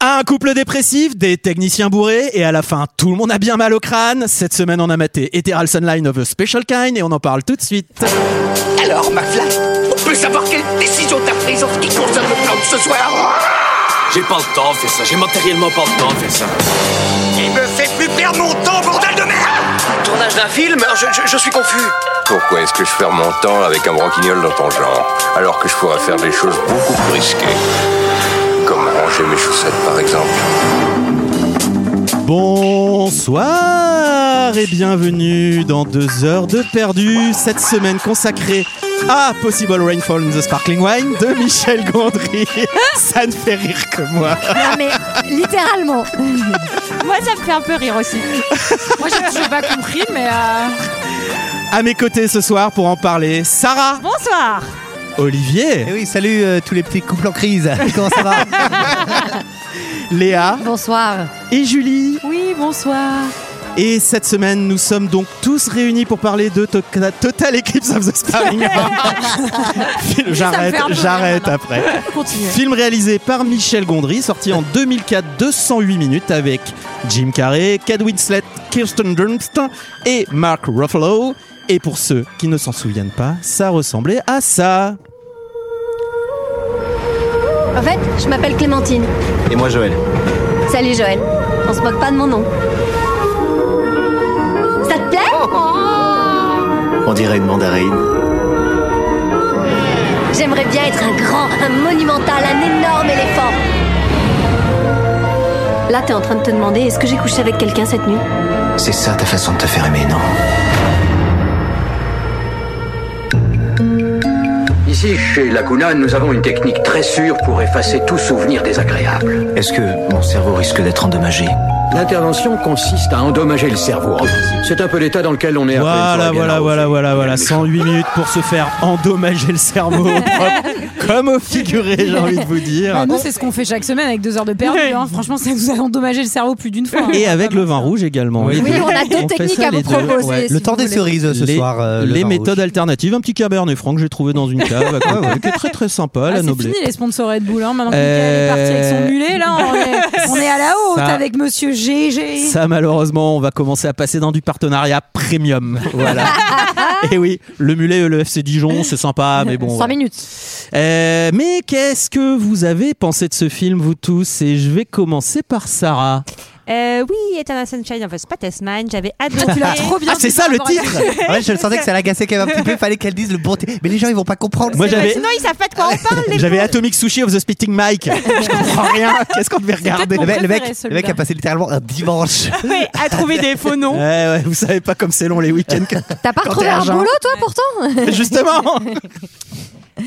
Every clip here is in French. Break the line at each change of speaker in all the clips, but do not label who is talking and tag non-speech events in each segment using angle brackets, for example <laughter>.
Un couple dépressif, des techniciens bourrés, et à la fin, tout le monde a bien mal au crâne. Cette semaine, on a maté Ethereal Sunline of a Special Kind, et on en parle tout de suite.
Alors, McFly, on peut savoir quelle décision t'as prise en ce qui concerne le plan de ce soir
J'ai pas le temps de faire ça, j'ai matériellement pas le temps de faire ça.
Il me fait plus perdre mon temps, bordel de merde
Tournage d'un film euh, je, je- je suis confus.
Pourquoi est-ce que je perds mon temps avec un broquignol dans ton genre, alors que je pourrais faire des choses beaucoup plus risquées Comme ranger mes chaussettes, par exemple.
Bonsoir et bienvenue dans deux heures de perdu, cette semaine consacrée à Possible Rainfall in the Sparkling Wine de Michel
<laughs>
Gondry. Ça ne fait rire que moi.
Non mais littéralement.
Moi, ça me fait un peu rire aussi.
<laughs> Moi, j'ai toujours pas compris, mais. euh,
À mes côtés ce soir pour en parler, Sarah,
Bonsoir.
Olivier,
Eh oui, salut euh, tous les petits couples en crise. Comment ça va
<laughs> Léa
Bonsoir.
et Julie.
Oui, bonsoir.
Et cette semaine, nous sommes donc tous réunis pour parler de To- Total Eclipse of the
<laughs>
Starling. j'arrête,
fait un peu rire,
j'arrête
maintenant.
après.
<laughs> Continuez.
Film réalisé par Michel Gondry, sorti en 2004, 208 minutes avec Jim Carrey, Cad Winslet, Kirsten Dunst et Mark Ruffalo. Et pour ceux qui ne s'en souviennent pas, ça ressemblait à ça.
En fait, je m'appelle Clémentine.
Et moi, Joël.
Salut Joël. On se moque pas de mon nom. Ça te plaît
On dirait une mandarine.
J'aimerais bien être un grand, un monumental, un énorme éléphant. Là, t'es en train de te demander est-ce que j'ai couché avec quelqu'un cette nuit
C'est ça ta façon de te faire aimer, non
Ici, chez Laguna, nous avons une technique très sûre pour effacer tout souvenir désagréable.
Est-ce que mon cerveau risque d'être endommagé
L'intervention consiste à endommager le cerveau. C'est un peu l'état dans lequel on est
Voilà, voilà, voilà, voilà, voilà. 108 minutes pour se faire endommager le cerveau, au propre, comme au figuré, j'ai envie de vous dire.
bah, nous, c'est ce qu'on fait chaque semaine avec deux heures de perdu. hein. Franchement, ça nous a endommagé le cerveau plus d'une fois. hein. <laughs>
Et avec le vin rouge également.
Oui.
Les
Oui,
deux.
on
a deux
fait
techniques
ça,
à
les
vous
deux.
proposer,
Ouais.
si
Le temps
vous
des
voulez.
cerises ce
les,
soir. euh, le
les
vin
méthodes
rouge.
alternatives, un petit cabernet franc que j'ai trouvé dans une cave, à quoi, ouais, qui est très très sympa,
Ah,
la
c'est
noblée.
fini les sponsors Red Bull. Hein. Maintenant que
Euh,
Mickaël est parti avec son mulet, là,
<laughs>
on est, on est à la haute
Ça-
avec monsieur GG.
Ça, malheureusement, on va commencer à passer dans du partenariat premium.
<laughs>
Voilà. Et oui, le mulet, le FC Dijon, c'est sympa, mais bon.
Cinq
voilà.
minutes.
Euh, mais qu'est-ce que vous avez pensé de ce film, vous tous Et je vais commencer par Sarah.
Ah,
Ah,
Euh, oui, Eternal Sunshine of a Spotless Mind. J'avais adoré.
Tu l'as trop bien
Ah, c'est
dit
ça
par
le
rapport à- <laughs>
titre <laughs>
Ouais, je le sentais que ça l'agaçait quand même un petit peu. Fallait qu'elle dise le bon. t- Mais les gens, ils vont pas comprendre.
Moi, j'avais-
Sinon, ils savent pas de quoi on parle.
<laughs>
les
J'avais
pauvres.
Atomic Sushi of the Spitting Mike. Je comprends rien. Qu'est-ce qu'on devait regarder
Le,
mon
mec- le
préféré,
mec, le mec
celui-là.
a passé littéralement
<laughs>
un dimanche.
Ouais, à trouver des faux
Oh.
Ouais,
noms.
Eh ouais, vous savez pas comme c'est long les
<laughs>
week-ends. que-
T'as pas
Quand
retrouvé
t'es
un
argent.
boulot, toi, pourtant
Justement.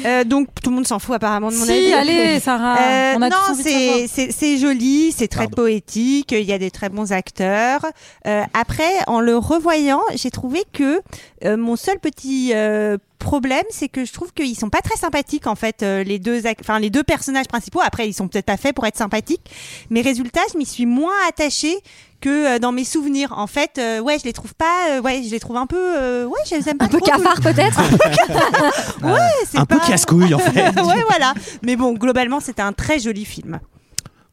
Euh, donc tout le monde s'en fout apparemment de mon avis.
Si, allez, Sarah.
Euh,
on a
non,
tous envie de
c'est-
savoir.
c'est c'est joli, c'est très poétique, il y a des très bons acteurs. Euh, après, en le revoyant, j'ai trouvé que euh, mon seul petit euh, problème, c'est que je trouve qu'ils sont pas très sympathiques en fait euh, les deux, ac- enfin les deux personnages principaux. Après, ils sont peut-être pas faits pour être sympathiques, mais résultat, je m'y suis moins attachée que euh, dans mes souvenirs. En fait, euh, ouais, je les trouve pas, euh, ouais, je les trouve un peu, euh, ouais, je les aime pas
Un peu
trop, tout le-
cafard, peut-être
<laughs>
Ouais, c'est
Un peu
pas-
casse-couille en
<laughs>
fait.
<laughs>
ouais, voilà. Mais bon, globalement, c'était un très joli film.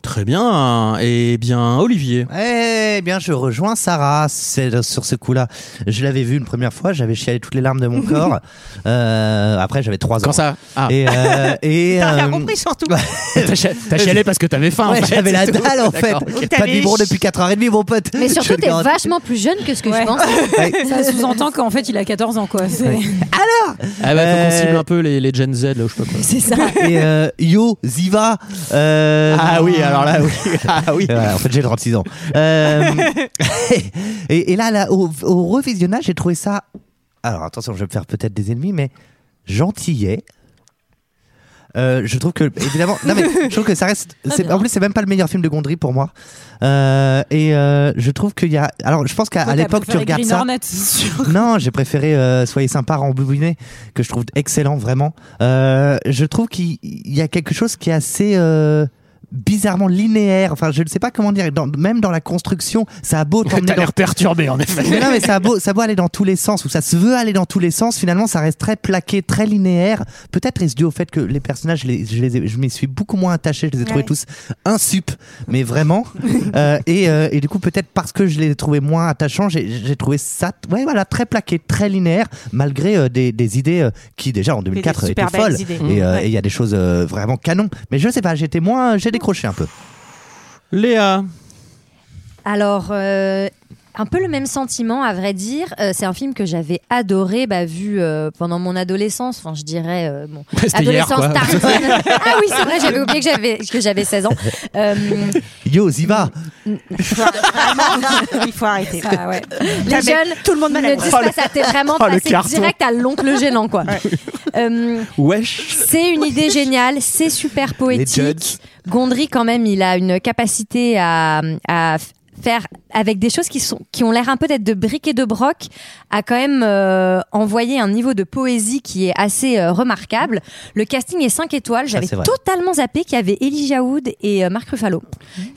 Très bien. Eh bien, Olivier.
Eh bien, je rejoins Sarah c'est- euh, sur ce coup-là. Je l'avais vu une première fois, j'avais chialé toutes les larmes
<laughs>
de mon corps. Euh, après, j'avais trois ans.
Quand ça Ah.
Et, euh,
<laughs>
et
T'as rien
euh,
compris surtout.
T'as chi- t'as chialé parce que t'avais faim. en
ouais,
fait,
j'avais la
c'est tout.
dalle en
<laughs>
fait.
D'accord, ok.
Pas de biberon depuis 4h30, mon pote.
Mais
Je
surtout,
le
t'es
garantis.
vachement plus jeune que ce que
Ouais.
je
<laughs>
pense.
Ouais.
Ça sous-entend qu'en fait, il a 14 ans, quoi. C'est-
Ah bah, faut qu'on
Euh,
cible un peu les, les Gen Z, là, ou je sais pas quoi.
C'est ça.
Et euh, yo, Ziva. euh,
Ah oui, alors là, oui. <laughs> Ah oui.
Et voilà, en fait, j'ai 36 ans. Euh, <laughs> et, et là, là, au, au revisionnage, j'ai trouvé ça. Alors, attention, je vais me faire peut-être des ennemis, mais gentillet. Euh, je trouve que évidemment, non mais je trouve que ça reste. c'est- en plus, c'est même pas le meilleur film de Gondry pour moi. Euh, et euh, je trouve qu'il y a. Alors, je pense qu'à à
Toi, t'as
l'époque, tu
préféré
regardes
Green
ça.
Hornet, c'est sûr.
<laughs> Non, j'ai préféré euh, Soyez sympa rembobiné que je trouve excellent vraiment. Euh, je trouve qu'il il y a quelque chose qui est assez euh, bizarrement linéaire. Enfin, je ne sais pas comment dire. Dans- même dans la construction, ça a beau t'emmener
<laughs> T'as
dans
l'air perturbé, en effet.
mais non, mais ça a beau, ça a beau aller dans tous les sens, ou ça se veut aller dans tous les sens, finalement, ça reste très plaqué, très linéaire. Peut-être est-ce dû au fait que les personnages, je, les, je, les ai- je m'y suis beaucoup moins attaché, je les ai trouvés
Ouais.
tous insup, mais vraiment. Euh, et, euh, et du coup, peut-être parce que je les ai trouvés moins attachants, j'ai j'ai trouvé ça, ouais, voilà, très plaqué, très linéaire, malgré euh, des, des idées euh, qui, déjà, en
euh,
2004 étaient
super belles
folles.
idées.
Et euh,
Ouais.
et il y a des choses euh, vraiment canon. Mais je sais pas, j'étais moins, j'ai décroché un peu.
Léa,
Alors, euh, un peu le même sentiment, à vrai dire. Euh, c'est un film que j'avais adoré, bah, vu euh, pendant mon adolescence. Enfin, je dirais, euh, bon,
C'était hier,
adolescence
quoi.
tardive. <laughs> ah oui, c'est vrai, j'avais oublié que j'avais que j'avais 16 ans. Euh,
Yo,
Mmh.
Ziva!
<laughs>
Il faut arrêter.
Ah ouais.
les jeunes, tout le monde
malade.
ne disent pas ça. T'es vraiment
Oh, le
passé
carton.
direct à l'oncle gênant, quoi. Euh,
wesh.
c'est une idée géniale, c'est super poétique. Gondry, quand même, il a une capacité à, à f- faire avec des choses qui sont qui ont l'air un peu d'être de briques et de broc, à quand même euh, envoyer un niveau de poésie qui est assez euh, remarquable. Le casting est 5 étoiles. J'avais
c'est vrai.
totalement zappé qu'il y avait Elijah Wood et euh, Marc Ruffalo.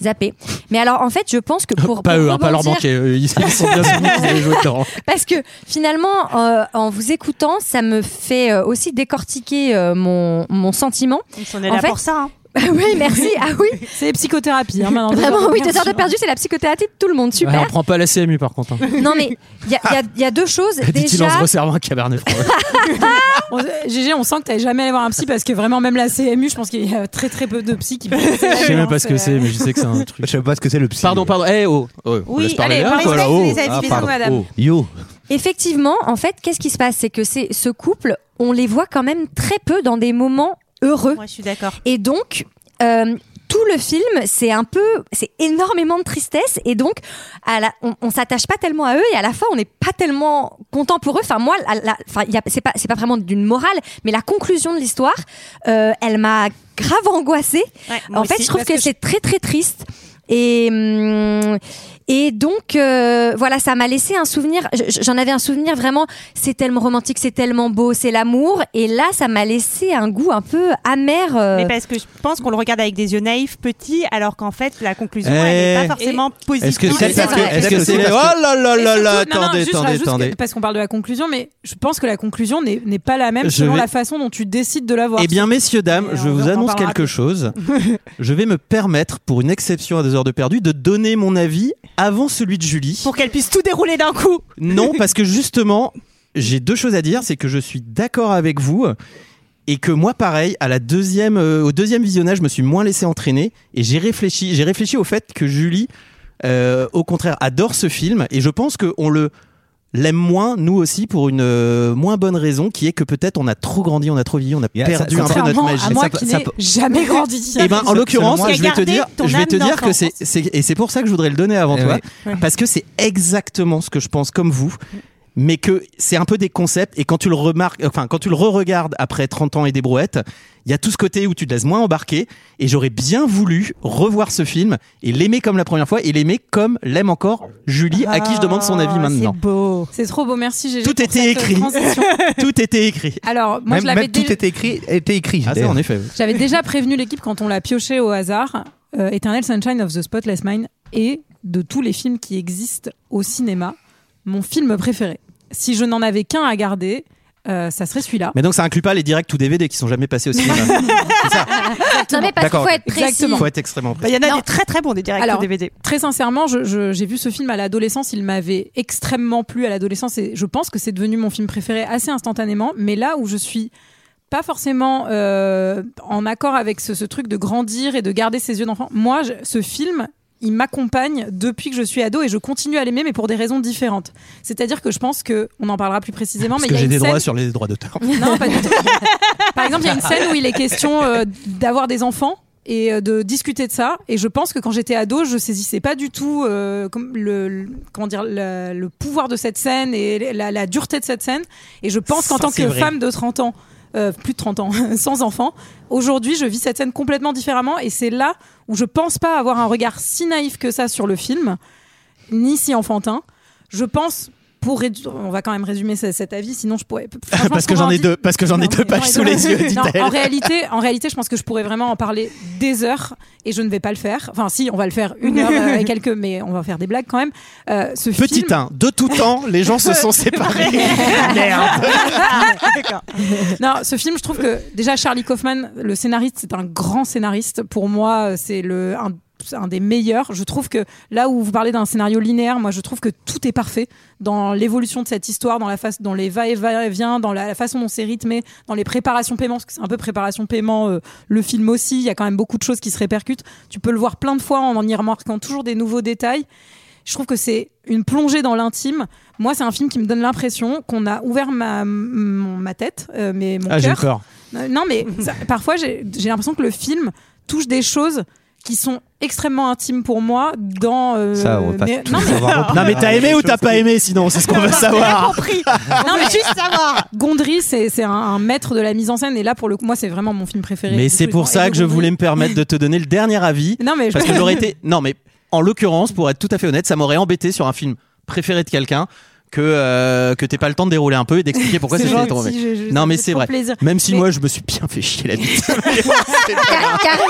Zappé. Mais alors, en fait, je pense que
<laughs>
pour
Pas
pour
eux, hein, pas leur
rebondir-
banquet. eux, Ils
<laughs>
ils sont bien soumis, ils ont joué dedans.
parce que finalement, euh, en vous écoutant, ça me fait euh, aussi décortiquer euh, mon, mon sentiment. <laughs>
On
En
est là
fait-
pour ça. hein.
oui, merci. Ah oui,
C'est psychothérapie. Hein, maintenant.
vraiment, oui, deux heures de
Merci.
perdu, c'est la psychothérapie de tout le monde.
Ouais, on
Super.
prend pas la CMU par contre. hein.
non, mais il y a, il y a- il y a deux choses.
Dit-il en se
Déjà,
resservant un cabernet franc.
<laughs> On- GG, on sent que t'allais jamais allé voir un psy parce que vraiment, même la CMU, je pense qu'il y a très très peu de
<laughs>
psy qui.
Je sais même pas ce que c'est, mais je sais que c'est un truc.
Je sais pas ce que c'est le
<laughs>
psy.
Pardon, pardon. Eh oh, oh, on
Oui,
laisse parler
allez,
Léa,
par
quoi,
respect,
là,
les avis,
oh.
les
pardon,
hommes, madame.
oh.
Yo!
effectivement, en fait, qu'est-ce qui se passe C'est que c'est ce couple, on les voit quand même très peu dans des moments
Oh.
heureux.
Moi, je suis d'accord.
Et donc, euh, tout le film, c'est un peu, c'est énormément de tristesse. Et donc, à la- on, on s'attache pas tellement à eux. Et à la fin, on n'est pas tellement content pour eux. Enfin, moi, la- la- enfin, il y a- c'est pas, c'est pas vraiment d'une morale, mais la conclusion de l'histoire, euh, elle m'a grave angoissée.
Ouais, moi
En fait,
aussi.
je trouve
Parce
que, c'est très très triste. Et hum, et donc euh, voilà, ça m'a laissé un souvenir. je- je- J'en avais un souvenir vraiment. C'est tellement romantique, c'est tellement beau, c'est l'amour. Et là, ça m'a laissé un goût un peu amer. euh,
Mais parce que je pense qu'on le regarde avec des yeux naïfs, petits, alors qu'en fait, la conclusion, elle
Eh.
n'est pas forcément positive.
Est-ce que
Non,
c'est
mais c'est
parce que
vrai.
est-ce que
Peut-être
c'est
aussi
les- Oh là
parce
là
Et
là là
surtout- non, non,
attendez
juste
attendez
rajoute que-
attendez.
parce qu'on parle de la conclusion, mais je pense que la conclusion n'est n'est pas la même
Je
selon
vais-
la façon dont tu décides de la voir.
Eh bien, messieurs, dames,
Et
je
on
vous
en
annonce
parlera
quelque
plus. <laughs>
chose. Je vais me permettre, pour une exception à deux heures de perdu, de donner mon avis avant celui de Julie.
Pour qu'elle puisse tout dérouler d'un coup.
Non, parce que justement, j'ai deux choses à dire. C'est que je suis d'accord avec vous et que moi, pareil, à la deuxième, euh, au deuxième visionnage, je me suis moins laissé entraîner et j'ai réfléchi. J'ai réfléchi au fait que Julie, euh, au contraire, adore ce film et je pense qu'on le l'aime moins nous aussi pour une euh, moins bonne raison qui est que peut-être on a trop grandi on a trop vieilli on a
Yeah, ça-
perdu
ça-
un peu notre
Contrairement
magie
à moi
Ça peut-
qui
ça
n'ai
peut-
jamais grandi.
et ben en
Selon
l'occurrence,
moi,
je vais te
garder
dire,
ton
je vais
âme
te dire que
d'enfance.
c'est c'est- et c'est pour ça que je voudrais le donner avant
Eh
toi,
ouais.
parce que c'est exactement ce que je pense comme vous. Mais que c'est un peu des concepts et quand tu le remarques, enfin quand tu le re-regardes après 30 ans et des brouettes, il y a tout ce côté où tu te laisses moins embarquer et j'aurais bien voulu revoir ce film et l'aimer comme la première fois et l'aimer comme l'aime encore Julie à qui je demande son avis
Ah,
maintenant.
C'est beau.
C'est trop beau, merci GG.
Tout
pour
était
cette, euh,
écrit.
transition.
Tout était écrit.
Alors, moi,
même
je l'avais
même tout
déjà-
était écrit, était écrit.
Ah ça
d'ailleurs.
en effet. oui.
j'avais déjà prévenu l'équipe quand on l'a pioché au hasard. euh, Eternal Sunshine of the Spotless Mind est de tous les films qui existent au cinéma, mon film préféré. Si je n'en avais qu'un à garder, euh, ça serait celui-là.
Mais donc ça inclut pas les directs ou DVD qui sont jamais passés au cinéma.
non, mais parce qu'il
D'accord.
faut être précis.
Exactement.
Faut être extrêmement
Bah,
précis.
Il y en a
Non.
des très très bons des directs
Alors,
au DVD.
Très sincèrement, je- je- j'ai vu ce film à l'adolescence. Il m'avait extrêmement plu à l'adolescence et je pense que c'est devenu mon film préféré assez instantanément. Mais là où je suis pas forcément euh, en accord avec ce, ce truc de grandir et de garder ses yeux d'enfant, moi, je- ce film. Il m'accompagne depuis que je suis ado et je continue à l'aimer, mais pour des raisons différentes. C'est-à-dire que je pense que on en parlera plus précisément,
Parce
mais
que
il y a
j'ai
une
des
scène
droits sur les droits d'auteur.
non, pas du
<laughs>
tout. Par exemple, il y a une scène où il est question euh, d'avoir des enfants et euh, de discuter de ça. Et je pense que quand j'étais ado, je saisissais pas du tout euh, comme le, le- comment dire la- le pouvoir de cette scène et la, la dureté de cette scène. Et je pense qu'en
Ça,
tant
c'est
que
vrai.
femme de 30 ans, euh, plus de 30 ans, sans enfant, aujourd'hui, je vis cette scène complètement différemment. Et c'est là où je pense pas avoir un regard si naïf que ça sur le film, ni si enfantin. Je pense pour rédu- on va quand même
<laughs>
résumer ce- cet avis, sinon je pourrais. franchement,
Parce
je
que j'en
pourrais
ai
en
deux, parce que j'en ai
Non,
deux
mais
pages
non,
sous les yeux,
non,
dit-elle.
en réalité, en réalité, je pense que je pourrais vraiment en parler des heures et je ne vais pas le faire. Enfin, si, on va le faire une heure euh, et quelques, mais on va faire des blagues quand même. Euh, ce
Petit
film,
1, de tout temps, les gens se sont
<laughs>
séparés. Merde.
non, ce film, je trouve que déjà Charlie Kaufman, le scénariste, c'est un grand scénariste. Pour moi, euh, c'est le un, c'est un des meilleurs. Je trouve que là où vous parlez d'un scénario linéaire, moi, je trouve que tout est parfait dans l'évolution de cette histoire, dans la face, dans les va-et-vient, dans la, la façon dont c'est rythmé, dans les préparations paiement, parce que c'est un peu préparation paiement. euh, le film aussi, il y a quand même beaucoup de choses qui se répercutent. Tu peux le voir plein de fois en en y remarquant toujours des nouveaux détails. Je trouve que c'est une plongée dans l'intime. Moi, c'est un film qui me donne l'impression qu'on a ouvert ma, mon- ma tête, euh, mais mon
Ah, j'ai eu
cœur.
peur.
Euh, Non,
<laughs>
mais ça- parfois, j'ai j'ai l'impression que le film touche des choses qui sont extrêmement intimes pour moi dans euh,
Ça, on va pas
mais-
tout
non, mais-
savoir.
<laughs> Non, mais t'as aimé ou t'as pas aimé, sinon, c'est ce qu'on veut savoir.
compris. Ah. On
Non,
veut
mais-
juste savoir.
Gondry, c'est c'est un, un maître de la mise en scène et là pour le coup, moi c'est vraiment mon film préféré.
Mais
de
c'est
tous les
pour
temps.
ça
Et
que
de
je
Gondry-
voulais me permettre de te donner le dernier avis.
<laughs> Non mais je-
Parce que j'aurais été. Non, mais en l'occurrence, pour être tout à fait honnête, ça m'aurait embêté sur un film préféré de quelqu'un que, euh, que t'aies pas le temps de dérouler un peu et d'expliquer pourquoi c'est
C'est
ton
gentil,
mauvais.
je- je-
Non,
ça me
mais
fait
c'est
trop
vrai.
plaisir.
Même si
Mais-
moi, je me suis bien fait chier la
<laughs>
bite.
Car- carrément.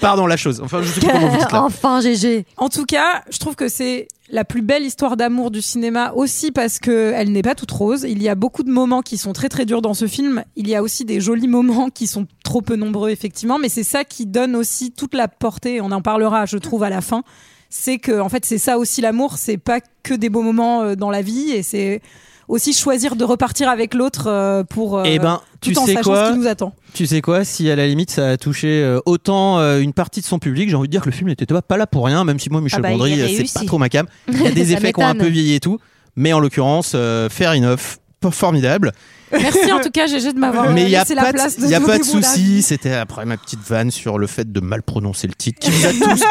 Pardon, la chose. Enfin, je sais pas comment vous dites là.
<laughs> enfin, GG.
En tout cas, je trouve que c'est la plus belle histoire d'amour du cinéma aussi parce que elle n'est pas toute rose. Il y a beaucoup de moments qui sont très très durs dans ce film. Il y a aussi des jolis moments qui sont trop peu nombreux effectivement, mais c'est ça qui donne aussi toute la portée. On en parlera, je trouve, à la fin. C'est que en fait, c'est ça aussi l'amour. C'est pas que des beaux moments euh, dans la vie et c'est aussi choisir de repartir avec l'autre euh, pour euh,
Eh ben,
tout
tu
en
sais
sachant
quoi
ce qui nous attend.
Tu sais quoi, si à la limite ça a touché euh, autant euh, une partie de son public, j'ai envie de dire que le film n'était pas, pas là pour rien, même si moi Michel
Ah bah, il a
Gondry euh, c'est
réussi.
pas trop ma cam. Il y a des
Ça
effets qui ont un
m'étonne.
peu vieilli et tout, mais en l'occurrence, euh, fair enough, pas formidable.
Merci en tout cas, GG de
Oh,
m'avoir
mais
euh,
il y a
laissé la
pas de,
place de
il y a pas
donner
de
mon avis.
souci, c'était après ma petite vanne sur le fait de mal prononcer le titre qui vous a tous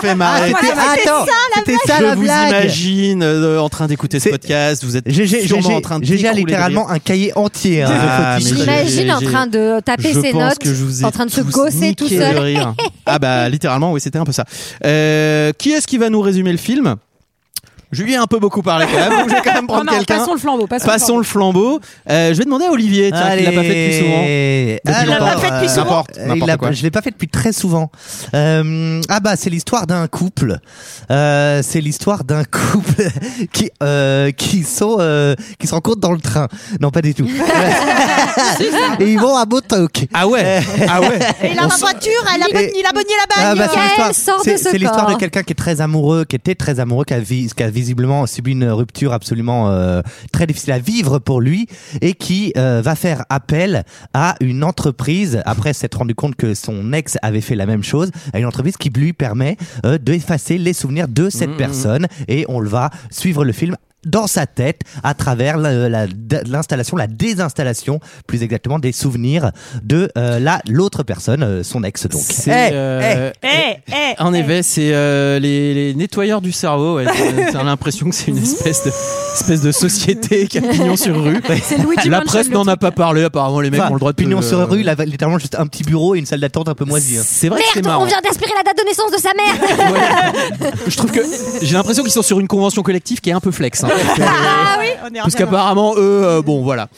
fait marrer.
Ah, voilà, c'était
Attends, c'était ça
Je
la
vous
blague.
imagine euh, en train d'écouter ce
C'est-
podcast, vous êtes
GG,
sûrement
GG,
en train de
GG a
découler de rire.
littéralement un cahier entier. hein,
Ah,
de
mais
faux
Je
j'ai-
clichés.
l'imagine en
j'ai-
train de taper
je
ses
pense
notes,
que je vous ai
en train de se
tous
gausser tout
niqué de
seul. <laughs>
rire. ah bah littéralement oui c'était un peu ça. Euh, qui est-ce qui va nous résumer le film Je lui ai un peu beaucoup parlé quand
<laughs>
même, donc je vais quand même prendre
Oh Non, non,
quelqu'un.
Passons le flambeau. Passons, le
Passons le flambeau. Euh, je vais demander à Olivier, tiens, qui l'a pas fait depuis souvent.
Allez.
Depuis
Alors,
longtemps.
euh,
N'importe,
Euh, il
n'importe
l'a-
quoi.
Je l'ai pas fait depuis très souvent. Euh, ah bah c'est l'histoire d'un couple. Euh, c'est l'histoire d'un couple <laughs> qui euh, qui sont euh, qui se rencontrent dans le train. Non pas du tout. <laughs> Et ils vont à Botoc.
Ah
<laughs>
ouais, ah ouais.
Et la voiture, elle a
Et-
bonne- il a bonné la
Ah
bagnole.
bah, c'est
Michael
l'histoire-
sort de
c'est-
ce
c'est l'histoire de
corps.
quelqu'un qui est très amoureux, qui était très amoureux, qui a, vis- qui a visiblement subi une rupture absolument euh, très difficile à vivre pour lui et qui euh, va faire appel à une entreprise après s'être rendu compte que son ex avait fait la même chose, à une entreprise qui lui permet euh, d'effacer les souvenirs de cette personne et on le va suivre le film dans sa tête à travers la- la- l'installation, la, désinstallation, plus exactement des souvenirs de euh, la l'autre personne, euh, son ex donc.
C'est,
Eh,
euh,
Eh, eh,
En
eh.
effet, c'est euh, les, les nettoyeurs du cerveau. Ouais. T'as- T'as l'impression que c'est une espèce de, espèce de société qui a pignon sur rue.
C'est Luigi
La
Mansion,
presse
le
n'en a
truc.
pas parlé. Apparemment, les mecs
Enfin,
ont le droit de
pignon sur
euh,
rue, il avait littéralement juste un petit bureau et une salle d'attente un peu moisie. hein.
C'est vrai que c'est
Merde,
marrant.
on vient d'aspirer la date de naissance de sa
<laughs>
mère.
Ouais. Je trouve que j'ai l'impression qu'ils sont sur une convention collective qui est un peu flex. hein.
Ah oui, on est
<laughs> Parce qu'apparemment, eux, euh, bon, voilà.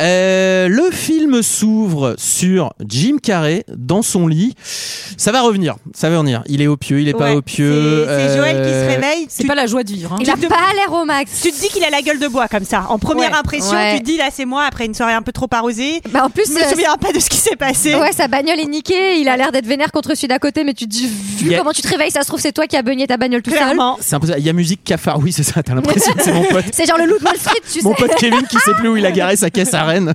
Euh, le film s'ouvre sur Jim Carrey dans son lit. Ça va revenir, ça va revenir. Il est opieux, il est pas opieux.
C'est c'est Joël qui
euh,
se réveille.
C'est
Tu-
pas la joie de vivre. hein.
Il a
Tu te-
pas l'air au max.
Tu te dis qu'il a la gueule de bois comme ça. En première
Ouais.
impression,
Ouais.
tu te dis là c'est moi après une soirée un peu trop arrosée.
Bah, en plus,
Je me
euh,
souviens pas de ce qui s'est passé.
Ouais, sa bagnole est niquée, il a l'air d'être vénère contre celui d'à côté, mais tu te dis, vu
Yeah.
comment tu te réveilles, ça se trouve, c'est toi qui as baigné ta bagnole tout seul.
Clairement.
C'est un peu ça. Il y a musique cafard. Oui, c'est ça. T'as l'impression que c'est mon
<laughs>
pote.
C'est genre le loup de Wall Street, tu
Mon
sais.
pote Kevin qui sait plus où il a garé sa caisse à
<laughs>
Rennes.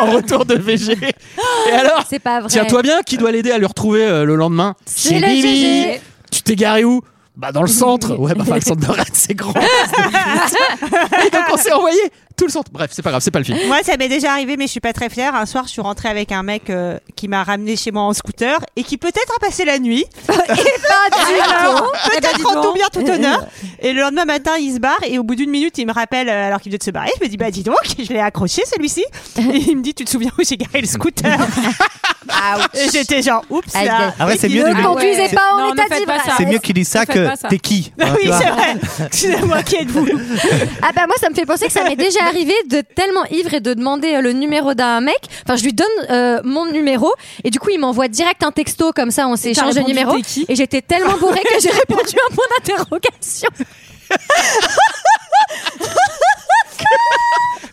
en retour de VG. Et alors
<laughs> C'est pas vrai.
Tiens-toi bien, qui doit l'aider à le retrouver euh, le lendemain
C'est le
Bibi.
GG.
Tu t'es garé où bah dans le centre Ouais, bah enfin, le centre de Rennes, c'est grand Et donc on s'est envoyé tout le centre Bref, c'est pas grave, c'est pas le film
Moi, ça m'est déjà arrivé, mais je suis pas très fière. Un soir, je suis rentrée avec un mec euh, qui m'a ramené chez moi en scooter et qui peut-être a passé la nuit.
Et pas
Ah,
Alors,
Eh ben, dis
peut-être en
donc.
tout bien tout honneur. Et le lendemain matin, il se barre et au bout d'une minute, il me rappelle euh, alors qu'il venait de se barrer. Je me dis bah dis donc, <laughs> je l'ai accroché celui-ci. Et il me dit tu te souviens où j'ai garé le scooter Et J'étais genre oups
Aïe,
là.
Ah ouais, c'est mieux
Ne
de-
conclusez
ouais.
pas
Non,
en
ne
état
faites pas
d'ivresse.
ça.
C'est mieux qu'il dise ça
Ne faites pas
que
ça.
t'es qui
Ah
hein,
<laughs>
tu
oui,
vois.
c'est vrai. Excusez-moi, qui êtes-vous
Ah bah moi ça me fait penser que ça m'est déjà arrivé de tellement ivre et de demander euh, le numéro d'un mec. Enfin je lui donne euh, mon numéro et du coup il m'envoie direct un texto comme ça on
t'as
s'échange de
répondu,
numéro
t'es qui
et j'étais tellement bourrée que j'ai répondu à mon interrogation.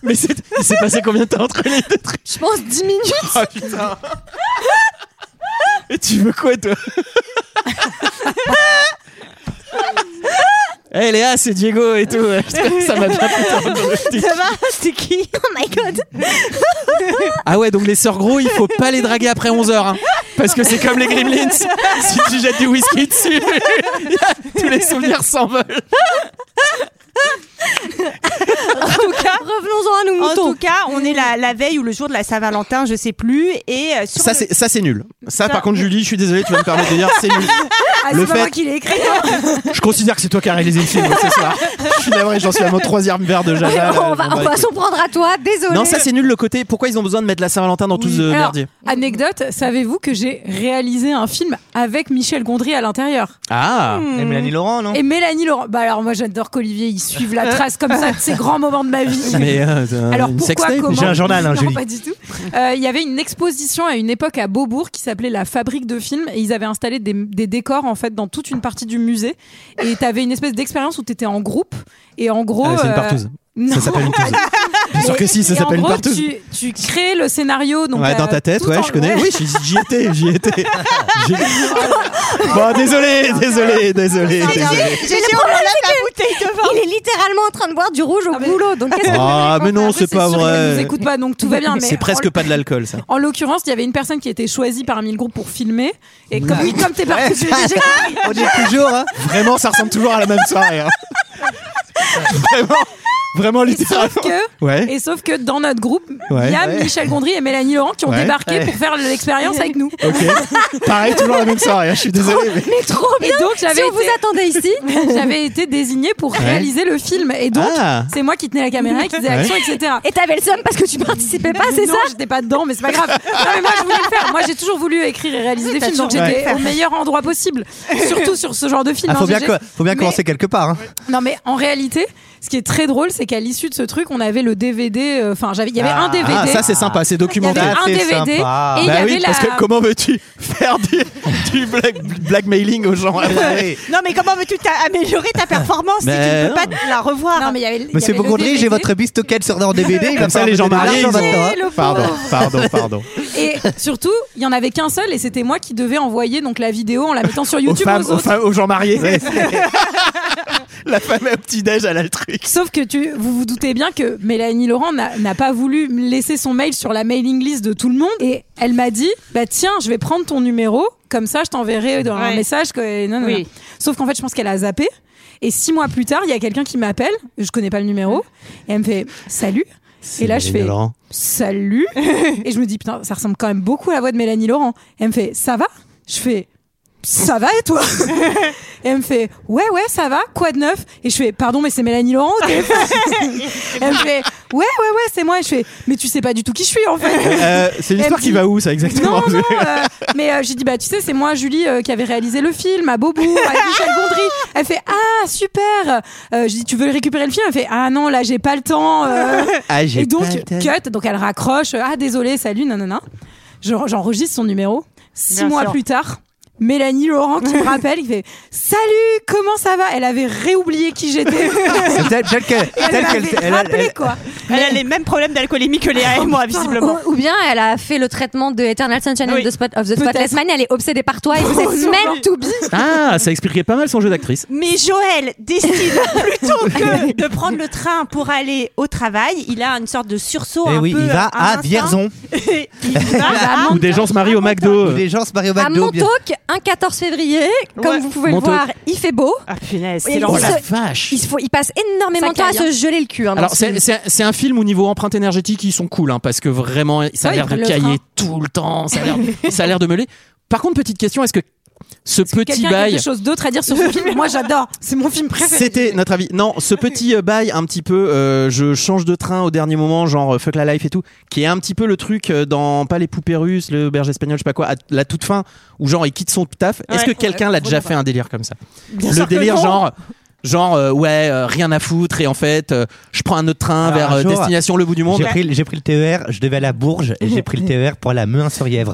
Mais c'est- il s'est passé combien de temps entre les deux trucs
Je pense 10 minutes.
Ah putain Et tu veux quoi toi Eh Léa, c'est Diego et tout. Ça m'a bien putain
<laughs>
de-
Ça va C'est qui Oh my god
Ah ouais, donc les sœurs gros, il faut pas les draguer après 11h. parce que c'est comme les gremlins. <laughs> Si tu jettes du whisky dessus, <laughs> tous les souvenirs s'envolent.
Revenons-en à nous
En
moutons.
tout cas, on est la, la veille ou le jour de la Saint-Valentin, je sais plus. Et euh, sur
Ça,
le-
c'est ça, c'est nul. Ça, par contre, Julie, je suis désolé, tu vas me permettre de dire c'est nul.
Ah,
Le
c'est pas
fait-
moi qui l'ai écrit.
Je considère que c'est toi qui as réalisé le film ce soir. Je suis navré, j'en suis à mon troisième verre de Java.
Ouais, bon,
Euh,
<laughs> on va,
bon, bah,
on va
écoute.
s'en prendre à toi, désolé.
Non, ça c'est nul le côté. Pourquoi ils ont besoin de mettre la Saint-Valentin dans tout ce
Alors,
merdier
Anecdote, savez-vous que j'ai réalisé un film avec Michel Gondry à l'intérieur
Ah
Et Eh, Mélanie Laurent, non
Et Mélanie Laurent. Bah alors moi j'adore qu'Olivier il suive la trace comme ça de ces grands moments de ma vie.
<laughs> Mais euh, euh,
Alors
une
pourquoi
sextape
comment
J'ai un journal, hein,
Non,
Julie.
pas du tout. Euh, Il y avait une exposition à une époque à Beaubourg qui s'appelait la Fabrique de films et ils avaient installé des, des décors en fait dans toute une partie du musée et t'avais une espèce d'expérience où t'étais en groupe et en gros.
Ah, c'est une
euh,
partouze.
<laughs> non.
Ça s'appelle une
<laughs>
partouze. Bien sûr que si, ça
Et en
s'appelle une
gros,
partouze.
Tu, tu crées le scénario donc
Ouais,
euh,
dans ta tête,
tout
ouais,
en-
je connais.
ouais.
Oui, j'y- j'y étais, j'y
<laughs>
étais. J'y- bon, désolé, désolé, désolé, désolé.
J'ai dit, on enlève la bouteille de vin.
Il est littéralement en train de boire du rouge au
Ah, mais-
boulot. Donc qu'est-ce que
Ah, mais non,
Après,
c'est pas
sûr qu'elle nous
vrai.
écoute pas, donc tout va bien. mais
C'est presque
en-
pas de l'alcool, ça.
En l'occurrence, il y avait une personne qui était choisie parmi le groupe pour filmer. Et comme, oui, comme t'es parti, tu
<laughs>
l'as déjà-
On dit toujours, hein
Vraiment, ça ressemble toujours à la même soirée. hein. Vraiment, vraiment
Et sauf
littéralement.
que,
Ouais.
et sauf que dans notre groupe, il
Ouais.
y a
Ouais.
Michel Gondry et Mélanie Laurent qui ont
Ouais.
débarqué
Ouais.
pour faire l'expérience avec nous. <laughs>
Ok. Pareil, toujours la même soirée. hein, Je suis désolé. mais-
Mais trop
Et
bien.
donc
Si
j'avais
on
été,
vous attendait ici,
<laughs>
j'avais été désignée pour réaliser le film. Et donc
Ah.
c'est moi qui tenais la caméra et qui faisais
Ouais.
action, etc.
et t'avais le seum parce que tu participais pas, c'est
non,
ça
j'étais pas dedans, mais c'est pas grave. Non, mais moi, je voulais le faire. Moi, j'ai toujours voulu écrire et réaliser des films, donc
toujours
j'étais au meilleur endroit possible. Surtout sur ce genre de film.
Ah, faut,
hein,
bien
GG.
co- faut bien
Mais-
commencer quelque part. hein.
Non, mais en réalité, ce qui est très drôle, c'est qu'à l'issue de ce truc, on avait le DVD. euh, Enfin, j'avais, il y avait
Ah,
un DVD.
Ah, ça c'est sympa, c'est
il y avait
documenté.
Ah,
un
c'est
DVD
sympa.
et il y
bah
avait
oui,
la.
parce que comment veux-tu faire du, du black, blackmailing aux gens
Ouais.
Non, mais comment veux-tu t'a- améliorer ta performance si tu
Mais
ne peux pas la revoir
Non, mais il y avait. il y
Monsieur
avait le
Bogondry, j'ai
DVD.
votre bistoquette sur en DVD.
Comme ça, les gens mariés, ils ont-
Le
Pardon,
pauvre.
pardon, pardon.
Et surtout, il y en avait qu'un seul et c'était moi qui devais envoyer donc la vidéo en la mettant
<laughs>
sur
Aux
YouTube
femmes,
aux
aux
autres.
femmes, aux gens mariés. <laughs> La femme au petit déj, elle a le truc.
Sauf que tu, vous vous doutez bien que Mélanie Laurent n'a n'a pas voulu laisser son mail sur la mailing list de tout le monde et elle m'a dit bah tiens je vais prendre ton numéro comme ça je t'enverrai dans un
Ouais.
message que et non, non,
Oui.
non. sauf qu'en fait je pense qu'elle a zappé et six mois plus tard il y a quelqu'un qui m'appelle je connais pas le numéro et elle me fait salut et là je fais salut et je me dis putain ça ressemble quand même beaucoup à la voix de Mélanie Laurent elle me fait ça va je fais ça va et toi Et elle me fait ouais ouais ça va quoi de neuf et je fais pardon mais c'est Mélanie Laurent au téléphone elle me fait ouais ouais ouais c'est moi et je fais mais tu sais pas du tout qui je suis
<laughs>
en fait
Euh, c'est l'histoire
Elle
qui
dit-
va où, ça, exactement
non non euh, mais euh, j'ai dit bah tu sais c'est moi Julie euh, qui avait réalisé le film à Beaubourg avec Michel Gondry elle fait ah super euh, je dis tu veux récupérer le film elle fait ah non là j'ai pas le temps euh,
Ah,
et donc, cut, donc elle raccroche. Ah, désolé, salut, nanana. Je- J'enregistre son numéro. Six
Bien
mois
sûr.
plus tard, Mélanie Laurent qui
<laughs>
me rappelle, qui fait Salut, comment ça va Elle avait réoublié qui
<laughs>
j'étais.
Tel, tel que-
Et elle
tel qu'elle-
m'avait
elle-
rappelé,
elle-
quoi.
Elle a les mêmes problèmes d'alcoolémie que Léa et moi, visiblement.
Ou, ou bien elle a fait le traitement de Eternal Sunshine
Oui.
of the, Spot- of the
Peut-être. Oh
Spotless Mind, elle est obsédée par toi et vous êtes meant to be.
Ah, ça expliquait pas mal son jeu d'actrice.
Mais Joël
<laughs>
décide plutôt que de prendre le train pour aller au travail, il a une sorte de sursaut
Eh
un
oui,
peu.
il va
un Euh.
à
instinct.
<laughs>
Vierzon.
il va
Ah,
à-
Ou des gens se marient au McDo.
Les gens se marient au
À
McDo. bien-
Montauk, un 14 février, comme
Ouais.
vous pouvez
Montauk.
le voir, il fait beau.
Ah punaise,
Et
c'est
il
Oh
l'enfer.
la
se-
vache
Il, se faut, il passe énormément de temps à
caille,
se geler le cul. hein, dans
Alors
ce
c'est-
film.
c'est c'est un film au niveau empreinte énergétique ils sont cool hein, parce que vraiment ça a l'air
Ouais, ils
de
prennent le
cailler tout le temps ça a l'air ça a l'air de meuler. Par contre petite question est-ce que ce petit
Quelqu'un a
bail.
quelque chose d'autre à dire sur ce film Moi, j'adore. C'est mon film préféré.
C'était notre avis. Non, ce petit euh, bail un petit peu, euh, je change de train au dernier moment, genre euh, fuck la life et tout, qui est un petit peu le truc euh, dans pas les poupées russes, le berger espagnol, je sais pas quoi, à la toute fin, où genre il quitte son taf. Est-ce que
Ouais,
quelqu'un l'a déjà
vraiment
fait un délire comme ça
Bien
Le
sûr que
délire
non.
genre. Genre euh, ouais euh, rien à foutre et en fait euh, je prends un autre train
Alors,
vers
un
euh,
jour,
destination le bout du monde
J'ai pris, j'ai pris le TER, je devais aller à Bourges et j'ai pris le TER pour la main sur Yèvre.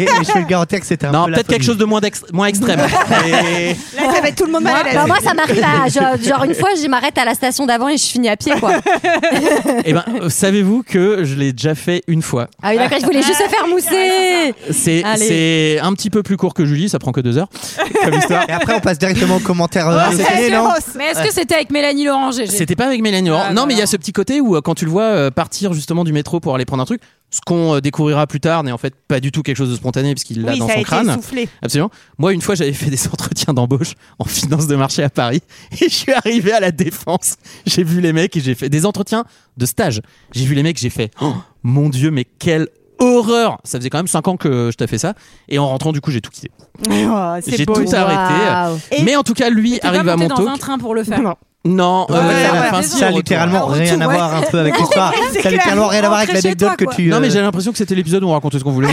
et, et je peux le garantir que c'était un
non
peu la
peut-être quelque
folie.
chose de moins, d'ex- moins
<laughs>
extrême Et-
Là, ça va être tout le monde
Moi,
mal à l'aise.
bah, moi, ça m'arrive à genre, genre, une fois, je m'arrête à la station d'avant et je finis à pied quoi.
Eh ben, euh, savez-vous que je l'ai déjà fait une fois
Ah oui, d'accord, je voulais juste se faire mousser.
C'est
Allez.
c'est un petit peu plus court que Julie, ça prend que
<laughs>
deux heures comme histoire.
Et après, on passe directement aux commentaires. euh,
Ouais,
des
c'est
Eh,
télés, non
Mais est-ce que c'était avec Mélanie Loranger J'ai-
C'était pas avec Mélanie Laurent.
Ah,
non,
bah
mais il y a
non.
ce petit côté où euh, quand tu le vois euh, partir justement du métro pour aller prendre un truc, ce qu'on euh, découvrira plus tard n'est en fait pas du tout quelque chose de spontané puisqu'il l'a
Oui,
dans
ça a
son
été
crâne.
soufflé.
Absolument. Moi, une fois, j'avais fait des <laughs> entretiens d'embauche en finance de marché à Paris et je suis arrivé à la défense. J'ai vu les mecs et j'ai fait des entretiens de stage. J'ai vu les mecs, j'ai fait oh, mon dieu, mais quelle horreur Ça faisait quand même 5 ans que je t'ai fait ça et en rentrant du coup, j'ai tout quitté.
Oh, c'est
J'ai
beau.
tout arrêté.
Waouh.
Et-
Mais en tout cas, lui
T'es pas
arrive à
monté
Montauk.
dans un train pour le faire.
Non, euh,
Ouais,
enfin,
ouais.
si, au
ça a
retour.
littéralement
Au retour,
rien à
ouais.
voir un peu avec l'histoire.
C'est
Ça a
clair.
littéralement rien à voir avec
Rentrez chez
l'anecdote
toi,
que
quoi.
tu.
Non, mais
euh,
j'ai l'impression que c'était l'épisode où on racontait ce qu'on <laughs> voulait.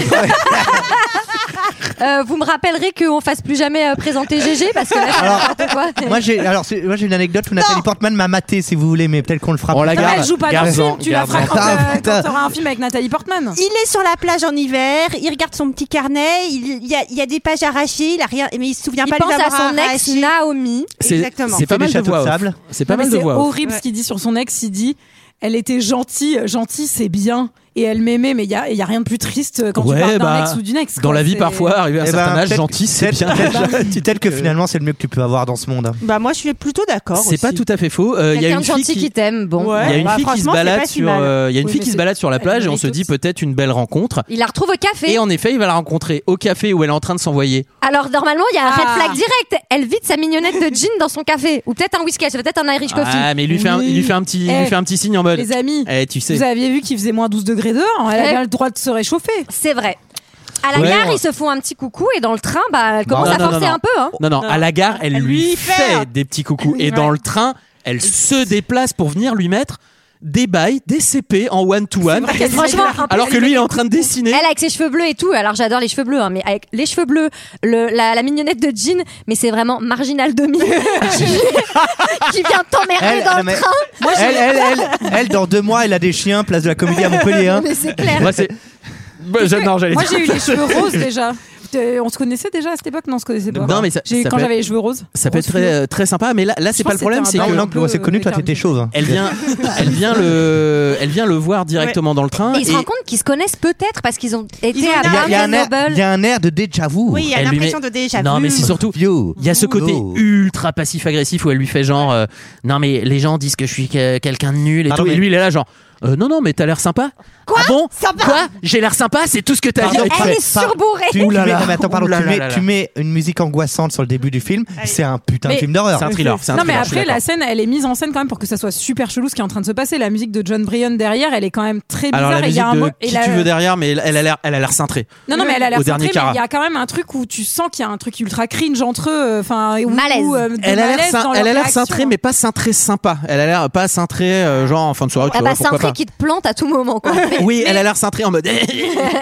Euh, vous me rappellerez qu'on fasse plus jamais euh, présenter GG parce que là, c'est
Alors,
n'importe quoi.
<laughs> Moi j'ai alors c'est- moi j'ai une anecdote où Nathalie Portman m'a maté si vous voulez mais peut-être qu'on le fera.
On
plus
la
tard.
Non, mais
garde. Ah,
elle joue
<laughs>
pas dans
Garde-en,
le film, tu la feras
garde-en.
quand, euh,
Putain, putain.
quand t'auras un film avec Nathalie Portman.
Il est sur la plage en hiver, il regarde son petit carnet, il il y a, il y a des pages arrachées, il a rien, mais il se souvient
Il
pas
pense
les
à
avoir
son ex
arrachées.
Naomi.
C'est-
Exactement.
C'est pas
Fait des
mal de
châteaux
voix.
de
off.
sable.
C'est pas
Non, mais
mal de
c'est
voix. hein. off.
horrible ce qu'il dit sur son ex. Il dit Elle était gentille, euh, gentille, c'est bien. Et elle m'aimait, mais il n'y a, il y a rien de plus triste euh, quand
Ouais,
tu parles d'un
bah,
ex ou d'une ex.
Dans
quoi.
la vie,
C'est-
parfois, arriver à un
Eh ben,
certain âge,
peut-être-
gentil, <laughs> c'est
peut-être-
bien.
peut-être- Peut-être que finalement c'est le mieux que tu peux avoir dans ce monde. hein.
Bah moi je suis plutôt d'accord.
C'est pas
aussi.
tout à fait faux. Euh, Il y a
Quelqu'un
une
de
fille
gentil qui,
qui.
t'aime. Bon.
Il
Ouais.
y a une
Bah,
fille qui se
franchement, c'est
balade
pas si
sur,
mal.
euh, il y a une
Oui,
fille
mais
qui se
c'est-
balade sur la
elle
plage et on
mérite
se dit
aussi.
peut-être une belle rencontre.
Il la retrouve au café.
Et en effet, il va la rencontrer au café où elle est en train de s'envoyer.
Alors normalement, il y a un
Ah.
red flag direct. Elle vide sa mignonnette de gin dans son café, ou peut-être un whisky, elle fait peut-être un Irish coffee.
Ah, mais il lui fait un, il lui fait un petit, il lui
Eh,
fait un petit signe en mode.
Les amis,
Eh, tu sais.
vous aviez vu qu'il faisait moins 12 degrés dehors. hein. Elle a
Eh.
bien le droit de se réchauffer.
C'est vrai. À la
Ouais,
gare,
on-
ils se font un petit coucou et dans le train, bah, elle commence
Non,
à
non, non,
forcer
non.
un peu. Hein.
Non, non, à la gare, elle lui fait des petits coucous. Et dans le train, elle se déplace pour venir lui mettre des bails, des CP en one-to-one.
vrai qu'elle lui
Franchement,
fait-
en plus,
Alors que lui, il est en train de dessiner.
Elle avec ses cheveux bleus et tout. Alors j'adore les cheveux bleus, hein, mais avec les cheveux bleus, le- la, la mignonnette de jean, mais c'est vraiment marginal
<laughs>
2000 qui, qui vient t'emmerder
Elle,
dans
non,
le
mais-
train.
elle, elle, elle, elle, dans deux mois, elle a des chiens, place de la comédie à Montpellier. hein.
Mais c'est clair.
Moi, c'est. Bah, je- non, j'allais
Moi,
dire-
j'ai eu les cheveux
<laughs>
roses déjà. Euh, On se connaissait déjà à cette époque Non, on se connaissait pas.
Non, mais ça-
J'ai eu-
ça
quand
peut-
j'avais les cheveux roses.
Ça peut
rose
être très, très sympa, mais là, là c'est
Je
pas le
pense
problème,
que
c'est
c'était un
que
bail.
Non, non, c'est
euh,
connu, toi t'étais chauve. hein.
elle vient, elle vient le, elle vient le voir directement dans le train.
Et ils se
euh, et-
rendent compte qu'ils se connaissent peut-être parce qu'ils ont
ont
été à
été-
Il y a- il y, a
Barnes
un air- il
Noble.
y a un air de déjà vu.
Oui, il y a
Elle lui
l'impression
met-
de déjà
Non,
vu.
mais c'est surtout.
Yo.
Il y a ce côté
Yo.
ultra passif-agressif où elle lui fait genre euh, non mais les gens disent que je suis que- quelqu'un de nul et
Pardon,
tout et
mais-
lui il est là genre Euh, non non mais t'as l'air sympa quoi ah bon
Sympa
quoi j'ai l'air sympa c'est tout ce que t'as dit
Pardon,
Elle
Ouais,
est
ça-
surbourrée.
Tu,
Ouh
tu
là
mets,
là.
non, mais attends, pardon,
Ouh là
tu,
là
mets,
là là.
tu mets une musique angoissante sur le début du film, c'est un putain de
Mais-
film d'horreur.
c'est un thriller c'est un
Non mais
thriller, je suis
après la
d'accord.
scène, elle est mise en scène quand même pour que ça soit super chelou ce qui est en train de se passer. La musique de John Bryan derrière, elle est quand même très bizarre.
alors la
et il y
musique
a un
de
mo- et
qui
la-
tu veux derrière mais elle elle a l'air elle a l'air cintrée
Non non mais elle a l'air
Au dernier
centrée,
Cara.
mais il y a quand même un truc où tu sens qu'il y a un truc ultra cringe entre eux. Enfin, et où-
Malaise.
où, euh, de
elle a l'air
malaise
cin-
dans
elle
leur
a l'air
réaction.
cintrée mais pas cintrée sympa elle a l'air pas cintrée euh, genre en fin de soirée tu
Ah
vois,
bah c'est un
pourquoi
trait
pas
qui te plante à tout moment. Quoi.
oui elle a l'air cintrée en mode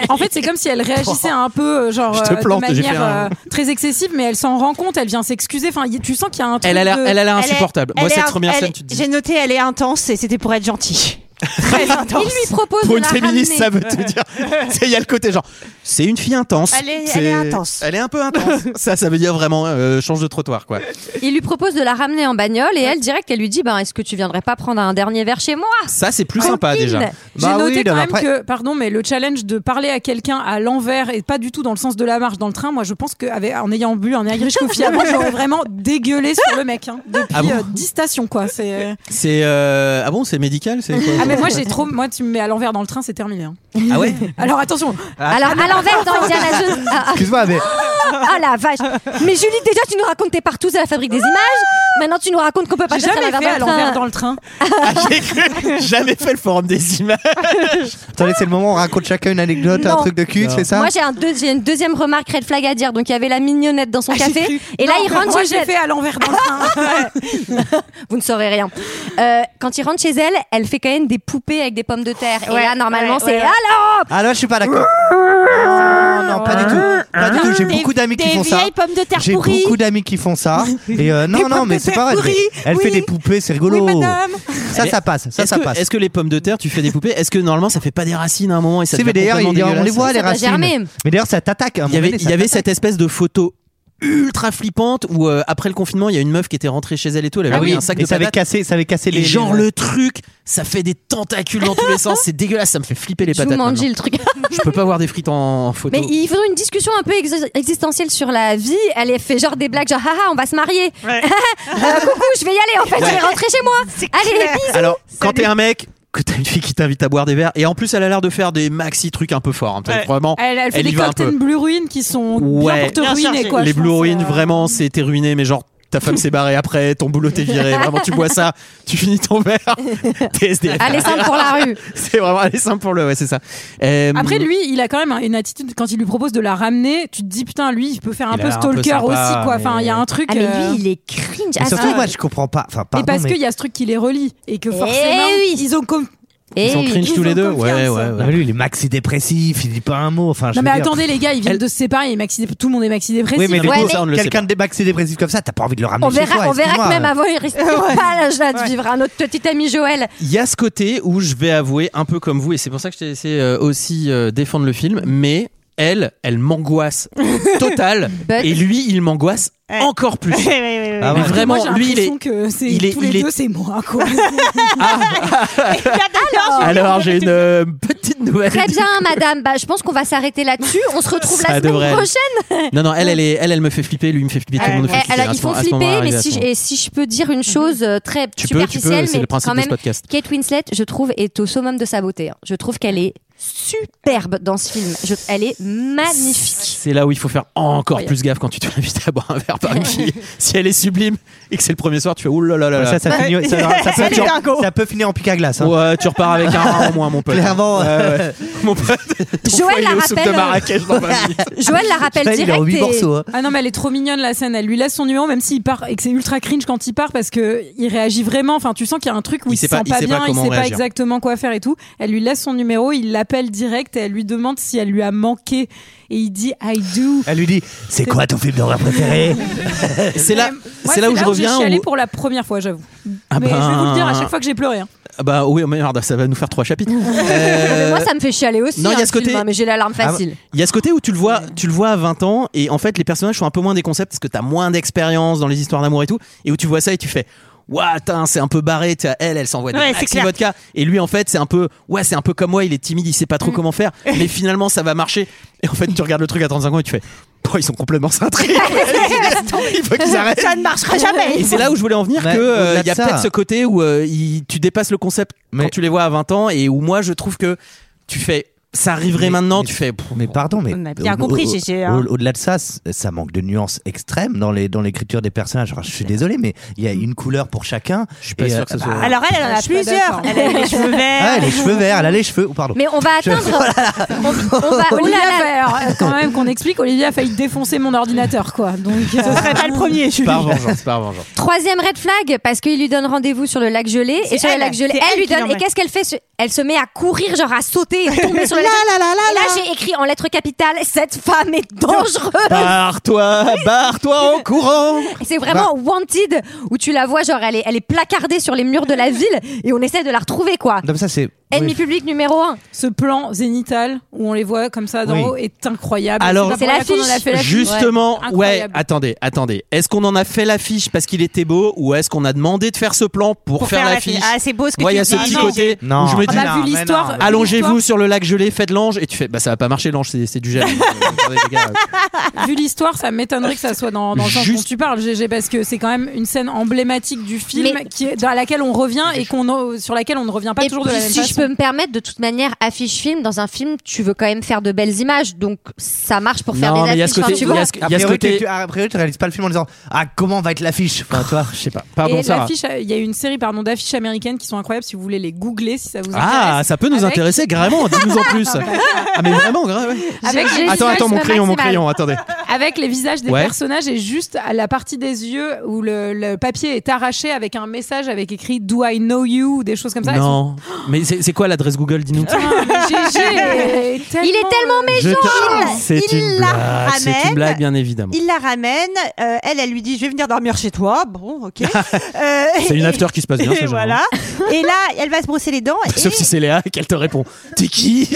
En fait, c'est comme si
<laughs>
elle réagissait un peu euh, genre
Je te
euh,
plante,
de
j'ai fait
manière
un-
euh, très excessive, mais elle s'en rend compte, elle vient s'excuser. Enfin, y- tu sens qu'il y a un
<laughs>
truc.
elle a l'air
de-
elle a l'air
Elle est-
insupportable moi
elle est
cette
in-
première
elle-
scène tu te dis
J'ai noté, elle est intense et c'était pour être gentille. Très
Il
intense.
lui
<laughs>
propose
Pour
de
une
la
féministe,
ramener.
ça veut tout dire. C'est- Il y a le côté genre, c'est une fille intense.
Elle est- elle est
C'est-
intense.
Elle est un peu intense. ça, ça veut dire vraiment euh, change de trottoir, quoi.
Il lui propose de la ramener en bagnole et elle direct elle lui dit ben est-ce que tu viendrais pas prendre un dernier verre chez moi
Ça, c'est plus sympa
Copine.
déjà.
J'ai
Bah
noté
oui,
quand
non,
même
après-
que, pardon, mais le challenge de parler à quelqu'un à l'envers et pas du tout dans le sens de la marche dans le train, moi je pense qu'en ayant bu un Irish
<laughs>
Coffee avant, j'aurais vraiment dégueulé sur le mec hein, depuis
Ah bon
euh, 10 stations quoi. C'est...
<laughs>
C'est euh, ah bon, c'est médical, c'est quoi
Ah mais moi j'ai trop, moi tu me mets à l'envers dans le train, c'est terminé. hein.
Ah ouais
Alors attention.
Ah.
Alors, à
<laughs>
l'envers dans Indiana Jones. Ah, ah.
<laughs>
Excuse-moi, mais
Ah la vache Mais Julie, déjà tu nous racontes tes partous à la fabrique des images. Maintenant tu nous racontes qu'on peut pas
J'ai
passer à
jamais fait à
l'envers dans
l'envers
le train.
dans le train.
Ah, j'ai cru- jamais fait le forum des images.
attendez, c'est le moment où on raconte chacun une anecdote, un
Non.
truc de cul, c'est ça
Moi j'ai un deux- j'ai une deuxième remarque red flag à dire. Donc il y avait la mignonnette dans son
Ah, j'ai
café
cru.
et là
Non,
il rentre
moi,
chez
j'ai
elle.
fait à l'envers dans le train.
Vous ne saurez rien. Euh, quand il rentre chez elle, elle fait quand même des poupées avec des pommes de terre. et là normalement
ouais,
c'est
ouais.
alors.
Ah là, je suis pas d'accord. Non, non, pas du tout. Pas du tout. bah, J'ai beaucoup d'amis qui font ça.
pommes de terre
J'ai beaucoup d'amis qui font ça. Et euh, non, non,
pommes
mais
de
c'est
terre
pas vrai.
pourries,
Elle fait
oui.
des poupées, c'est rigolo.
Oui, madame. <laughs>
ça, ça passe. Ça,
est-ce
ça
que,
passe.
est-ce que les pommes de terre, tu fais des poupées Est-ce que normalement ça fait pas des racines à un moment et ça
Si, mais
devient
d'ailleurs,
complètement
il y a- on les
dégueulasse
voit, les
Ça doit
racines.
germer.
Mais d'ailleurs, ça t'attaque. à un
Il y
moment
avait,
donné,
il
ça
y avait
t'attaque.
cette espèce de photo ultra flippante où euh, après le confinement, il y a une meuf qui était rentrée chez elle et tout, elle avait
Ah
pris
oui,
un sac
et
de
ça avait
patates.
cassé, ça avait cassé
Et
les.
genre
les-
le truc, ça fait des tentacules dans tous les
<laughs>
sens, c'est dégueulasse, ça me fait flipper les
Je
patates.
vous mangez
maintenant.
le truc.
Je peux pas voir des frites en, en photo.
Mais il faudrait une discussion un peu ex- existentielle sur la vie. Elle est fait genre des blagues, genre haha, on va se marier.
<laughs>
Euh, coucou, je vais y aller en fait, je vais rentrer chez moi. Allez, bisous.
Alors, quand t'es un mec, que t'as une fille qui t'invite à boire des verres, et en plus elle a l'air de faire des maxi trucs un peu forts, hein, peut-être
Ouais.
vraiment.
Elle, elle fait
Elle y
Ah, des
va un
cocktails
peu.
blue ruines qui sont
Ouais.
bien pour te
Bien
ruiner
cherché.
quoi.
les
je
Blue
pense,
Ruin,
euh.
vraiment, c'est t'es ruiné, mais genre ta femme s'est barrée après, ton boulot t'est
<laughs>
viré, vraiment tu bois ça, tu finis ton verre, t'es SDF.
Allez, simple pour la rue.
<laughs> C'est vraiment aller simple pour le, ouais, c'est ça. Euh,
Après lui, il a quand même un- une attitude quand il lui propose de la ramener, tu te dis putain lui, il peut faire un
Il a
peu
l'air un peu
stalker
sympa,
aussi quoi.
mais-
Enfin, il y a un truc
Ah mais
euh,
lui, il est cringe. Ah,
Mais
à
surtout,
ça.
moi, je comprends pas. Enfin,
mais
pardon,
parce
mais-
qu'il y a ce truc qui les relie et que forcément
Eh oui.
ils ont com-
Eh
ils sont Bah,
oui.
cringe
ils
tous
ont
les deux,
confiance.
ouais, ouais,
Non,
ouais.
mais bah lui, il est maxi dépressif, il dit pas un mot. Enfin, je
Non
veux
mais
dire-
attendez les gars, ils viennent de se séparer, et maxi... tout le monde est maxi dépressif.
Oui, mais du
Ouais,
coup,
mais-
ça, on ne le sait
quelqu'un de maxi dépressif comme ça, t'as pas envie de le ramener
On
chez
verra,
toi,
on verra que
excuse-moi.
même avant, il
<laughs>
risque pas l'âge là de vivre hein, un autre petit ami Joël.
Il y a ce côté où je vais avouer, un peu comme vous, et c'est pour ça que je t'ai laissé euh, aussi euh, défendre le film, mais elle, elle
<laughs>
m'angoisse totale,
But-
et lui, il m'angoisse
Ouais.
encore
<laughs>
plus.
Ah ouais.
Mais vraiment,
moi, j'ai
lui, il est.
l'impression que c'est
il est-
tous les
il est-
deux, c'est moi <laughs> quoi. Ah, bah.
<laughs>
Alors, j'ai une euh, petite nouvelle.
Très bien, madame. Bah, je pense qu'on va s'arrêter là-dessus. On se retrouve
Ça
la semaine
devrait aller.
prochaine.
Non, non, elle, elle, est- elle, elle me fait flipper, lui, il me fait flipper, tout le monde me fait
Eh,
flipper.
alors,
à
ils
ce
font
moment- à ce
flipper,
moment-là,
mais
à ce
si, je-
moment.
et si je peux dire une chose euh, très
Tu peux, tu
superficielle,
peux, c'est
mais
le principe
quand
de ce
même,
podcast.
Kate Winslet, je trouve, est au summum de sa beauté. hein. Je trouve qu'elle est superbe dans ce film. Je- Elle est magnifique.
C'est là où il faut faire encore
Incroyable.
plus gaffe quand tu te fais inviter à boire un verre
<laughs>
par une fille. si elle est sublime et que c'est le premier soir, tu fais ouh là là là
Ouais,
là.
Ça, ça, finit- ça- ça peut
Elle est
finir-
dingo.
ça peut finir en pique à glace. hein.
Ouais, tu repars avec un rat en moins, mon pote.
Clairement.
Ouais, <laughs> ouais. Mon pote. ton
Joël
foyer
la
au soupe
rappelle,
de
euh,
Marrakech dans ma vie.
Joël la rappelle
Là, il est en
direct.
8
et-
morceaux. hein.
Ah non, mais elle est trop mignonne la scène. Elle lui laisse son numéro, même s'il part et que c'est ultra cringe quand il part parce que il réagit vraiment. Enfin, tu sens qu'il y a un truc où
Il
<laughs> il,
sait
se
pas-
sent
il
pas
sait pas
bien, il
comment
sait pas
réagir.
exactement quoi faire et tout. Elle lui laisse son numéro, il l'appelle direct et elle lui demande si elle lui a manqué et il dit I do.
Elle lui dit C'est quoi ton film d'horreur préféré
C'est là,
Moi,
c'est là où je reviens.
J'ai chialé
où-
pour la première fois, j'avoue.
Ah
mais je vais vous le dire, à
ben,
chaque fois que j'ai pleuré. hein.
Ah bah oui, merde, ça va nous faire trois
<laughs>
chapitres.
Mais
Euh,
Moi, ça me fait chialer aussi.
non, il y a
hein,
ce
le
côté-
film, hein, mais j'ai l'alarme
Ah,
facile.
Il y a ce côté où tu le vois, tu le vois à 20 ans et en fait les personnages sont un peu moins des concepts parce que t'as moins d'expérience dans les histoires d'amour et tout et où tu vois ça et tu fais Ouah, tain, c'est un peu barré, t'as- elle, elle s'envoie des
Ouais, c'est
maxi
clair.
vodka. Et lui, en fait, c'est un peu, ouais, c'est un peu comme moi, il est timide, il sait pas trop
Mm.
comment
<laughs>
faire, mais finalement, ça va marcher. Et en fait, tu regardes le truc à 35 ans et tu fais, bon, ils sont complètement
<laughs>
cintrés. <laughs> il faut qu'ils arrêtent.
Ça ne marchera jamais.
Et c'est là où je voulais en venir
Mais
que euh,
au-delà
il y a
de ça-
peut-être ce côté où euh, il- tu dépasses le concept quand
Mais-
tu les vois à 20 ans et où moi, je trouve que tu fais, ça arriverait
Mais-
maintenant,
mais-
tu fais, pff,
<laughs> Mais pardon, mais.
On a bien
au-
compris,
au-
GG,
au-
hein.
Au-delà de ça, c- ça manque de nuances extrêmes dans les- dans l'écriture des personnages. Alors, je suis désolé, mais il y a une couleur pour chacun. Je suis
pas sûr que ce soit-
Alors elle, elle en
Je
a
suis pas
plusieurs.
d'accord.
Elle a les cheveux verts.
Ah, les cheveux verts, elle a les cheveux. oh, pardon.
Mais on va <laughs> atteindre. On, on va.
Olivia,
Oulala.
fait- alors, euh, quand même qu'on explique, Olivia a failli défoncer mon ordinateur, quoi. Donc, euh,
Ce serait pas le premier, Julie.
par vengeance, par vengeance.
Troisième red flag parce qu'il lui donne rendez-vous sur le lac gelé et sur le
elle,
lac gelé
c'est
elle,
elle
lui
qui
donne et
l'emmène.
qu'est-ce qu'elle fait Elle se met à courir genre à sauter et tomber <laughs> sur le lac. et là j'ai écrit en lettres capitales cette femme est dangereuse.
Barre-toi, barre-toi en courant.
Et C'est vraiment wanted où tu la vois genre elle est elle est placardée sur les murs de <laughs> la ville et on essaie de la retrouver quoi.
Comme ça, c'est.
Ennemi
oui.
public numéro un.
ce plan zénital où on les voit comme ça d'en
Oui.
haut est incroyable.
Alors-
pas
C'est
pour rien qu'on en a
l'affiche.
fait l'affiche.
Justement,
Ouais,
ouais,
incroyable.
attendez, attendez. Est-ce qu'on en a fait l'affiche parce qu'il était beau ou est-ce qu'on a demandé de faire ce plan pour,
Pour
faire
faire
l'affiche
l'affiche. Ah, c'est beau ce que
Moi, il y a
tu
ce
dis.
petit
Non,
côté
j'ai- Non.
où je me
Ah,
dis,
On a vu
mais non,
l'histoire.
allongez-vous sur le lac gelé, faites l'ange et tu fais, bah ça va pas marcher l'ange, c'est c'est du gel. Attendez, les
euh, <laughs>
gars.
Vu l'histoire, ça m'étonnerait que ça soit dans, dans le sens
Juste-
dont tu parles, GG, parce que c'est quand même une scène emblématique du film
Mais-
qui est, dans laquelle on revient et qu'on euh, sur laquelle on ne revient pas
Et
toujours de la
puis,
même
si
façon.
je peux peux me permettre de toute manière affiche film dans un film tu veux quand même faire de belles images donc ça marche pour faire
Non, mais il
des
y a
affiches
ce côté-
enfin, tu
il y a
vois.
ce-
A
il y a ce
priori,
côté-
tu, tu- a priori, tu réalises pas le film en disant Ah, comment va être l'affiche Enfin, toi,
Je sais pas. Pardon,
et
Sarah.
l'affiche, euh, il y a une série pardon d'affiches américaines qui sont incroyables. Si vous voulez les googler, si ça vous
Ah,
intéresse.
ça peut nous
Avec-
intéresser, carrément. Dis-nous en plus. ah, mais vraiment, grave. ouais.
Avec
Attends,
les images
attends, mon
maximales.
crayon, mon crayon, attendez.
Avec les visages des
Ouais.
personnages et juste à la partie des yeux où le, le papier est arraché avec un message avec écrit Do I know you ou des choses
Bah,
comme ça.
Non.
Oh
Mais c'est c'est quoi l'adresse Google, dis-nous
Elles sont- Ah, mais
<laughs>
Gégé est tellement-
il est tellement
Je te-
Jean,
C'est
il
une
la
blague, c'est
ramène.
une blague, bien évidemment.
Il la ramène, euh, elle, elle lui dit, je vais venir dormir chez toi. Bon,
<laughs>
ok. Euh,
C'est une
et- <laughs>
after hein, qui se passe bien,
et
ça, généralement.
voilà. Et là, elle va se brosser les dents.
<laughs>
et-
Sauf si c'est Léa et qu'elle te répond T'es
<laughs>
qui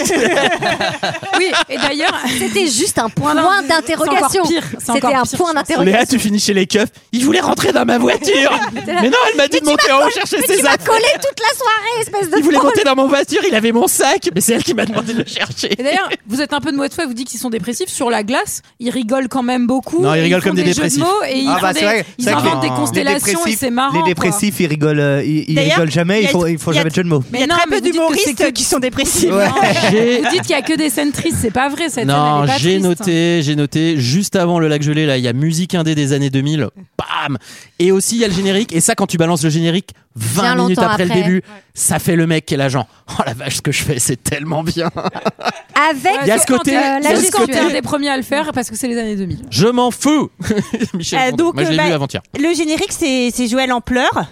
Oui, et d'ailleurs,
<laughs> c'était juste un point,
Non, non, c'est
d'interrogation
encore pire, c'est
c'était
encore
un
pire,
point
je pense.
d'interrogation
Léa, tu finis chez les keufs. Il voulait rentrer dans ma
<laughs>
voiture. mais non, elle m'a dit de monter en haut chercher <laughs>
tu
ses
m'as
affaires.
collé toute la soirée espèce de
Il voulait
folle.
monter dans mon voiture, il avait mon sac, mais c'est elle qui m'a demandé de le chercher.
et d'ailleurs, vous êtes un peu de mauvaise foi, vous dites qu'ils sont dépressifs sur la glace, ils rigolent quand même beaucoup.
Non, ils
et
rigolent
font
comme des
jeux de
dépressifs.
mots et ils,
Ah,
font
bah, c'est
des-
vrai,
ils
c'est vrai que
inventent
les-
des
les
constellations et
dépressifs-
c'est marrant.
les
quoi.
dépressifs, ils rigolent, euh, ils, ils
D'ailleurs,
rigolent jamais,
il y
ils
a-
font, ils font
il y a-
jamais de jeu de mots.
Il y a
Mais non,
très
mais
peu
vous dites
d'humoristes
que c'est que-
qui sont dépressifs.
Non,
<laughs> J'ai-
Vous dites qu'il y a que des scènes tristes, c'est pas vrai cette
Non,
scène. elle est pas
j'ai
triste.
hein.
noté, j'ai noté juste avant le lac gelé là, il y a musique indé des années 2000, bam. Et aussi il y a le générique et ça quand tu balances le générique 20
Bien
minutes
longtemps
après, le
après.
début, ça fait le mec qui est l'agent. Oh la vache ce que je fais, c'est tellement bien.
avec
Il y a ce côté-
Là,
il y a ce
juste quand
côté-
t'es un des premiers à le faire parce que c'est les années 2000.
Je m'en fous. <laughs> Michel,
Ah,
Euh,
Gondry.
donc,
moi je l'ai
bah,
lu avant-hier.
Le générique, c'est c'est Joël en pleurs.
Ah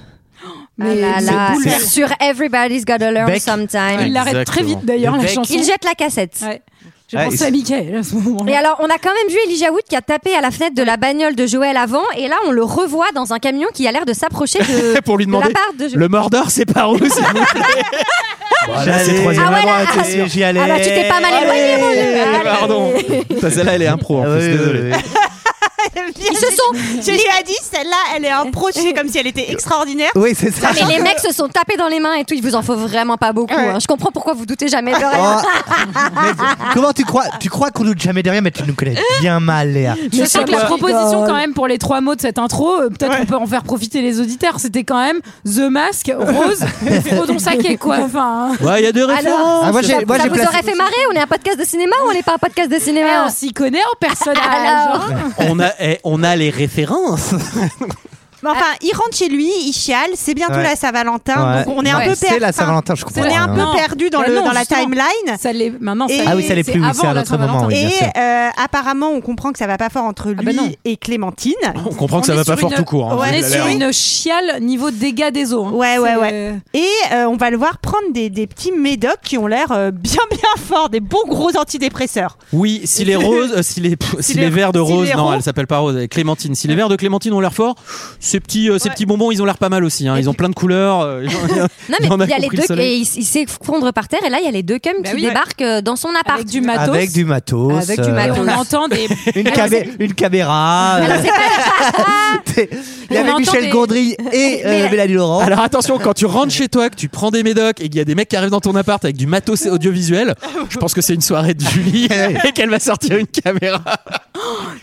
Mais
là là,
c'est bouleversant.
sur Everybody's Gotta Learn
Beck.
Sometime
Il l'arrête très vite d'ailleurs
Le
la
bec.
chanson.
il jette la cassette
Ouais. Je
Ouais,
pense
Ah, il-
à Mickey à ce moment-là.
Et alors, on a quand même vu Elijah Wood qui a tapé à la fenêtre de la bagnole de Joël avant, et là, on le revoit dans un camion qui a l'air de s'approcher
<laughs>
de,
<laughs> Pour lui
de la
demander
part de
le Mordor c'est par où s'il vous plaît <laughs> Voilà, c'est troisième.
Ah ouais, là,
droite, et j'y allais.
Ah bah, tu t'es pas mal éloigné, mon dieu. Ah, Allez.
Pardon. Ça, Celle-là elle est impro en plus,
Ah oui, oui,
désolé.
oui, oui.
Ils se sont.
Je lui ai dit, celle-là, elle est approchée comme si elle
<laughs>
était extraordinaire.
Oui, c'est ça.
Mais les mecs se sont tapés dans les mains et tout, il vous en faut vraiment pas beaucoup. hein. Je comprends pourquoi vous
<laughs>
doutez jamais de rien.
Oh. Mais comment tu crois Tu crois qu'on doute jamais de rien, mais tu nous connais bien mal, Léa.
Je sens que la
quoi
proposition quand même pour les trois mots de cette intro, euh, peut-être on peut en faire profiter les auditeurs. C'était quand même The Mask,
<laughs>
Rose, et Frodon Saké quoi. Enfin, hein.
Ouais, il y a deux
Alors,
<laughs> références.
Ah, moi, j'ai- moi,
ça
j'ai
vous
placé-
aurait fait marrer, on est un podcast de cinéma ou on n'est pas un podcast de
Eh,
cinéma Ah,
on s'y connaît en hein. personnage.
Alors
on a eh, on a les références.
Mais enfin, il rentre chez lui, il chiale, c'est bientôt
Ah. Ouais.
la Saint-Valentin.
Ouais.
donc on est un
Ouais,
peu
C'est
perdu.
la Saint-Valentin, je comprends.
on est un
hein.
Non.
peu perdu dans,
Mais
le,
non,
dans la
justement.
timeline.
Ça l'est maintenant.
Et-
Ça
Ah oui, ça
l'est plus, oui,
avant
c'est à
la
notre moment, oui.
Saint-Valentin.
bien
Et
sûr.
euh, apparemment, on comprend que ça va pas fort entre lui
bah non. Ah,
et Clémentine.
On comprend que ça
On
va
est
pas
sur
fort
une-
tout court. hein,
On
vu
est
la
sur
l'air.
une chiale niveau dégâts des eaux. hein.
Ouais, ouais,
C'est-
ouais. Et euh, on va le voir prendre des, des petits médocs qui ont l'air euh, bien, bien forts, des bons gros antidépresseurs.
Oui, si
<laughs>
les roses, euh, si les, pff, si
les-
les verres de
si
rose,
les
non,
roses-
elle s'appelle pas rose, elle est Clémentine. Si les verres de Clémentine ont l'air forts, ces petits, euh, ces
Ouais.
petits bonbons, ils ont l'air pas mal aussi. hein. Ils ont plein de couleurs. euh, ils ont- <laughs>
Non, mais
on a
il y a les
compris le
deux.
soleil.
Et il, il s'effondre par terre, et là, il y a les deux cums
Bah
qui
oui.
débarquent euh, dans son appart.
Avec du matos.
Avec du matos.
Avec du
euh,
Et
matos.
on
<laughs>
entend des.
Une, camé- une caméra. euh, <laughs> t'es- Il y
On
avait
entend
Michel
des-
Gondry et euh,
Mais-
Mélanie Laurent.
Alors attention, quand tu rentres chez toi, que tu prends des médocs et qu'il y a des mecs qui arrivent dans ton appart avec du matos audiovisuel,
Ah
je pense que c'est une soirée de
<laughs>
Julie et qu'elle va sortir une caméra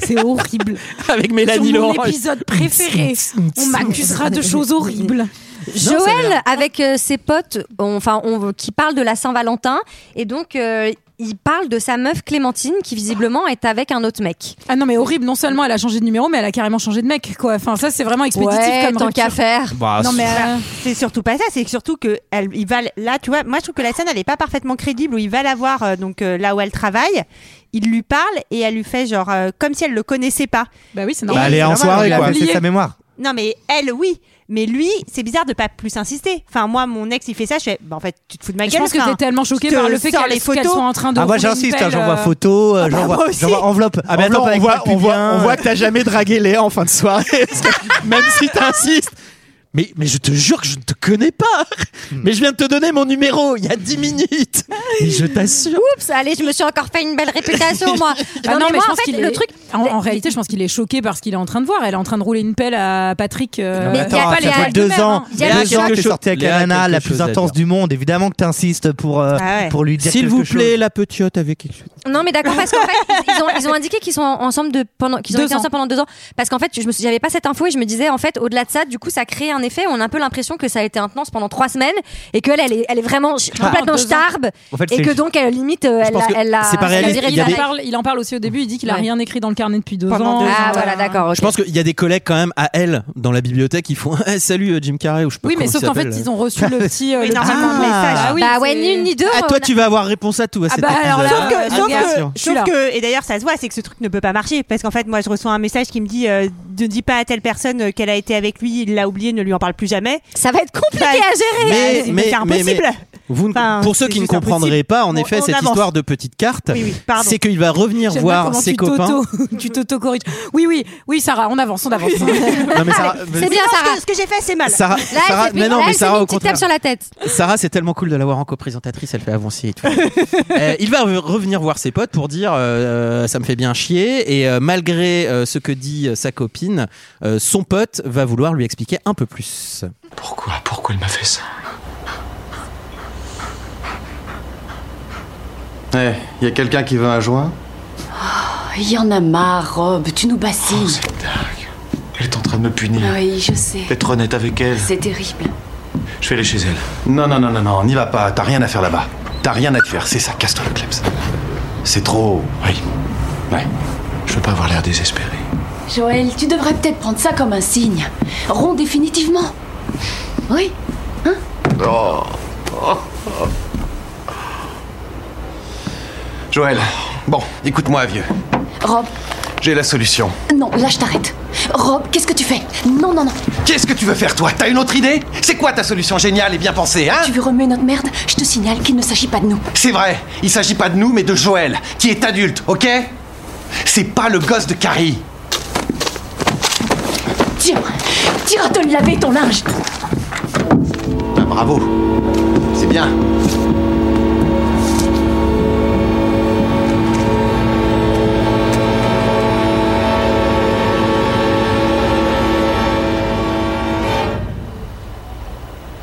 C'est
<laughs>
horrible.
avec
Sur
Mélanie
mon
Laurent.
épisode préféré. On m'accusera de choses horribles.
Joël avec euh, ses potes, on- enfin, on, qui parle de la Saint-Valentin et donc euh, il parle de sa meuf Clémentine qui visiblement est avec un autre mec.
Ah non mais horrible, non seulement elle a changé de numéro mais elle a carrément changé de mec quoi. Enfin ça c'est vraiment expéditif comme
tant
rupture.
qu'à faire.
Bah,
Non mais euh,
C'est surtout pas ça, c'est surtout que elle, il va là, tu vois, moi je trouve que la scène elle est pas parfaitement crédible où il va la voir euh, donc euh, là où elle travaille, il lui parle et elle lui fait genre euh, comme si elle le connaissait pas.
bah oui, c'est
Bah,
normal.
elle est en
C'est normal,
soirée,
il a
quoi.
fait
Oublié.
sa mémoire.
Non mais elle oui, mais lui c'est bizarre de pas plus insister. Enfin moi mon ex il fait ça, je fais bah, en fait tu te fous de ma
Je
gueule.
pense que
enfin.
t'es tellement choquée
je te
par le fait
sors
qu'elle
les
qu'elle
photos.
soit en train de
Ah, moi
rouler une
j'insiste, hein,
pelle,
j'envoie
euh,
photo, euh, j'envoie
moi aussi.
j'envoie enveloppe.
Ah mais attends,
Enveloppe
on
avec
voit,
Paul
on, voit,
Pupien,
on voit
euh,
que t'as jamais dragué Léa en fin de soirée. Parce <laughs> que même si t'insistes. Mais, mais je te jure que je ne te connais pas. Mais je viens de te donner mon numéro il y a 10 minutes. Et je t'assure.
Oups, allez, je me suis encore fait une belle réputation moi.
Ah non, mais
moi,
je
en
pense
fait
qu'il
le
est-
truc.
En, en réalité, je pense qu'il euh, est choqué par ce qu'il est en train de voir. Elle est en train de rouler une pelle à Patrick. euh,
Mais
attends,
y a pas
ça
les-
fait
les
deux
mêmes,
ans,
hein.
deux
Y a
Léa,
ans que
quelque
t'es
chose-
sorti avec
Léa,
la nana la
quelque chose
plus
à
intense
dire.
du monde. Évidemment que t'insistes pour euh,
Ah ouais.
pour lui dire
S'il
quelque
vous
chose.
plaît, la petite avec quelque chose.
Non, mais d'accord, parce qu'en fait, ils ont, ils ont indiqué qu'ils sont ensemble de, pendant, qu'ils ont
Deux
été
ans.
ensemble pendant deux ans. Parce qu'en fait, je me suis- j'avais pas cette info et je me disais, en fait, au-delà de ça, du coup, ça crée un en effet, on a un peu l'impression que ça a été intense pendant trois semaines et qu'elle, elle est, elle est vraiment ch-
Ah.
complètement
Deux ans.
starbe
En fait,
et
c'est-
que donc, elle limite, euh,
Je
elle,
pense
a-
que
elle a.
c'est pareil,
elle a
il y a
viré
Il,
des-
la
en
lettre.
parle, il en parle aussi au début, il dit qu'il a
Ouais.
rien écrit dans le carnet depuis deux
Pendant
ans.
deux
Ah
ans.
voilà, d'accord. ok.
Je pense qu'il y a des collègues quand même à elle dans la bibliothèque qui font Eh, Salut euh, Jim Carrey ou je sais pas
Oui, mais
comment
sauf
il
qu'en fait,
s'appelle.
ils ont reçu le petit. euh,
Oui,
le petit
normalement,
mot.
le message.
Bah oui,
bah ouais,
c'est-
ni une ni deux.
Ah,
on
toi,
a-
tu vas avoir réponse à tout à
Ah
cet
bah alors là,
épisode-là.
euh,
Sauf que, sauf
regarde,
que-
je suis
sauf
là.
que- et d'ailleurs ça se voit, c'est que ce truc ne peut pas marcher parce qu'en fait moi je reçois un message qui me dit euh, ne dis pas à telle personne euh, qu'elle a été avec lui, il l'a oublié, ne lui en parle plus jamais.
Ça va être compliqué
Bah,
à gérer.
Mais-
Bah,
<laughs>
c'est-
mais-
c'est
mais-
impossible.
Vous ne-
Enfin,
pour ceux
c'est
qui ne
juste impossible.
comprendraient pas, en
On-
effet,
on
cette
avance.
histoire de petite carte,
Oui, oui, pardon.
c'est qu'il va revenir
J'aime bien
voir
comment
ses
tu
copains.
t'auto- <laughs> tu t'auto-corriges. Oui, oui, oui, Sarah, on avance, on avance.
Non, mais
<laughs>
Sarah,
C'est bien,
Non, Eh ce
Sarah.
que- ce que j'ai fait c'est mal.
Sarah,
Là, elle
Sarah-
s'est pris-
mais non,
là,
mais
elle s'est
Sarah,
mis
au
une petite
contraire.
tape sur la tête.
Sarah, c'est tellement cool de l'avoir en co-présentatrice, elle fait avancer
<laughs>
et tout. Euh, il va re- revenir voir ses potes pour dire euh, ça me fait bien chier et euh, malgré euh, ce que dit euh, sa copine, euh, son pote va vouloir lui expliquer un peu plus.
Pourquoi Pourquoi il m'a fait ça
Eh, y a quelqu'un qui veut un joint
Il y en a marre, Rob, Oh, tu nous bassines.
Oh,
Ah
C'est dingue. Elle est en train de me punir.
oui, je sais.
D'être honnête avec elle.
C'est terrible.
Je vais aller chez elle. Non, non, non, non, non, n'y va pas. T'as rien à faire là-bas. T'as rien à te faire. C'est ça, casse-toi le kleps. C'est trop. Oui. Ouais. Je veux pas avoir l'air désespéré.
Joël, tu devrais peut-être prendre ça comme un signe. Rond définitivement. Oui.
Oh. Joël, bon, écoute-moi, vieux.
Rob,
J'ai la solution.
non, là je t'arrête. Rob, qu'est-ce que tu fais Non, non, non.
Qu'est-ce que tu veux faire, toi T'as une autre idée C'est quoi ta solution géniale et bien pensée, hein
Tu veux remuer notre merde Je te signale qu'il ne s'agit pas de nous.
C'est vrai, il s'agit pas de nous, mais de Joël, qui est adulte, ok C'est pas le gosse de Carrie.
Tiens, tire à te laver ton linge.
Ah, bravo. C'est bien.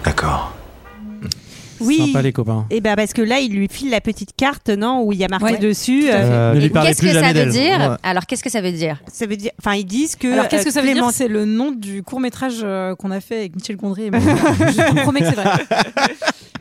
D'accord.
Oui.
Sympa les copains.
Et ben parce que là il lui file la petite carte non où il y a marqué
Ouais.
dessus. euh,
Euh, ne
Et
lui parlez
Qu'est-ce
plus
que ça
jamais
veut
d'elle.
dire Alors, qu'est-ce que ça veut dire
ça veut dire, enfin ils disent que.
Alors qu'est-ce
euh,
que ça veut dire
Clément-
Euh, C'est le nom du court métrage qu'on a fait avec Michel Gondry. <laughs> et moi. je te promets que c'est <laughs> vrai.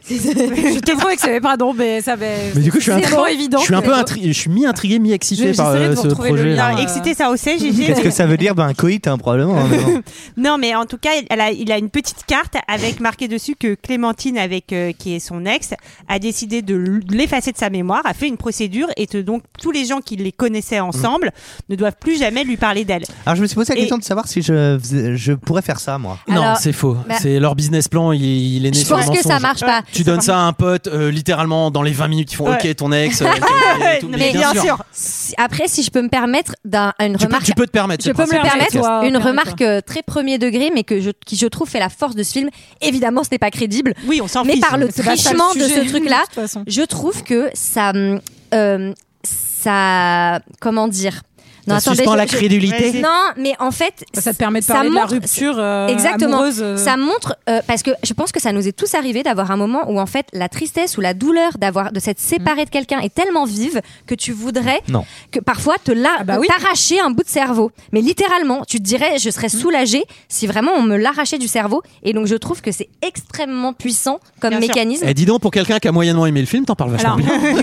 je te promets que c'est vrai, pardon, mais ça va-
Mais du coup, je suis un-
c'est trop évident.
je suis un
que-
euh,
peu intrigué, je suis mi intrigué, mi excité
Je-
par
j'essaierai
euh,
de vous
ce
retrouver le
projet.
lien.
là.
Alors,
Euh,
excité ça au CGG.
Qu'est-ce que ça veut dire Ben, coït, hein, probablement. hein, mais bon.
Non, mais en tout cas, elle a, il a une petite carte avec marqué dessus que Clémentine, avec euh, qui est son ex, a décidé de l- de l'effacer de sa mémoire, a fait une procédure et que donc tous les gens qui les connaissaient ensemble ne doivent plus jamais lui parler d'elle.
Alors, je me suis posé la
Et-
question de savoir si je, faisais- je pourrais faire ça, moi.
Non,
Alors,
c'est faux.
bah-
c'est leur business plan, il, il est né
Je
sur un
pense que ça
mensonge.
marche pas.
Tu donnes ça à un pote, euh, littéralement, dans les 20 minutes, ils font
Ouais.
OK, ton ex. euh, ok, et tout.
<laughs> Non, mais bien sûr.
Si- Après, si je peux me permettre d'un- une
Tu peux,
remarque
tu peux te permettre.
Je
c'est
peux
le
me le
principe.
permettre.
permettre
Toi,
une
permets-toi.
remarque euh, très premier degré, mais que je, qui je trouve fait la force de ce film. Évidemment, ce n'est pas crédible,
Oui, on s'en
mais
fiche.
par le
hein, C'est pas ça le
trichement de
sujet,
ce truc-là,
<laughs> de toute façon.
je trouve que ça, hum, euh, ça, comment dire Non,
Ça suspend
je-
la
je-
crédulité.
Non, mais en fait,
Ça te permet de
ça
parler
montre-
de la rupture euh,
Exactement.
amoureuse. euh,
ça montre euh, parce que je pense que ça nous est tous arrivé d'avoir un moment où en fait la tristesse ou la douleur d'avoir de s'être séparé de quelqu'un est tellement vive que tu voudrais
Non.
que parfois te la
Ah bah oui.
t'arracher un bout de cerveau mais littéralement tu te dirais je serais soulagée si vraiment on me l'arrachait du cerveau et donc je trouve que c'est extrêmement puissant comme
Bien sûr.
mécanisme
Eh, dis donc, pour quelqu'un qui a moyennement aimé le film, t'en parles vachement
Alors,
bien.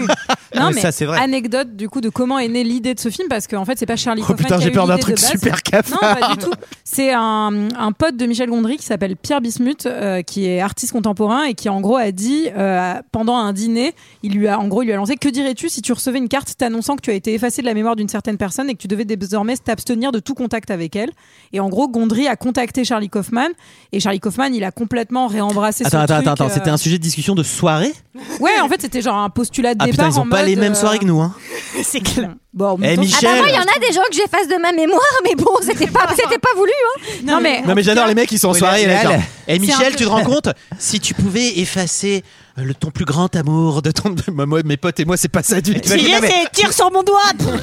non,
mais
mais
ça, c'est vrai.
anecdote du coup de comment est née l'idée de ce film parce qu'en en fait c'est pas Charlie
Oh
Kaufman
putain,
qui a
j'ai
eu
peur d'un
l'idée
truc
de base.
super
Non,
cafard.
pas du tout. C'est un, un pote de Michel Gondry qui s'appelle Pierre Bismuth, euh, qui est artiste contemporain et qui en gros a dit euh, pendant un dîner, il lui a en gros il lui a lancé que dirais-tu si tu recevais une carte t'annonçant que tu as été effacé de la mémoire d'une certaine personne et que tu devais désormais t'abstenir de tout contact avec elle. Et en gros Gondry a contacté Charlie Kaufman et Charlie Kaufman il a complètement réembrassé.
Attends,
<laughs> ce
attends,
truc,
attends, attends,
euh,
c'était un sujet de discussion de soirée
Ouais, en fait c'était genre un postulat de
Ah
départ.
putain, ils ont
en
pas
mode,
les mêmes
euh,
soirées que nous, hein.
<laughs>
C'est clair.
Bon, en même
Eh,
temps,
Ah bah
Michel.
moi, il y en a des gens que j'ai face de ma mémoire, mais bon, c'était pas, c'était pas voulu. hein.
Non mais
Non mais j'adore les mecs qui sont en
Oui,
soirée et là,
Michel.
genre, Eh,
C'est un
Michel,
peu-
tu te rends compte Si tu pouvais effacer euh, le ton plus grand amour de ton. Moi, moi, mes potes et moi, c'est pas ça du tout.
S'il y a, c'est tire sur mon doigt.
<laughs>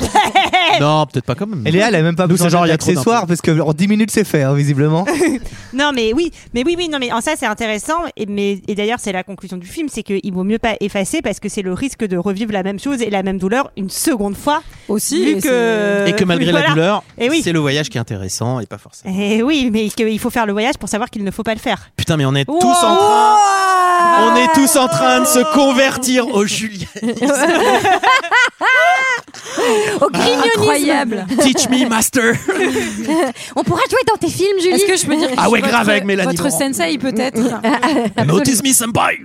Non, peut-être pas quand même.
Et Léa, elle a même pas
Nous, c'est
besoin
genre, il y a trop
d'accessoires parce que en 10 minutes c'est fait, hein, visiblement.
non mais oui, mais oui oui non mais en ça c'est intéressant et mais et d'ailleurs c'est la conclusion du film, c'est qu'il vaut mieux pas effacer parce que c'est le risque de revivre la même chose et la même douleur une seconde fois.
Aussi
vu
et
que euh,
Et que malgré
voilà.
la douleur,
Et oui.
c'est le voyage qui est intéressant et pas forcément.
Et oui, mais qu'il faut faire le voyage pour savoir qu'il ne faut pas le faire.
Putain, mais on est tous en train. On est tous en train de se convertir au Julien.
Au grignonisme.
Incroyable.
Teach me,
<laughs>
master.
On pourra jouer dans tes films, Julie.
Est-ce que je peux dire que
Ah
je suis
ouais, grave,
votre-
avec Mélanie
Votre
Laurent. <laughs>
sensei peut-être.
Ah, Notice me, senpai.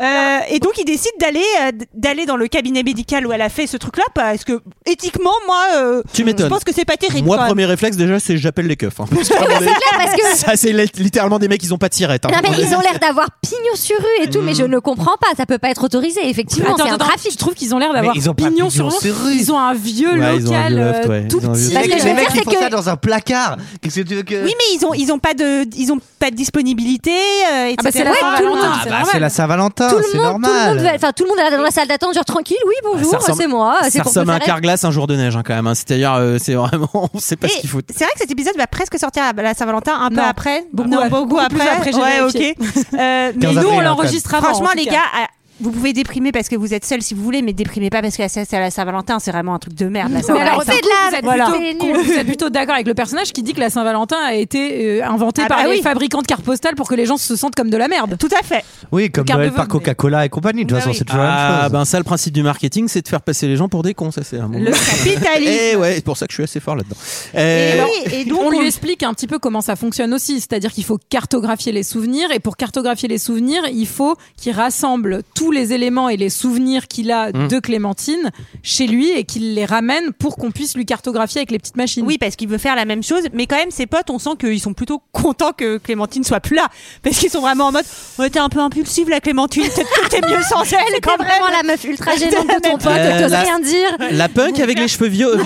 Euh, et donc il décide d'aller euh, d- d'aller dans le cabinet médical où elle a fait ce truc-là parce que éthiquement moi euh,
Tu
je
m'étonnes.
pense que c'est pas terrible.
Moi,
quand même.
premier réflexe, déjà, c'est j'appelle les
<laughs>
keufs. hein. Parce que,
C'est clair, parce que
ça, c'est li- littéralement des mecs, ils ont pas de
Ah
tirette. hein.
Non mais ils ont l'air d'avoir pignon sur rue et tout, mais je ne comprends pas, ça peut pas être autorisé, effectivement,
Mm. Attends,
c'est un
attends,
trafic.
je trouve qu'ils ont l'air d'avoir
Mais ils ont pas
pignon
pignon
sur
sur
rue.
rue.
Ils ont un vieux
Ouais, ils ont un
local
vieux loft,
euh,
ouais.
tout
Ils ont un vieux
petit.
Parce que je
les mecs,
veux dire,
ils
c'est
font
que-
ça dans un placard. Qu'est-ce que tu veux que
Oui mais ils ont ils ont pas de ils ont pas de disponibilité euh, etc.
Ah bah c'est la Saint-Valentin,
Ah
c'est
bah,
normal.
c'est la Saint-Valentin,
Tout le
c'est
monde, tout le
normal.
monde, veut- enfin tout le monde est là dans la salle d'attente, genre tranquille, oui bonjour,
Ça ressemble-
c'est moi, c'est
Ça
pour
ressemble à un
préférer.
carglass un jour de neige, hein, quand même. hein. C'est-à-dire, euh, c'est vraiment, <laughs> on sait pas ce
Et
qu'il faut.
C'est vrai que cet épisode va presque sortir à la Saint-Valentin un peu
Non.
après,
Beaucoup
Non,
après.
beaucoup
Beaucoup plus
après.
après, j'ai
ouais,
vérifié. <laughs>
ok. Euh, mais
Mais
15
nous,
avril,
on
hein,
l'enregistre avant.
franchement,
en tout
les
cas.
gars, ah, vous pouvez déprimer parce que vous êtes seuls si vous voulez, mais déprimez pas parce que c'est c'est à la Saint-Valentin, c'est vraiment un truc de merde. La
Mais
Saint-Valentin.
alors,
Valentin.
c'est de la-
Vous êtes
voilà.
plutôt con- Vous êtes plutôt d'accord avec le personnage qui dit que la Saint-Valentin a été euh, inventée
Ah
par
bah
les
oui.
fabricants de cartes postales pour que les gens se sentent comme de la merde.
Tout à fait.
Oui, comme
carte de
Noël par
vœux,
Coca-Cola et compagnie. De toute
Bah
façon,
oui.
c'est toujours la même
Ah,
chose.
ben ça, le principe du marketing, c'est de faire passer les gens pour des cons. Ça, c'est un moment.
<laughs>
Le capitalisme.
Eh ouais, c'est pour ça que je suis assez fort là-dedans.
Et,
Euh,
oui,
<laughs>
et donc,
on
on-
lui explique un petit peu comment ça fonctionne aussi, c'est-à-dire qu'il faut cartographier les souvenirs et pour cartographier les souvenirs, il faut qu'il rassemble tous les éléments et les souvenirs qu'il a
Hum.
de Clémentine chez lui et qu'il les ramène pour qu'on puisse lui cartographier avec les petites machines.
Oui, parce qu'il veut faire la même chose, mais quand même, ses potes, on sent qu'ils sont plutôt contents que Clémentine soit plus là. Parce qu'ils sont vraiment en mode Ouais, T'es un peu impulsive, la Clémentine, peut-être que t'es mieux sans elle
T'es
quand même.
vraiment la meuf
Ah,
ultra gênante de ton pote,
Euh,
t'oses
la-
rien dire.
La punk avec les cheveux
<laughs>
vieux.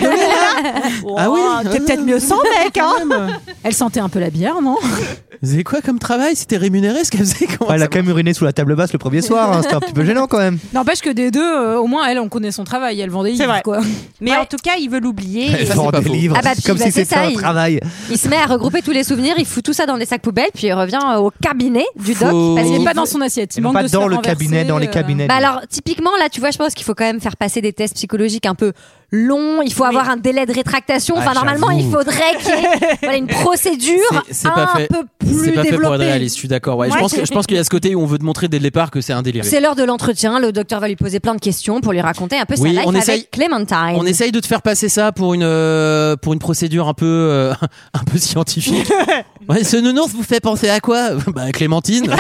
Ah oui.
Oh, T'es peut-être mieux
<laughs>
sans mec, hein.
Elle sentait un peu la bière, non
Vous avez quoi comme travail C'était rémunéré ce qu'elle faisait comment
Elle
ça
a quand même uriné sous la table basse le premier soir. hein, C'était un petit peu gênant quand même.
N'empêche que des deux, euh, au moins elle, on connaît son travail, elle vendait des
C'est
livres,
vrai.
quoi.
Mais en tout cas, il veut l'oublier.
Elle
ça,
vend
c'est pas
des
faux.
livres.
Ah bah, puis,
comme
bah,
si
c'est
c'était
ça,
un
il-
travail.
Il se met à regrouper tous les souvenirs, il fout tout ça dans des sacs poubelles, puis il revient euh, au cabinet du doc.
Faut-
Il
parce qu'il
n'est
veut-
pas dans son assiette, il
Non,
manque
pas
de se
dans
faire
le cabinet,
renverser,
dans les
euh,
cabinets.
Bah
de-
alors typiquement là tu vois je pense qu'il faut quand même faire passer des tests psychologiques un peu longs, il faut avoir un délai de rétractation,
Ah,
enfin normalement
j'avoue.
il faudrait qu'il y
<laughs>
ait voilà, une procédure
C'est- c'est
un
pas fait.
peu
C'est
plus
pas fait pour être
développée.
réaliste, je suis d'accord. Ouais, je
Ouais,
pense que- je pense qu'il y a ce côté où on veut te montrer dès le départ que c'est un délire.
C'est l'heure de l'entretien, le docteur va lui poser plein de questions pour lui raconter un peu
Oui,
sa life
on essaye-
avec Clémentine.
On essaye de te faire passer ça pour une euh, pour une procédure un peu euh, <laughs> un peu
<laughs>
scientifique. Ouais, ce nounours vous fait penser à quoi <laughs> Bah
<laughs>
Clémentine. ok.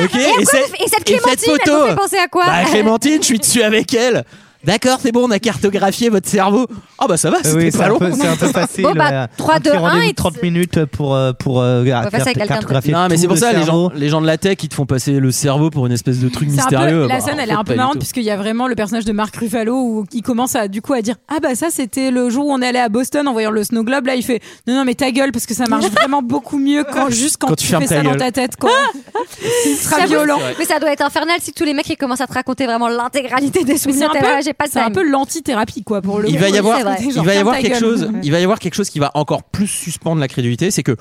Et, à
cette-
quoi vous- et cette
et cette
Clémentine, elle
photo
vous fait penser à quoi <laughs>
Bah Clémentine, je suis dessus avec elle. D'accord, c'est bon, on a cartographié votre cerveau. Ah bah ça va, c'était
Oui, c'est
pas
un
long.
peu, c'est un peu facile.
Bon, bah,
ouais.
trois,
Un petit
deux, un,
rendez-vous
et
de 30 minutes pour, euh, pour euh,
va faire ça avec quelqu'un de-
cartographier.
Non, mais
tout
c'est pour
le
ça, les gens,
cerveau.
les gens de la tech, ils te font passer le cerveau pour une espèce de truc
C'est un peu-
mystérieux.
la
Bah,
scène, elle est
en fait,
un
pas
peu
du
marrante
tout.
puisqu'il y a vraiment le personnage de Marc Ruffalo où il commence à du coup à dire ah bah ça c'était le jour où on est allé à Boston en voyant le snow globe là il fait non non mais ta gueule parce que ça marche vraiment beaucoup mieux quand juste quand,
Quand tu
tu,
fermes
fais
ta
ça dans
gueule.
ta tête quoi. C'est ultra
Ça
violent.
doit- Mais ça doit être infernal si tous les mecs ils commencent à te raconter vraiment l'intégralité des
Mais C'est
souvenirs.
un
T'es là,
peu,
j'ai pas le
c'est un
time.
peu l'anti-thérapie quoi pour le.
il
coup.
va y avoir,
c'est vrai.
il
Genre,
va y avoir
ferme ta
quelque
gueule.
chose. Il va y avoir quelque chose qui va encore plus suspendre la crédulité, c'est que,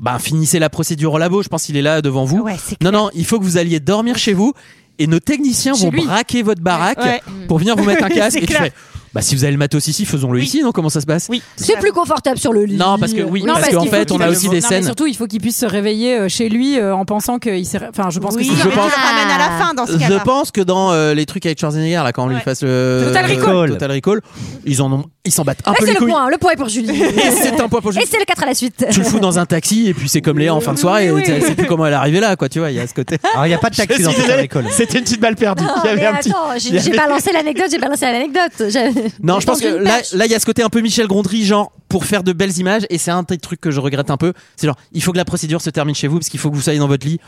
bah, finissez la procédure au labo. Je pense qu'il est là devant vous.
Ouais, c'est
non, non, il faut que vous alliez dormir chez vous et nos techniciens
Chez
vont
lui.
braquer votre baraque
Ouais.
pour venir vous
<laughs>
mettre un casque.
C'est
et tu
clair.
fais, bah, si vous avez le matos ici, faisons-le
Oui.
ici, non Comment ça se passe
Oui.
C'est plus confortable sur le lit.
Non, parce que oui,
Non,
parce,
euh, parce
qu'en
qu'il
fait,
faut
on
qu'il
a
aille-
aussi des
Non, mais
scènes.
surtout il faut qu'il puisse se réveiller euh, chez lui euh, en pensant qu'il s'est. Enfin je pense
oui,
que c'est
je
mais
pense-
ça ramène à la fin dans ce cas-là.
Je pense que dans euh, les trucs avec Schwarzenegger, là, quand on lui
Ouais.
fasse le
Total
Recall.
Total Recall, ils en ont, ils s'en battent un
Là,
peu
Eh, c'est
les
le
couilles.
point, le point est pour
<laughs>
Julie.
Et c'est un point pour
Et
Julie.
c'est le 4 à la suite.
Tu le fous dans un taxi et puis c'est comme Léa en fin de soirée.
Oui, oui.
Elle sait plus comment elle est arrivée là, quoi. Tu vois, il y a ce côté.
Alors, il n'y a pas de taxi dans cette école.
<laughs> C'était une petite balle perdue.
Non, mais attends, j'ai j'ai balancé l'anecdote, j'ai balancé l'anecdote. J'ai-
Non, je pense que
Dans une
là,
perche.
là, il y a ce côté un peu Michel Gondry, genre pour faire de belles images. Et c'est un des trucs que je regrette un peu. C'est genre, il faut que la procédure se termine chez vous parce qu'il faut que vous soyez dans votre lit.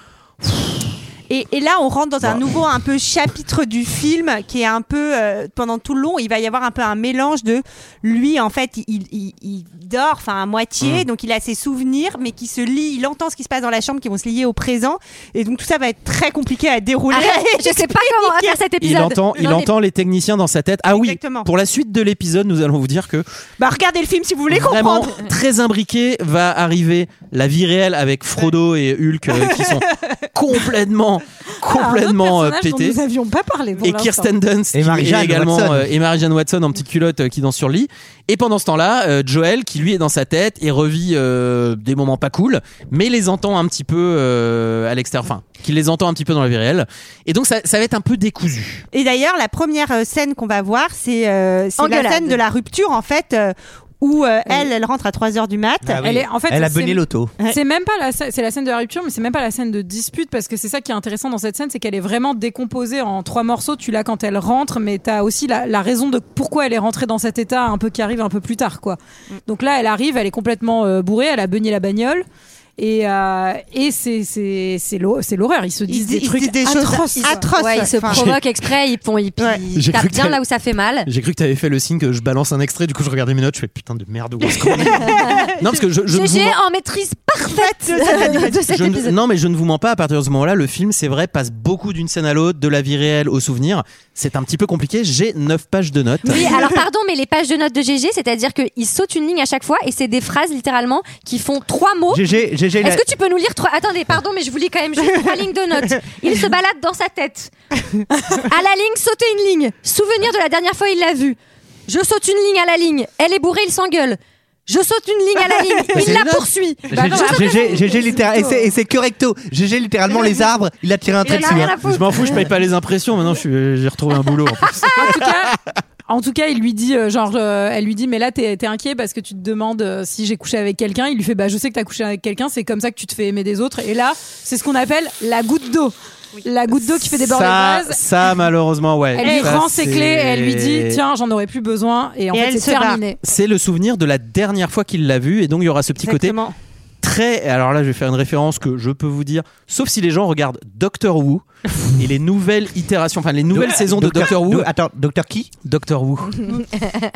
Et, et là, on rentre dans un nouveau un peu chapitre du film qui est un peu euh, pendant tout le long, il va y avoir un peu un mélange de lui en fait, il, il, il dort, enfin à moitié,
Mm.
donc il a ses souvenirs, mais qui se lie, il entend ce qui se passe dans la chambre, qui vont se lier au présent, et donc tout ça va être très compliqué à dérouler.
Arrête, je
<laughs>
sais pas comment on va faire cet
Il entend, il
Non, mais-
entend les techniciens dans sa tête. Ah oui,
Exactement.
pour la suite de l'épisode, nous allons vous dire que
Bah regardez le film si vous voulez
vraiment
comprendre.
très imbriqué va arriver la vie réelle avec Frodo et Hulk euh, qui
<laughs>
sont complètement, complètement
Ah,
euh, pétés.
Nous n'avions pas parlé. pour
et
l'instant.
Kirsten Dunst
Et
qui
Marie-Jeanne
est également
Watson.
euh, et Marie-Jeanne Watson en petite culotte euh, qui danse sur le lit et pendant ce temps-là euh, Joel qui lui est dans sa tête et revit euh, des moments pas cool mais les entend un petit peu euh, à l'extérieur enfin qui les entend un petit peu dans la vie réelle et donc ça, ça va être un peu décousu
Et d'ailleurs, la première euh, scène qu'on va voir, c'est euh, c'est la
Engueulade.
scène de la rupture, en fait, euh, où euh, elle, elle rentre à 3h du mat.
Ah oui.
Elle est- en fait,
Elle a
c'est-
bené l'auto.
C'est même pas la scè- c'est la scène de la rupture, mais c'est même pas la scène de dispute parce que c'est ça qui est intéressant dans cette scène, c'est qu'elle est vraiment décomposée en trois morceaux. Tu l'as quand elle rentre, mais t'as aussi la, la raison de pourquoi elle est rentrée dans cet état un peu qui arrive un peu plus tard, quoi. Donc là, elle arrive, elle est complètement euh, bourrée, elle a beugné la bagnole. Et, euh, et c'est c'est c'est l'hor- c'est l'horreur. Ils se disent
disent-
des
ils
trucs
disent des choses
atroces.
atroces.
Ouais, il se
Enfin,
provoque exprès, il, pon- il, il
J'ai
tape
cru que
bien
t'allais-
là où ça fait mal.
J'ai cru que t'avais fait le signe que je balance un extrait, du coup je regardais mes notes, je fais putain de merde, où est-ce qu'on est
<laughs>
non parce que je, je ne vous
GG
mens-
en maîtrise parfaite de cet
je ne-
épisode.
non mais je ne vous mens pas à partir de ce moment-là le film c'est vrai passe beaucoup d'une scène à l'autre de la vie réelle au souvenir c'est un petit peu compliqué j'ai 9 pages de notes
Oui, alors pardon, mais les pages de notes de GG, c'est-à-dire qu'il saute une ligne à chaque fois et c'est des phrases littéralement qui font trois mots.
GG, GG, il a-
Est-ce que tu peux nous lire trois Attendez, pardon, mais je vous lis quand même juste trois lignes de notes. Il se balade dans sa tête. À la ligne, sauter une ligne. Souvenir de la dernière fois il l'a vu. Je saute une ligne à la ligne. Elle est bourrée, il s'engueule. Je saute une ligne à la ligne.
c'est
Il la
les notes.
poursuit.
Bah non,
GG, GG, GG, littéra- et c'est- et c'est que recto. GG, littéralement, les arbres, il a tiré un trait
Il en a
dessus.
rien
hein.
à foutre.
je m'en fous je paye pas les impressions maintenant je suis- j'ai retrouvé un boulot en plus
en
<laughs>
tout cas. En tout cas, il lui dit, euh, genre, euh, elle lui dit, mais là, t'es t'es inquiet parce que tu te demandes euh, si j'ai couché avec quelqu'un. Il lui fait, bah, je sais que t'as couché avec quelqu'un, c'est comme ça que tu te fais aimer des autres. Et là, c'est ce qu'on appelle la goutte d'eau. La goutte d'eau qui fait déborder
ça,
le vase.
ça, malheureusement, ouais.
Elle lui
Ça,
rend ses
c'est-
clés et elle lui dit, tiens, j'en aurais plus besoin. Et en
Et
fait,
elle
c'est
se barre.
terminé.
C'est le souvenir de la dernière fois qu'il l'a vu, et donc il y aura ce petit
Exactement.
côté très. Alors là, je vais faire une référence que je peux vous dire, sauf si les gens regardent Doctor Who et les nouvelles itérations, enfin les nouvelles saisons de Doctor Who.
Do- Attends, Docteur qui
Doctor
<laughs>
Who.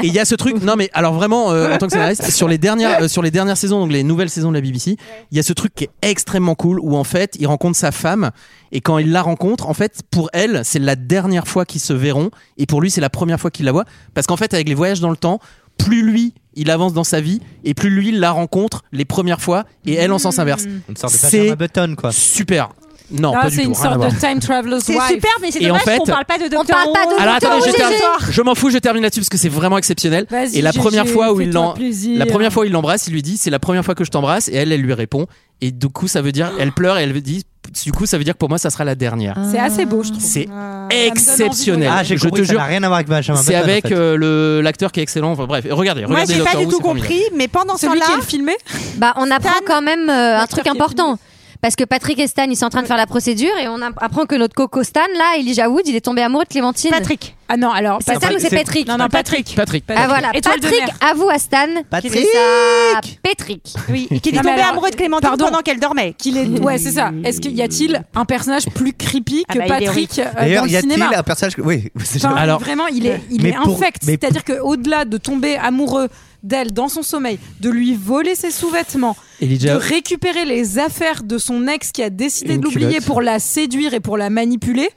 et il y a ce truc. Non, mais alors vraiment, euh, en tant que
<laughs>
scénariste, sur les dernières, euh, sur les dernières saisons, donc les nouvelles saisons de la BBC, il y a ce truc qui est extrêmement cool où en fait, il rencontre sa femme et quand il la rencontre, en fait, pour elle, c'est la dernière fois qu'ils se verront et pour lui, c'est la première fois qu'il la voit parce qu'en fait, avec les voyages dans le temps, plus lui, il avance dans sa vie et plus lui il la rencontre les premières fois et elle en sens inverse.
Une sorte
de
de
Benjamin
Benjamin Button, quoi.
Super. Non,
Là,
pas du
Hmm.
tout.
Ah, c'est une
rien à
sorte
voir.
de time traveler's
C'est
wife.
super, mais c'est
Et en
dommage
fait-
qu'on parle pas de Doctor
parle pas
Who.
de
Alors
Docteur
attendez,
Who,
je, termine-
GG.
je m'en fous, je termine là-dessus parce que c'est vraiment exceptionnel.
Vas-y,
Et la
GG,
première fois où il
fais-toi
l'en-
plaisir.
La première fois où il l'embrasse, il lui dit c'est la première fois que je t'embrasse et elle elle lui répond et du coup ça veut dire elle pleure et elle dit du coup ça veut dire que pour moi ça sera la dernière.
Ah.
C'est assez beau, je trouve.
C'est
de
exceptionnel.
regarder.
Ah, j'ai
je
compris
te
que ça
jure,
n'a rien à voir avec Benjamin Button.
c'est
en
avec
fait.
euh, le l'acteur qui est excellent. Enfin, bref, regardez,
Moi,
regardez
j'ai pas
Doctor
du
Who,
tout
c'est formidable.
compris, mais pendant ce
Celui qui est le
temps-là,
filmé
Bah, on apprend
Stan,
quand même euh, un
l'acteur
truc
qui est
important. Parce que Patrick et Stan, ils sont en train de faire la procédure et on app- apprend que notre coco Stan, là, Elijah Wood, il est tombé amoureux de Clémentine.
Patrick.
Ah non, alors.
C'est ça ou c'est
c'est-
Patrick
Non, non, Patrick.
Patrick.
Ah voilà,
Étoile de
Patrick
mer.
avoue à Stan
Patrick
qu'il fait ça. Patrick.
Oui, et qu'il est
Non, mais
tombé
alors,
amoureux de Clémentine
pardon.
pendant qu'elle dormait.
Qu'il est... Ouais, c'est ça. Est-ce qu'il y a-t-il un personnage plus creepy
Ah
que
bah, il est
Patrick euh, dans
D'ailleurs,
le
y a-t-il
cinéma
un personnage que... Oui, <laughs> c'est
Enfin,
Alors-
vraiment, il est, il
Mais
est
pour-
infect.
mais-
C'est-à-dire qu'au-delà de tomber amoureux d'elle dans son sommeil, de lui voler ses sous-vêtements, de
Elijah,
récupérer les affaires de son ex qui a décidé
Une
de l'oublier
culotte.
pour la séduire et pour la manipuler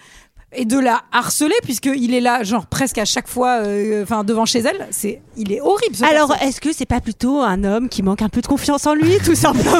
et de la harceler puisqu'il est là genre presque à chaque fois euh, enfin devant chez elle c'est il est horrible ce
Alors,
personnage.
est-ce que c'est pas plutôt un homme qui manque un peu de confiance en lui, tout simplement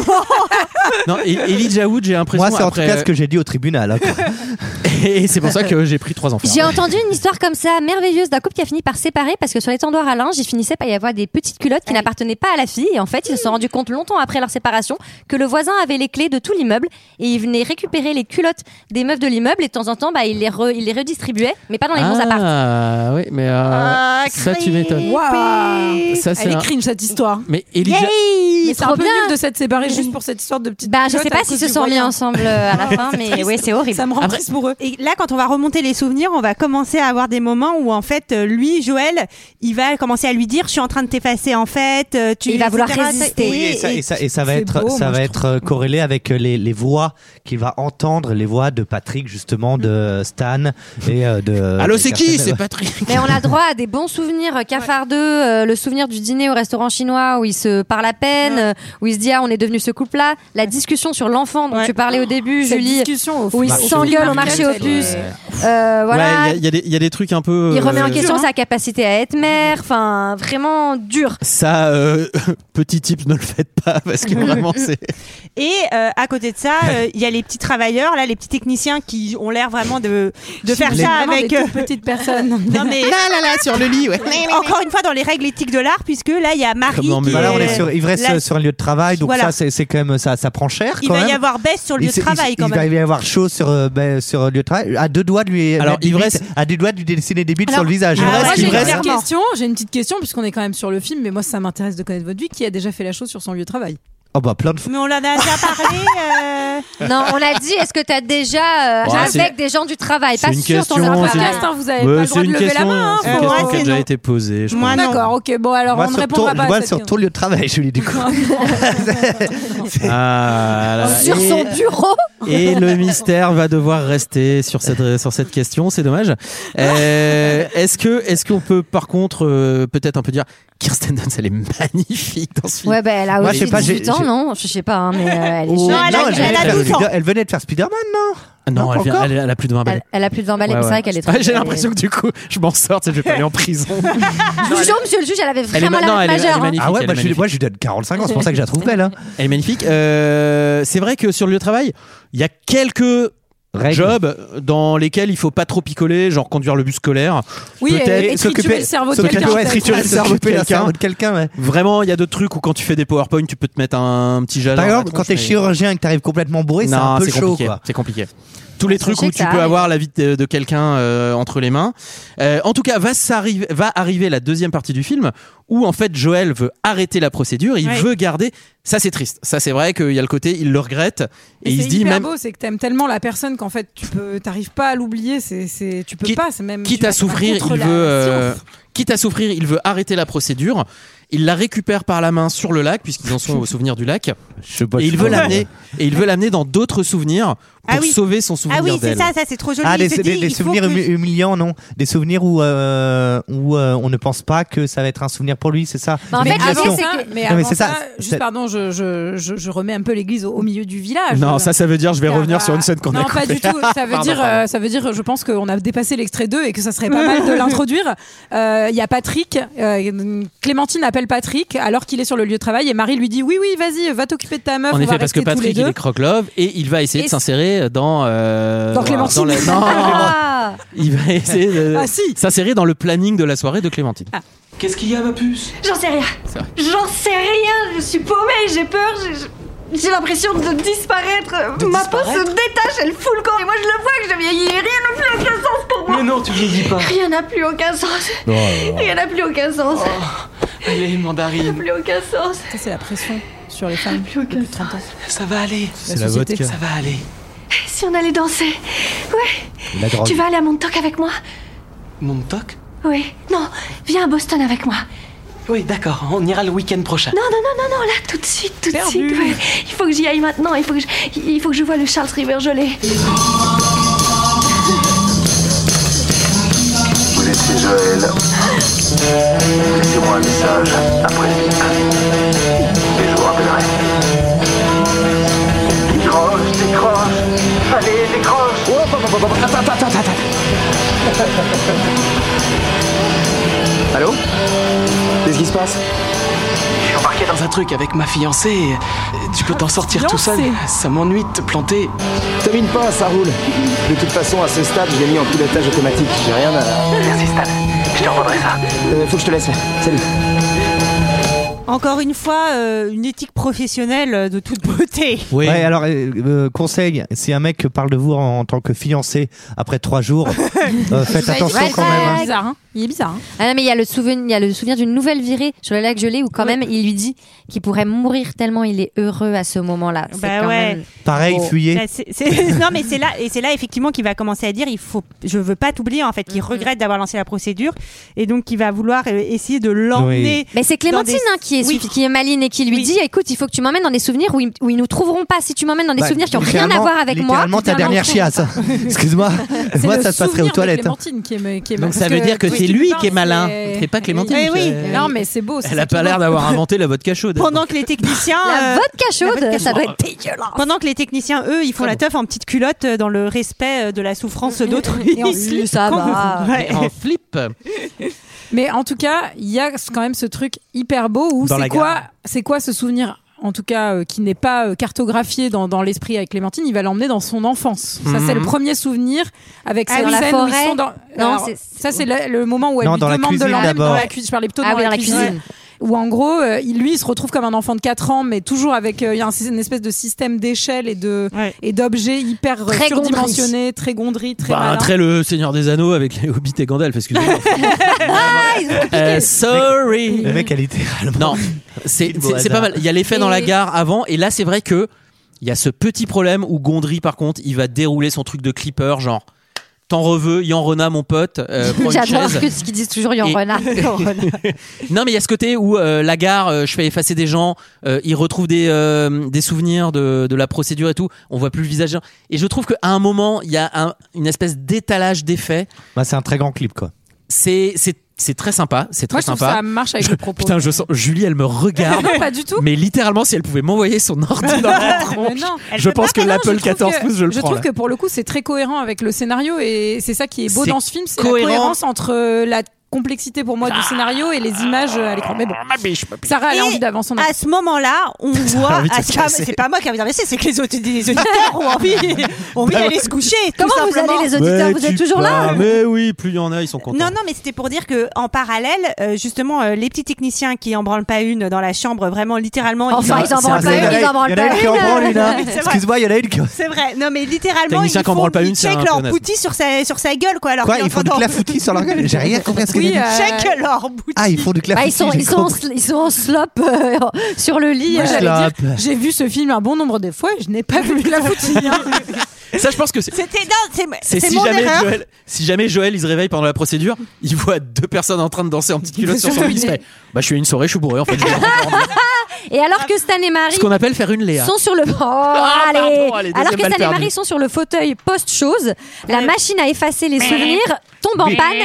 non,
<laughs>
E- Elijah Wood, j'ai l'impression
Moi, c'est en tout
après- euh,
cas ce que j'ai dit au tribunal. hein, quoi.
<laughs> et c'est pour ça que j'ai pris trois enfants.
J'ai entendu une histoire comme ça merveilleuse d'un couple qui a fini par se séparer parce que sur les tendoirs à linge, il finissait par y avoir des petites
Ah
culottes qui n'appartenaient pas à la fille. Et en fait, ils se sont rendus compte longtemps après leur séparation que le voisin avait les clés de tout l'immeuble et il venait récupérer les culottes des meufs de l'immeuble et de temps en temps, bah, il, les re- il les redistribuait, mais pas dans les bons apparts.
Ah oui, mais euh, <laughs> ça tu m'étonnes.
Waouh
Ça c'est
Ah, elle est
un-
cringe cette histoire
Mais Elijah,
mais c'est
trop
un peu
bien.
nul de s'être séparés juste pour cette histoire de petite
Bah, je
culotte
sais
à
pas
cause
s'ils se
du
sont mis
voisin. <laughs>
ensemble euh, à la fin, mais oui, c'est horrible.
ça me rend
Après,
triste pour eux.
Et là, quand on va remonter les souvenirs, on va commencer à avoir des moments où, en fait, euh, lui, Joël, il va commencer à lui dire Je suis en train de t'effacer, en fait. euh, Tu,
Il va vouloir
etc.
résister.
Et-
Oui,
Et ça, et ça- et ça va
c'est
être,
beau,
ça
moi,
va
je
être euh, corrélé avec euh, les, les voix qu'il va entendre, les voix de Patrick justement, de euh, Stan et euh, de.
Allô,
des
c'est qui
personnes-
C'est Patrick.
Mais on a droit à des bons souvenirs. euh, Cafard 2, euh, le souvenir du dîner au restaurant chinois où il se parle à peine, euh, où il se dit ah on est devenu ce couple-là. La discussion sur l'enfant dont tu parlais au début,
Cette
Julie,
discussion au
où il
marché aux
s'engueule au
puces.
marché aux
Ouais.
puces. Euh, voilà.
Ouais, il y a- il y, a des- il y a des trucs un peu.
il remet en
euh,
hein.
question sa capacité à être mère, enfin vraiment dur.
Ça, euh, <laughs> petit tip, ne le faites pas parce
<laughs>
que vraiment c'est.
Et euh, à côté de ça, euh, il y a les petits travailleurs, là, les petits techniciens qui ont l'air vraiment de, de faire ça
Vraiment
avec.
des
euh,
toutes petites
<laughs>
personnes.
non,
<laughs>
mais-
Là, là, là, sur le lit, ouais.
Encore une fois, dans les règles éthiques de l'art, puisque là, il y a Marie.
Comment, mais
qui
Voilà, on
est-
est sur ivresse
là,
euh, sur un lieu de travail, donc
Voilà.
ça, c'est- c'est quand même ça, ça prend cher.
Il
quand
va y
même.
avoir baisse sur le
Il
lieu de
se- il
travail
se-
quand
il va
même.
y avoir chaud sur, euh, ben, sur le lieu de travail. À deux doigts de lui,
Alors,
mettre des
ivresse-
bites, à deux doigts de lui dessiner des bites
Alors,
sur le visage.
Ah,
Alors,
ouais,
moi, j'ai une
ivresse.
petite
Clairement.
question, j'ai une petite question puisqu'on est quand même sur le film, mais moi ça m'intéresse de connaître votre vie. Qui a déjà fait la chose sur son lieu de travail
Oh bah plein de fois.
Mais on en a
<laughs>
déjà parlé. euh,
Non, on a dit est-ce que tu as déjà euh,
Ouais, c'est-
avec des gens du travail,
c'est
pas
une
sur ton lieu
question,
de
Un
Ouais.
travail.
podcast, hein, vous avez pas le droit de lever la main. hein,
c'est
euh,
une
faut-
moi,
question qui a
c'est
déjà
non.
été posée.
<laughs>
Je
Ah,
Moi,
pense.
non.
D'accord, ok, bon alors
Moi,
on ne
sur
répondra
ton-
pas à
moi,
cette
sur
question.
ton lieu de travail, je lui dis quoi.
Ah, là, là.
Sur
Et-
son bureau
Et le mystère va devoir rester sur cette, sur cette question, c'est dommage. Euh, est-ce que est-ce qu'on peut par contre euh, peut-être un peu dire Kirsten Dunst elle est magnifique dans ce film.
<laughs> Ouais, ben elle a
Moi,
aussi
je sais pas,
18
j'ai-
ans,
j'ai-
non Je sais pas, hein, mais euh, elle est
Oh,
jeune.
non, elle a-
elle, venait
elle
de
a
faire
12 ans.
Spider- elle venait de faire Spider-Man,
Ah
non
non,
non,
elle, vient-
encore
elle, elle a plus de 20
Elle,
balais.
elle a plus de 20 balais,
Ouais,
mais c'est vrai
ouais.
qu'elle est
Ouais,
très-
J'ai l'impression que du coup, je m'en sors, tu sais, je vais pas aller en
<laughs>
prison.
Je vous jure, monsieur le juge, elle avait
Elle est
vraiment
ma- non,
la
elle est- elle est
majeure. hein.
magnifique,
Ah ouais,
elle
bah,
est
je, lui-
magnifique.
moi je lui donne 45 ans, c'est pour ça que je la trouve belle. Hein.
Elle est magnifique. Euh, c'est vrai que sur le lieu de travail, il y a quelques
Règles.
jobs dans lesquels il faut pas trop picoler, genre conduire le bus scolaire.
Oui, et-
Peut-être
et triturer le cerveau de
s'occuper-
quelqu'un.
ouais,
peut-être.
triturer le cerveau de
S'occuper d'un
quelqu'un.
cerveau de quelqu'un, ouais.
Vraiment, il y a d'autres trucs où quand tu fais des PowerPoint, tu peux te mettre un petit gel.
Par
dans la
exemple, quand
tronche,
t'es
mais-
chirurgien et que t'arrives complètement bourré, c'est
Non,
un peu
c'est
chaud,
compliqué.
quoi.
C'est compliqué. Tous les trucs
Sachez
où
que
tu
ça
peux
arrive.
avoir la vie de, de quelqu'un euh, entre les mains. Euh, en tout cas, va, s'arriver- va arriver la deuxième partie du film où en fait Joël veut arrêter la procédure, il
Ouais.
veut garder. Ça c'est triste. Ça c'est vrai qu'il y a le côté, il le regrette et
Mais
il
c'est
se dit
hyper
même
beau, c'est que t'aimes tellement la personne qu'en fait tu peux, t'arrives pas à l'oublier. C'est, c'est, tu peux
Quitte-
pas. C'est même.
quitte
tu
à
vas
souffrir,
contre
il veut
la
euh,
science.
quitte à souffrir, il veut arrêter la procédure. Il la récupère par la main sur le lac puisqu'ils en sont au souvenir du lac
Je sais pas,
et
je
il
sais
veut
pas.
l'amener et il veut l'amener dans d'autres souvenirs pour
Ah oui.
sauver son souvenir
Ah oui, c'est
d'elle.
ça, ça c'est trop joli.
Ah,
Il
des,
se
des-
dit,
des
il faut
souvenirs
que
humi-
je-
humiliants, non Des souvenirs où, euh, où euh, on ne pense pas que ça va être un souvenir pour lui, c'est ça
Mais en fait,
Mais
l'idée,
avant
Humiliation.
c'est
ça,
que-
mais
Non, mais
avant
c'est ça,
ça,
c'est-
juste pardon, je, je, je, je remets un peu l'église au, au milieu du village.
Non,
Euh,
ça, ça veut dire je vais
ça
revenir
va-
sur une scène qu'on a
bah, Non, pas
coupée.
du tout. Ça veut
Pardon,
dire,
pardon.
euh, ça veut dire, je pense qu'on a dépassé l'extrait 2 et que ça serait pas mal de l'introduire. Euh, Il y a Patrick, euh, Clémentine appelle Patrick alors qu'il est sur le lieu de travail et Marie lui dit oui, oui, vas-y, va t'occuper de ta meuf. on
En
va
effet, parce que
rester tous les
Patrick, il
deux.
est croque-love et il va essayer
Et
de s'insérer dans. euh,
Dans Clémentine.
la-
<laughs>
Non
Ah.
Il va essayer de
Ah, si. Ah,
s'insérer dans le planning de la soirée de Clémentine.
Qu'est-ce qu'il y a, ma puce
J'en sais rien.
C'est vrai.
J'en sais rien. Je suis paumée, j'ai peur. j'ai- j'ai- J'ai l'impression de disparaître. Ma peau se détache, elle fout le camp. Et moi, je le vois que je vieillis. Rien n'a plus aucun sens pour moi.
Mais non, tu vieillis pas.
Rien n'a plus aucun sens. Rien n'a plus aucun sens.
Oh, Allez, mandarine,
Plus aucun sens.
Ça, c'est la pression sur les femmes.
Plus aucun sens.
ça va aller.
C'est la
société.
vodka.
Ça va aller.
Si on allait danser. Ouais.
La
Oh.
drogue.
Tu vas aller à Montauk avec moi
Mon toc
Oui. Non, viens à Boston avec moi.
Oui, d'accord, on ira le week-end prochain.
Non, non, non, non, non, là, tout de suite, tout de
Perdu.
suite. ouais. Il faut que j'y aille maintenant. Il faut que je, il faut que je voie le Charles River gelé.
Vous étiez Joël. Laissez-moi un message après le bip. Et je vous rappellerai. Décroche, décroche. Allez, décroche. Oh, papa, papa, papa. Attends, attends, attends, attends. Allô
Qu'est-ce qui se passe Je suis embarqué dans un truc avec ma fiancée. Euh, Tu peux t'en sortir tout seul.
fiancée.
Ça m'ennuie de te planter.
Termine pas, ça roule. De toute façon, à ce stade, je l'ai mis en pilotage automatique. J'ai rien à.
Merci, Stan. Je te reprendrai ça.
Euh, faut que je te laisse. Salut.
Encore une fois, euh, une éthique professionnelle de toute beauté.
Oui. alors, euh, euh, conseil, si un mec parle de vous en, en tant que fiancé après trois
<laughs>
jours, euh, faites attention quand même.
Il est
hein.
bizarre. Il est bizarre. Ah non, mais il y a le souvenir, il y a le souvenir d'une nouvelle virée sur le lac gelé où quand même il lui dit qu'il pourrait mourir tellement il est heureux à ce moment-là. C'est
Bah
quand
ouais.
même-
Pareil, fuyez.
Bah, c'est- <laughs> c'est- non, mais c'est là, et c'est là effectivement qu'il va commencer à dire, il faut, je veux pas t'oublier en fait,
Mm-hmm.
qu'il regrette d'avoir lancé la procédure, et donc il va vouloir euh, essayer de l'emmener.
Mais c'est Clémentine hein, qui, est, qui est maline et qui lui dit écoute, il faut que tu m'emmènes dans des souvenirs où ils, où ils nous trouveront pas. Si tu m'emmènes dans des
Bah,
souvenirs qui ont rien à
littéralement-
voir avec moi.
littéralement ta
putain, non,
dernière
je- <laughs>
chiasse. Excuse-moi,
C'est
moi
le
ça se passerait
souvenir
aux
de
toilettes.
Clémentine qui est, qui est-
Donc, ça
bah, parce
veut dire que
oui,
c'est
tu
lui
parles,
qui est malin. C'est pas Clémentine
Eh
qui
oui.
est-
Non, mais c'est beau. c'est
Elle
ça
a
qui est
pas
beau.
l'air d'avoir inventé la
<laughs>
vodka chaude.
Pendant que les techniciens. euh,
Ah,
La vodka chaude, ça doit être
Pendant que les techniciens, eux, ils font la teuf en petite culotte euh, dans le respect euh, de la souffrance d'autrui.
Mm-hmm. Et en slip, ça va.
Ouais.
En flip.
Mais en tout cas, il y a quand même ce truc hyper beau où
Dans la
c'est quoi,
gare.
c'est quoi ce souvenir en tout cas, euh, qui n'est pas euh, cartographié dans, dans l'esprit avec Clémentine, il va l'emmener dans son enfance. Ça, c'est
Mhm.
le premier souvenir avec
Ah
cette
oui,
scène
la
où ils
forêt.
sont dans.
Non,
Alors,
c'est-
ça, c'est la- le moment où elle
Non,
lui
dans la
demande de
cuisine,
l'emmener dans
d'abord.
la cuisine. Je parlais plutôt
Ah
dans,
oui,
la cuisine. Où en gros, euh, il, lui, il se retrouve comme un enfant de 4 ans, mais toujours avec euh, il y a un- une espèce de système d'échelle et de et d'objets hyper euh,
Très Gondry.
surdimensionnés, très gondris, très
Bah,
malins.
très le Seigneur des Anneaux avec les Hobbits et Gandalf, excusez-moi. Euh, sorry.
Le mec a littéralement.
Non, c'est
Guide
c'est- c'est
Boazard.
pas mal. Il y a l'effet dans la
Et-
gare avant, et là, c'est vrai que il y a ce petit problème où Gondry, par contre, il va dérouler son truc de clipper, genre t'en reveux, Yan Rona, mon pote, euh, prends une
J'adore
chaise.
que- ce qu'ils disent toujours, Yan
Et-
Renard.
Non, mais il y a ce côté où euh, la gare, euh, je fais effacer des gens, euh, ils retrouvent des, euh, des souvenirs de, de la procédure et tout, on voit plus le visage. des gens. Et je trouve qu'à un moment, il y a un- une espèce d'étalage d'effets.
Bah, c'est un très grand clip, quoi.
C'est c'est- c'est très sympa, c'est très
Moi, je
<laughs>
trouve
sympa.
ça marche
<laughs>
avec le propos.
Putain, je sens Julie, elle me
<laughs>
regarde.
Non, pas du tout.
Mais littéralement, si elle pouvait m'envoyer son ordi dans la tronche,
Mais non, elle
je
peut
pense
pas.
que
Mais non,
l'Apple
trouve
14
que-
pouces, je le prends.
trouve
là.
que pour le coup, c'est très cohérent avec le scénario et c'est ça qui est beau
C'est
dans ce film, c'est la
cohérent.
cohérence entre euh, la complexité pour moi du scénario et les images euh, à l'écran. Mais bon, Sarah, elle a
Et
envie d'avancer. son
À ce moment-là, on voit.
envie de
ah,
se
c'est pas-
casser.
c'est pas moi qui ai envie d'inverser, c'est que les, audi- les auditeurs ont envie, ont envie
Bah ouais.
d'aller se coucher. tout
Comment vous
simplement.
allez, les auditeurs
Ouais,
Vous êtes
tu
toujours là
parles. Mais oui, plus il y en a, ils sont contents.
Non, non, mais c'était pour dire que en parallèle, euh, justement, euh, les petits techniciens qui en branlent pas une dans la chambre, vraiment littéralement.
Enfin, ils en branlent pas une, ils en branlent
Ah, Il y en a
pas Ah,
une qui en branle une,
<laughs>
hein.
Oui, c'est vrai.
Excuse-moi, il y en a une qui.
C'est vrai. Non, mais littéralement, ils,
Technicien qui en
font,
branle pas
ils
une, c'est un
checkent leur
pléonasme.
bouti sur sa, sur sa gueule, quoi. Alors
Quoi
qu'ils
Ils font du
entendent-
clafoutis sur leur gueule J'ai rien compris à ce qu'elle
Oui,
a dit.
euh, checkent leur bouti.
Ah, ils font du clafoutis.
Bah, ils sont,
j'ai
ils, sont en,
compris.
sl- ils sont en slop euh, sur le lit.
Moi,
euh,
j'allais
j'allais
dire, j'ai vu ce film un bon nombre de fois et je n'ai pas vu la hein. foutille.
Ça, je pense que c'est.
C'était non, c'est-
C'est
c'est
si
mon
jamais,
erreur.
Joël, si jamais Joël il se réveille pendant la procédure, il voit deux personnes en train de danser en petite culotte sur son lit. Il se fait, Bah, je suis à une soirée, je suis bourré en fait.
<laughs>
je vais leur rendre.
dire. Et alors que Stan et Marie
Ce qu'on appelle faire une Léa.
sont sur le. <laughs> Oh, allez.
euh, Ah, pardon, allez, deuxième
Alors que
balle
Stan et
perdue. Eh.
Marie sont sur le fauteuil post-chose, la machine à effacer les souvenirs tombe en
Bip.
panne.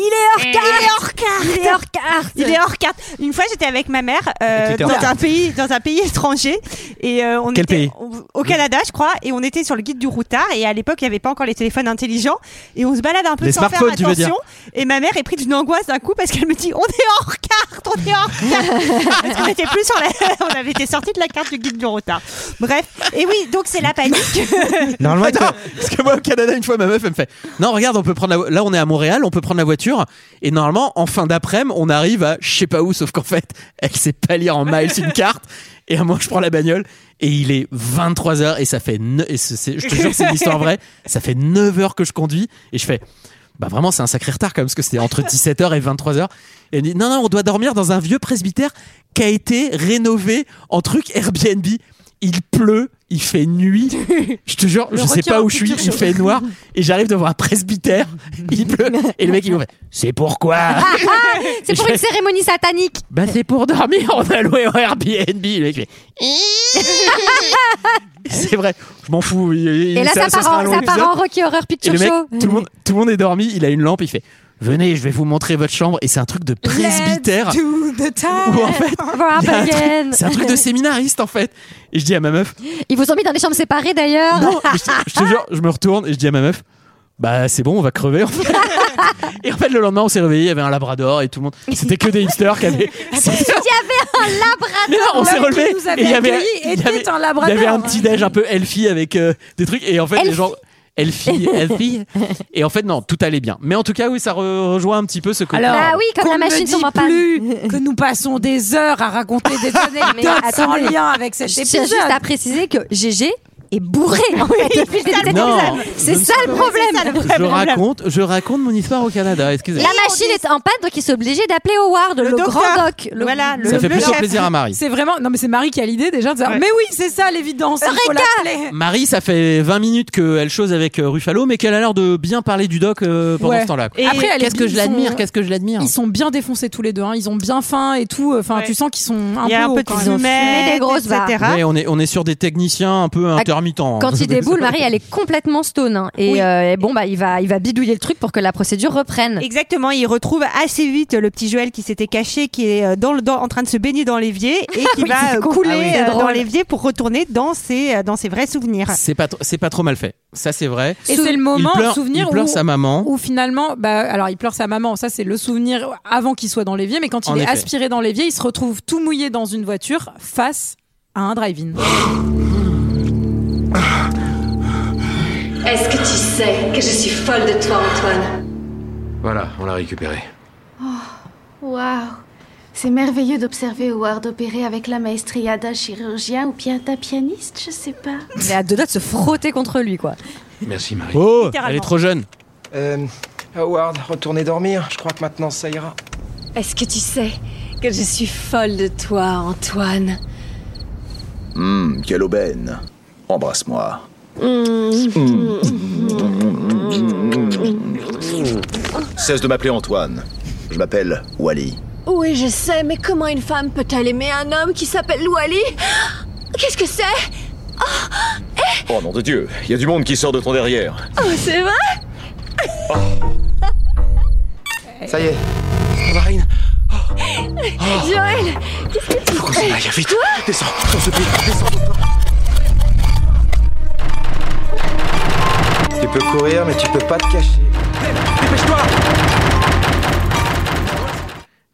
Eh.
est hors
Il est
carte.
hors carte.
Il est hors carte.
Il est hors carte. Une fois, j'étais avec ma mère euh,
T'étais hors
dans un
carte.
pays, dans un pays étranger, et euh, on
Quel
était
pays
au Canada, je crois, et on était sur le guide du routard. Et à l'époque, il n'y avait pas encore les téléphones intelligents, et on se balade un peu
Les
sans faire
smartphones, tu veux
attention. Et ma mère est prise d'une angoisse d'un coup parce qu'elle me dit "On est hors carte, on est hors
<laughs>
carte." parce qu'on était plus sur la, <laughs> on avait été sorti de la carte du guide du routard. Bref, et oui, donc c'est la panique.
Normalement,
Attends, parce que moi au Canada, une fois, ma meuf, elle me fait Non, regarde, on peut prendre la vo- là, on est à Montréal, on peut prendre la voiture. Et normalement, en fin d'après-midi, on arrive à je sais pas où, sauf qu'en fait, elle sait pas lire en miles une carte. Et à moi, je prends la bagnole et il est 23h et ça fait. ne- et c'est- c'est- je te jure, c'est une histoire vraie. Ça fait 9h que je conduis et je fais. Bah vraiment, c'est un sacré retard quand même, parce que c'était entre 17h et 23h. Et elle me dit Non, non, on doit dormir dans un vieux presbytère qui a été rénové en truc Airbnb. Il pleut, il fait
<laughs>
nuit. Je te jure,
Le
je sais
requin
pas
en
où je suis,
culture
il
choc.
fait noir. Et j'arrive devant un presbytère, <laughs> il pleut. Et le mec, il me fait C'est
<laughs>
pourquoi
Ah, ah, c'est
Et
pour
<laughs> je
une
fais,
cérémonie satanique.
Bah, c'est pour dormir, on a loué au Airbnb. Le mec
<laughs>
fait C'est vrai, je m'en fous. il- il-
Et là, ça,
sera
part,
un
en,
long
ça part en
épisode.
Rocky Horror
Et
Picture
le mec,
Show.
tout le, monde, tout le monde est dormi, il a une lampe, il fait Venez, je vais vous montrer votre chambre. Et c'est un truc de
<laughs>
presbytère.
Let's do the time.
Où en fait, <laughs>
Rap
il y a un truc-
again.
c'est un truc de séminariste en fait. Et je dis à ma meuf
Ils vous ont mis dans des chambres séparées d'ailleurs.
Non, mais je, je te jure, je me retourne et je dis à ma meuf Bah, c'est bon, on va crever en fait. et en fait, le lendemain, on s'est réveillé, il y avait un labrador et tout le monde. C'était que des hipsters qui avaient. <laughs>
Il y avait un labrador.
Mais non, on s'est relevé
nous
et
avait
il y avait,
accueillis
il y
était
avait-
un
il y avait un
labrador.
petit déj un peu elfie avec euh, des trucs et en fait les gens Elfie, Elfie. Et en fait, non, tout allait bien. Mais en tout cas, oui, ça re- rejoint un petit peu ce côté.
Alors,
Ah
bah oui, comme la machine tombe en panne.
plus
<laughs>
que nous passons des heures à raconter des anecdotes sans
attendez.
lien avec cet
Je
épisode.
tiens juste à préciser que GG est bourré en
Oui,
fait, depuis le début de cet
Non,
épisode.
je
C'est
ne
ça
suis
le
pas-
problème. <laughs>
Je raconte, je raconte mon histoire au Canada. Excusez.
La machine est en panne, donc ils sont obligés d'appeler Howard, le, grand doc. Le-
Ça fait plus plaisir à Marie.
C'est vraiment. Non, mais c'est Marie qui a l'idée déjà de dire, Mais oui, c'est ça l'évidence. il faut l'appeler.
Marie, ça fait 20 minutes qu'elle chose avec euh, Ruffalo, mais qu'elle a l'air de bien parler du doc euh, pendant
Ouais.
ce temps-là. quoi.
Après, elle est-
qu'est-ce que je
ils
l'admire
sont-
Qu'est-ce que je l'admire
Ils sont bien défoncés tous les deux. hein. Ils ont bien faim et tout. Enfin, tu sens qu'ils sont un
Il y
peu.
a un peu
hauts,
de
quand même.
fumette, Des grosses barres. etc.
Ouais, on est on est sur des techniciens un peu
Ah,
intermittents. hein. <laughs>
Quand il déboule, Marie, elle est complètement stone. hein. Et, euh, et bon, bah, il va, il va bidouiller le truc pour que la procédure reprenne.
Exactement, il retrouve assez vite le petit Joël qui s'était caché, qui est euh, dans le, dans- en train de se baigner dans l'évier et
<laughs>
qui
Oui,
va
c'est
euh,
con.
couler
Ah oui, c'est
euh, dans
drôle.
l'évier pour retourner dans ses, euh, dans ses vrais souvenirs.
C'est pas tr- c'est pas trop mal fait. Ça c'est vrai.
Et c'est le
Il
moment,
pleure-
souvenir
Il pleure
où-
sa maman.
Ou finalement, bah, alors il pleure sa maman, ça c'est le souvenir avant qu'il soit dans l'évier, mais quand il
En
est
effet.
aspiré dans l'évier, il se retrouve tout mouillé dans une voiture face à un drive-in.
Est-ce que tu sais que je suis folle de toi, Antoine
Voilà, on l'a récupéré.
Oh, Waouh C'est merveilleux d'observer Howard opérer avec la maestria d'un chirurgien ou bien d'un pianiste, je sais pas.
Il a deux doigts de se frotter contre lui, quoi.
Merci Marie.
Oh,
Littéralement.
elle est trop jeune.
Euh, Howard, retournez dormir. Je crois que maintenant ça ira.
Est-ce que tu sais que je suis folle de toi, Antoine
Hum, quelle aubaine. Embrasse-moi. Cesse de m'appeler Antoine. Je m'appelle Wally.
Oui, je sais, mais comment une femme peut-elle aimer un homme qui s'appelle Wally Qu'est-ce que c'est
Oh nom de Dieu, il y a du monde qui sort de ton derrière.
Oh, c'est vrai
Ça y est. Marine,
Joël Qu'est-ce que tu
Faut qu'on s'en aille, vite. Descends, on se pique, descends.
tu peux courir, mais tu peux pas te cacher. Dépêche-toi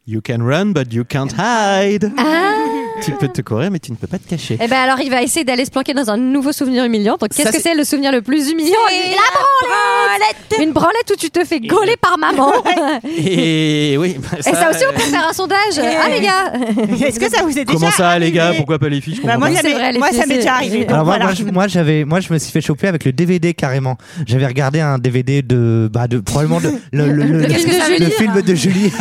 You can run, but you can't hide. Tu peux te courir, mais tu ne peux pas te cacher.
Et ben alors, il va essayer d'aller se planquer dans un nouveau souvenir humiliant. Donc, qu'est-ce
Ça,
que
c'est-
c'est le souvenir le plus humiliant
C'est
La branlette Une branlette où tu te fais gauler par
<laughs>
maman.
Et oui. bah,
Et ça aussi, on peut
euh,
faire un sondage.
Et-
Ah, les gars
<laughs> Est-ce que ça vous est déjà
Comment ça, les gars
arrivé
Pourquoi pas les filles Je
Bah,
comprends
moi,
pas.
ça
c'est
m'est-
vrai, les
moi,
filles,
ça m'est
c'est-
déjà arrivé.
Alors
donc
moi,
voilà.
moi, je- moi, j'avais, moi, je me suis fait choper avec le DVD carrément. J'avais regardé un DVD de, bah, de probablement de, le, le- le-
Le film de Julie.
le film de Julie.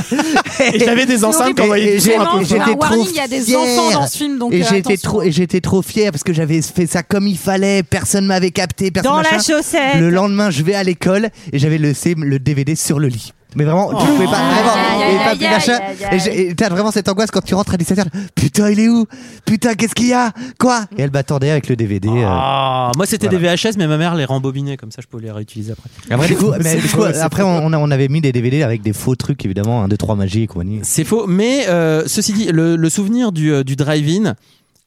Et j'avais des enceintes qui envoyaient
Et
du son
j'ai-
un peu.
j'étais
Enfin,
trop
warning, il y a des
fier.
enfants dans ce film, donc,
et
euh,
j'étais
attention.
trop, et j'étais trop fier parce que j'avais fait ça comme il fallait. Personne m'avait capté. Personne
Dans la
machin.
chaussette.
Le lendemain, je vais à l'école et j'avais le, C- le DVD sur le lit. Mais vraiment, je pouvais pas. Vraiment,
Aïe,
et
aïe,
pas
aïe,
plus
aïe,
machin.
aïe,
Et
aïe.
j'ai- et t'as vraiment cette angoisse quand tu rentres à 17h. Putain, il est où Putain, qu'est-ce qu'il y a Quoi Et elle m'attendait avec le DVD. euh,
Ah, moi c'était
voilà.
des VHS, mais ma mère les rembobinait comme ça, je peux les réutiliser après.
Après, du
<laughs>
coup, mais
C'est
du
faux,
coup,
c'est
après
faux.
on, on a- on avait mis des DVD avec des faux trucs, évidemment, 1, 2, 3 magie et compagnie.
C'est faux, mais euh, ceci dit, le, le souvenir du, euh, du drive-in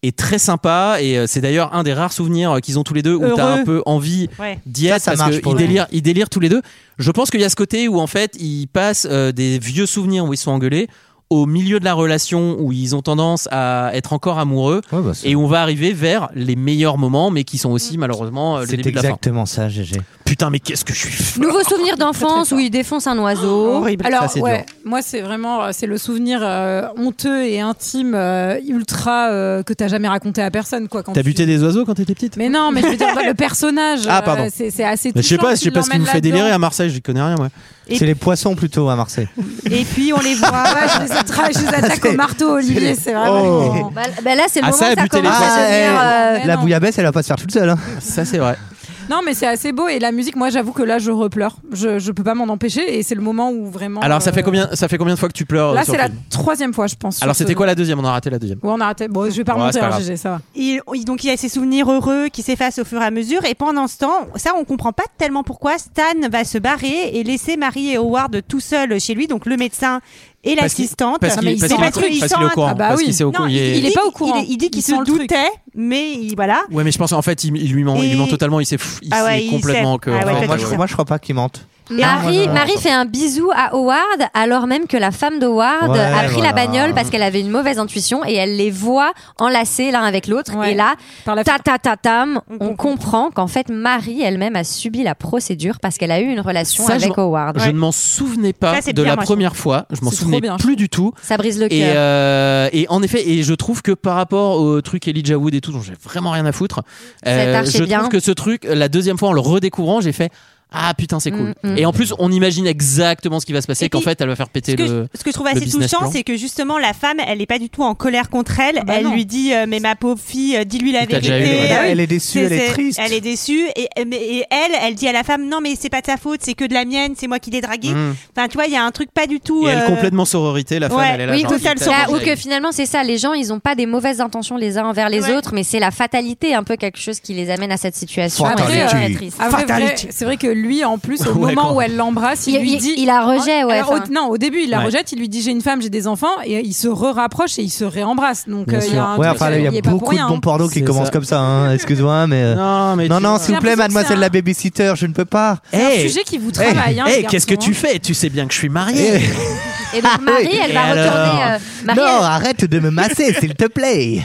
est très sympa et euh, c'est d'ailleurs un des rares souvenirs euh, qu'ils ont tous les deux où
Heureux.
t'as un peu envie
Ouais.
d'y être
Ça, ça
parce
marche
que
pour
ils
eux.
délirent, ils délirent tous les deux. Je pense qu'il y a ce côté où en fait ils passent euh, des vieux souvenirs où ils sont engueulés au milieu de la relation où ils ont tendance à être encore amoureux et on va arriver vers les meilleurs moments mais qui sont aussi malheureusement euh, le
C'est
début de la fin.
exactement ça, GG.
Putain mais qu'est-ce que je suis
Nouveau souvenir d'enfance où il défonce un
Oh,
oiseau.
Alors, ouais, moi, c'est vraiment euh, c'est le souvenir euh, honteux et intime, euh, ultra, euh, que t'as jamais raconté à personne. quoi. Quand
T'as
tu-
buté des oiseaux quand t'étais petite
<laughs> Mais non, mais je veux dire, le personnage,
Ah,
euh,
pardon.
c'est c'est assez
Mais Je sais
touchant
pas,
que
je
tu
sais pas ce qui me
l'emmènes
fait
là-dedans.
délirer à Marseille, j'y connais rien moi.
Et-
C'est les poissons plutôt à Marseille.
Et puis on les voit.
Ah ouais, je, les attra- je les
<laughs>
attaque au marteau, Olivier, c'est
Oh.
vraiment.
Bah, bah là, c'est le
Ah,
moment
ça,
où ça
buter les
commence à
poissons.
devenir. euh,
La bouillabaisse, elle va pas se faire toute seule. hein.
Ça, c'est vrai.
Non, mais c'est assez beau et la musique, moi, j'avoue que là, je repleure. Je, je peux pas m'en empêcher et c'est le moment où
Oh
vraiment. euh,
Alors ça fait combien ça fait combien de fois que tu pleures euh,
Là,
sur
c'est
le
la
film
troisième fois, je pense. sur
Alors
ce-
c'était quoi la deuxième On a raté la deuxième.
Ouais, on a raté. Bon, je vais pas
Ouais,
remonter,
c'est pas
hein,
grave.
GG, ça va.
Il- il- donc il y a ces souvenirs heureux qui s'effacent au fur et à mesure et pendant ce temps, ça on comprend pas tellement pourquoi Stan va se barrer et laisser Marie et Howard tout seuls chez lui, donc le médecin et
Parce qu'il-
l'assistante.
parce qu'il- parce qu'il- parce qu'il est au courant, Ah bah parce oui. qu'il sait au
Non,
courant, il est-
dit-
il est pas au
dit-
courant.
Il, dit
Il
qu'il
sent
se
le truc.
doutait, mais il- voilà.
Ouais mais je pense en fait il, il lui ment, il lui ment
Et-
totalement, il s'est fou- il
Ah ouais,
sait
il
complètement
sait.
que
Ah ouais,
Enfin,
toi,
moi,
tu
je-
sais.
Moi, je crois pas qu'ils mentent. Ah,
Marie, Marie fait un bisou à Howard alors même que la femme d'Howard
Ouais,
a pris
voilà.
la bagnole parce qu'elle avait une mauvaise intuition et elle les voit enlacés l'un avec l'autre et là ta ta ta tam on, comprend qu'en fait Marie elle-même a subi la procédure parce qu'elle a eu une relation
Ça, je
avec
m'en-
Howard.
Je ne m'en souvenais pas
Ça, c'est
de
bien,
la
moi, je
première fois. Je m'en
C'est trop
souvenais
bien, je
plus du tout.
Ça brise le
Et,
cœur.
euh, et en effet, et je trouve que par rapport au truc Elijah Wood et tout, dont j'ai vraiment rien à foutre, euh,
Cette arche est
je trouve
bien.
que ce truc, la deuxième fois en le redécouvrant, j'ai fait ah putain c'est cool.
Mm, mm.
Et en plus, on imagine exactement ce qui va se passer,
Et
qu'en
puis,
fait, elle va faire péter
ce que,
le.
je- ce que je trouve
le
assez
business
touchant,
plan.
c'est que justement la femme, elle n'est pas du tout en colère contre elle.
Ah bah
elle lui dit euh, mais ma pauvre fille, euh, dis-lui la
Et t'as
vérité.
déjà eu, ouais.
Euh,
Elle est déçue,
c'est-
elle est
c'est-
triste.
Elle est déçue et, et- mais- et elle, elle dit à la femme non mais c'est pas de sa faute, c'est que de la mienne, c'est moi qui l'ai draguée.
Mm.
Enfin tu vois, il y a un truc pas du tout.
Et elle
euh,
complètement sororité, la femme,
ouais,
elle est là.
oui,
genre,
totale
putain,
Là, ou
j'ai-
que finalement c'est ça, les gens ils ont pas des mauvaises intentions les uns envers les autres, mais c'est la fatalité un peu quelque chose qui les amène à cette situation.
Après,
Et
euh,
c'est très triste.
après, vrai- c'est vrai que lui, en plus, au
Ouais,
moment
quand-
où elle l'embrasse, il,
Il-
lui
il-
dit.
il la rejette, ouais,
Alors, au-
enfin.
non, au début, il la
Ouais.
rejette, il lui dit j'ai une femme, j'ai des enfants, et il se re-rapproche et il se réembrasse. Donc,
Bien
euh, il y
sûr.
a, un
Ouais,
truc,
enfin, là,
euh,
il y
il est
a
pas pour
beaucoup de
rien,
bons
hein.
pornos qui
C'est
commencent
ça.
comme ça, hein, excuse-moi, mais. euh,
Non, mais
non,
tu
non,
vois.
s'il vous
J'ai
plaît,
l'impression que
mademoiselle
c'est un-
la babysitter, je ne
<laughs>
peux pas.
C'est un
Hey.
sujet qui vous
Hey.
travaille. hein,
Hey,
les
qu'est-ce
garçons,
que tu
hein.
fais Tu sais bien que je suis marié.
<laughs>
Et donc Marie, elle va
Et
retourner.
alors
euh, Marie,
Eh, non,
Oh
elle-
arrête de
<laughs>
me masser, s'il te plaît.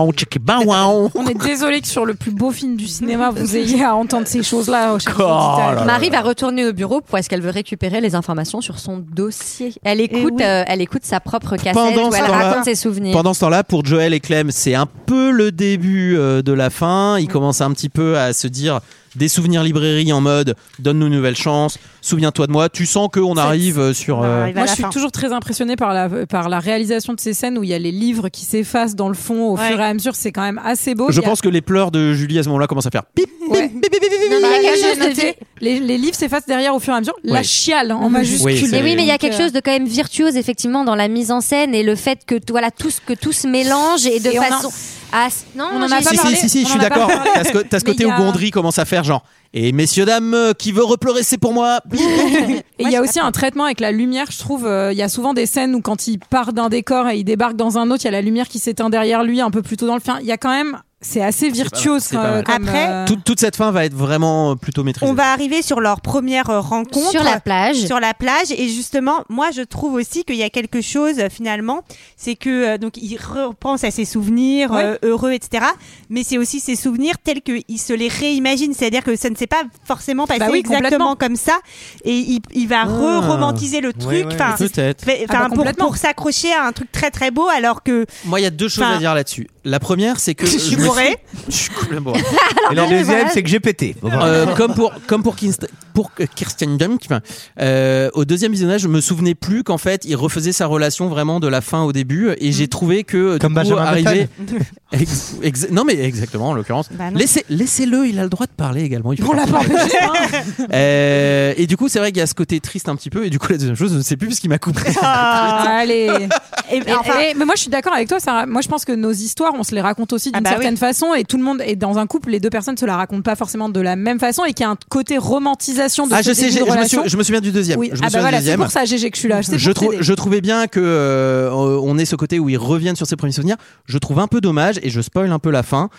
On est désolé que sur le plus beau film du cinéma, vous ayez à entendre ces choses-là. oh, chers auditeurs.
Marie va retourner au bureau parce qu'elle veut récupérer les informations sur son dossier.
Eh
Elle écoute, euh, elle écoute sa propre cassette
Pendant
où
ce
elle
temps-là-
raconte ses
<laughs>
souvenirs.
Pendant ce temps-là, pour Joël et Clem, c'est un peu le début euh, de la fin. Ils commencent un petit peu à se dire des souvenirs librairie en mode donne-nous une nouvelle chance, souviens-toi de moi. Tu sens qu'on arrive euh, sur. euh,
Moi, je suis toujours très impressionnée par la, par la réalisation de ces scènes où il y a les livres qui s'effacent dans le fond au fur et à mesure. C'est quand même assez beau.
Je
Oh, Il y a-
pense que les pleurs de Julie à ce moment-là commencent à faire pip.
Ouais.
Non, mais il y a quelque
J'ai
chose de-
noté, les, les livres s'effacent derrière au fur et à mesure. La
Oui.
chiale en majuscule.
Oui, c'est-
mais oui, mais il y a
Donc,
quelque
euh,
chose de quand même virtuose effectivement dans la mise en scène et le fait que voilà tout ce que tout se mélange et de
Et on en-
façon à non
On en a
j'ai-
pas
Si, si,
parlé.
si, si,
On
je suis
en a pas
d'accord.
parlé.
T'as ce co- t'as ce
Mais
côté
il y
où
a-
Gondry commence à faire genre Et messieurs, dames, euh, qui veut replorer, c'est pour moi.
<laughs> Et il y a aussi un traitement avec la lumière, je trouve. euh, Il y a souvent des scènes où quand il part d'un décor et il débarque dans un autre, il y a la lumière qui s'éteint derrière lui un peu plus tôt dans le film. Il y a quand même, c'est assez virtuose.
C'est pas mal.
euh, comme, euh,
Toute- toute cette fin va être vraiment euh, plutôt maîtrisée.
On va arriver sur leur première euh, rencontre.
Sur la plage.
Sur la plage. Et justement, moi, je trouve aussi qu'il y a quelque chose, euh, finalement, c'est que, euh, donc, il repense à ses souvenirs
Ouais.
euh, heureux, etc. Mais c'est aussi ses souvenirs tels qu'il se les réimagine. C'est-à-dire que ça ne s'est pas forcément passé
Bah oui,
exactement
complètement.
comme ça. Et il, il va re-romantiser le
Ouais,
truc.
ouais.
Enfin,
Ah, Peut-être.
fait-
Ah bah,
enfin, pour- pour,
complètement.
s'accrocher à un truc très, très beau, alors que.
Moi, il y a deux choses
Enfin-
à dire là-dessus. La première, c'est que
Je suis
me
bourré.
Je suis <laughs> complètement bourré.
Et la deuxième, c'est que j'ai pété. Bon, voilà.
Euh, comme pour comme pour, Kinst- pour que Kirsten Dunst, euh, au deuxième visionnage, je me souvenais plus qu'en fait, il refaisait sa relation vraiment de la fin au début, et
Mm.
j'ai trouvé que du
Comme
coup,
Benjamin
arrivé. <laughs>
Button.
Ex- ex- non mais exactement en l'occurrence.
Bah non.
Laissez laissez-le, il a le droit de parler également. Il peut
On l'a pas
parler.
empêché, hein. <laughs>
Euh, et du coup, c'est vrai qu'il y a ce côté triste un petit peu, et du coup, la deuxième chose, je ne sais plus parce qu'il m'a coupé.
Ah, allez. Et- et-
enfin-
et- mais moi, je suis d'accord avec toi. Sarah. moi, je pense que nos histoires, on se les raconte aussi d'une
Ah bah
certaine
oui.
façon, et tout le monde est dans un couple. Les deux personnes se la racontent pas forcément de la même façon, et qu'il y a un côté romantisation de
Ah,
ce
je sais,
début
j'ai-
de
je me,
relation.
suis- je me souviens du deuxième.
Oui.
Je me
Ah bah
souviens du
voilà, c'est
deuxième.
pour ça, GG, que je suis là. C'est
Je,
pour
trou-
t'aider.
je trouvais bien que euh, on est ce côté où ils reviennent sur ses premiers souvenirs. Je trouve un peu dommage et je spoil un peu la fin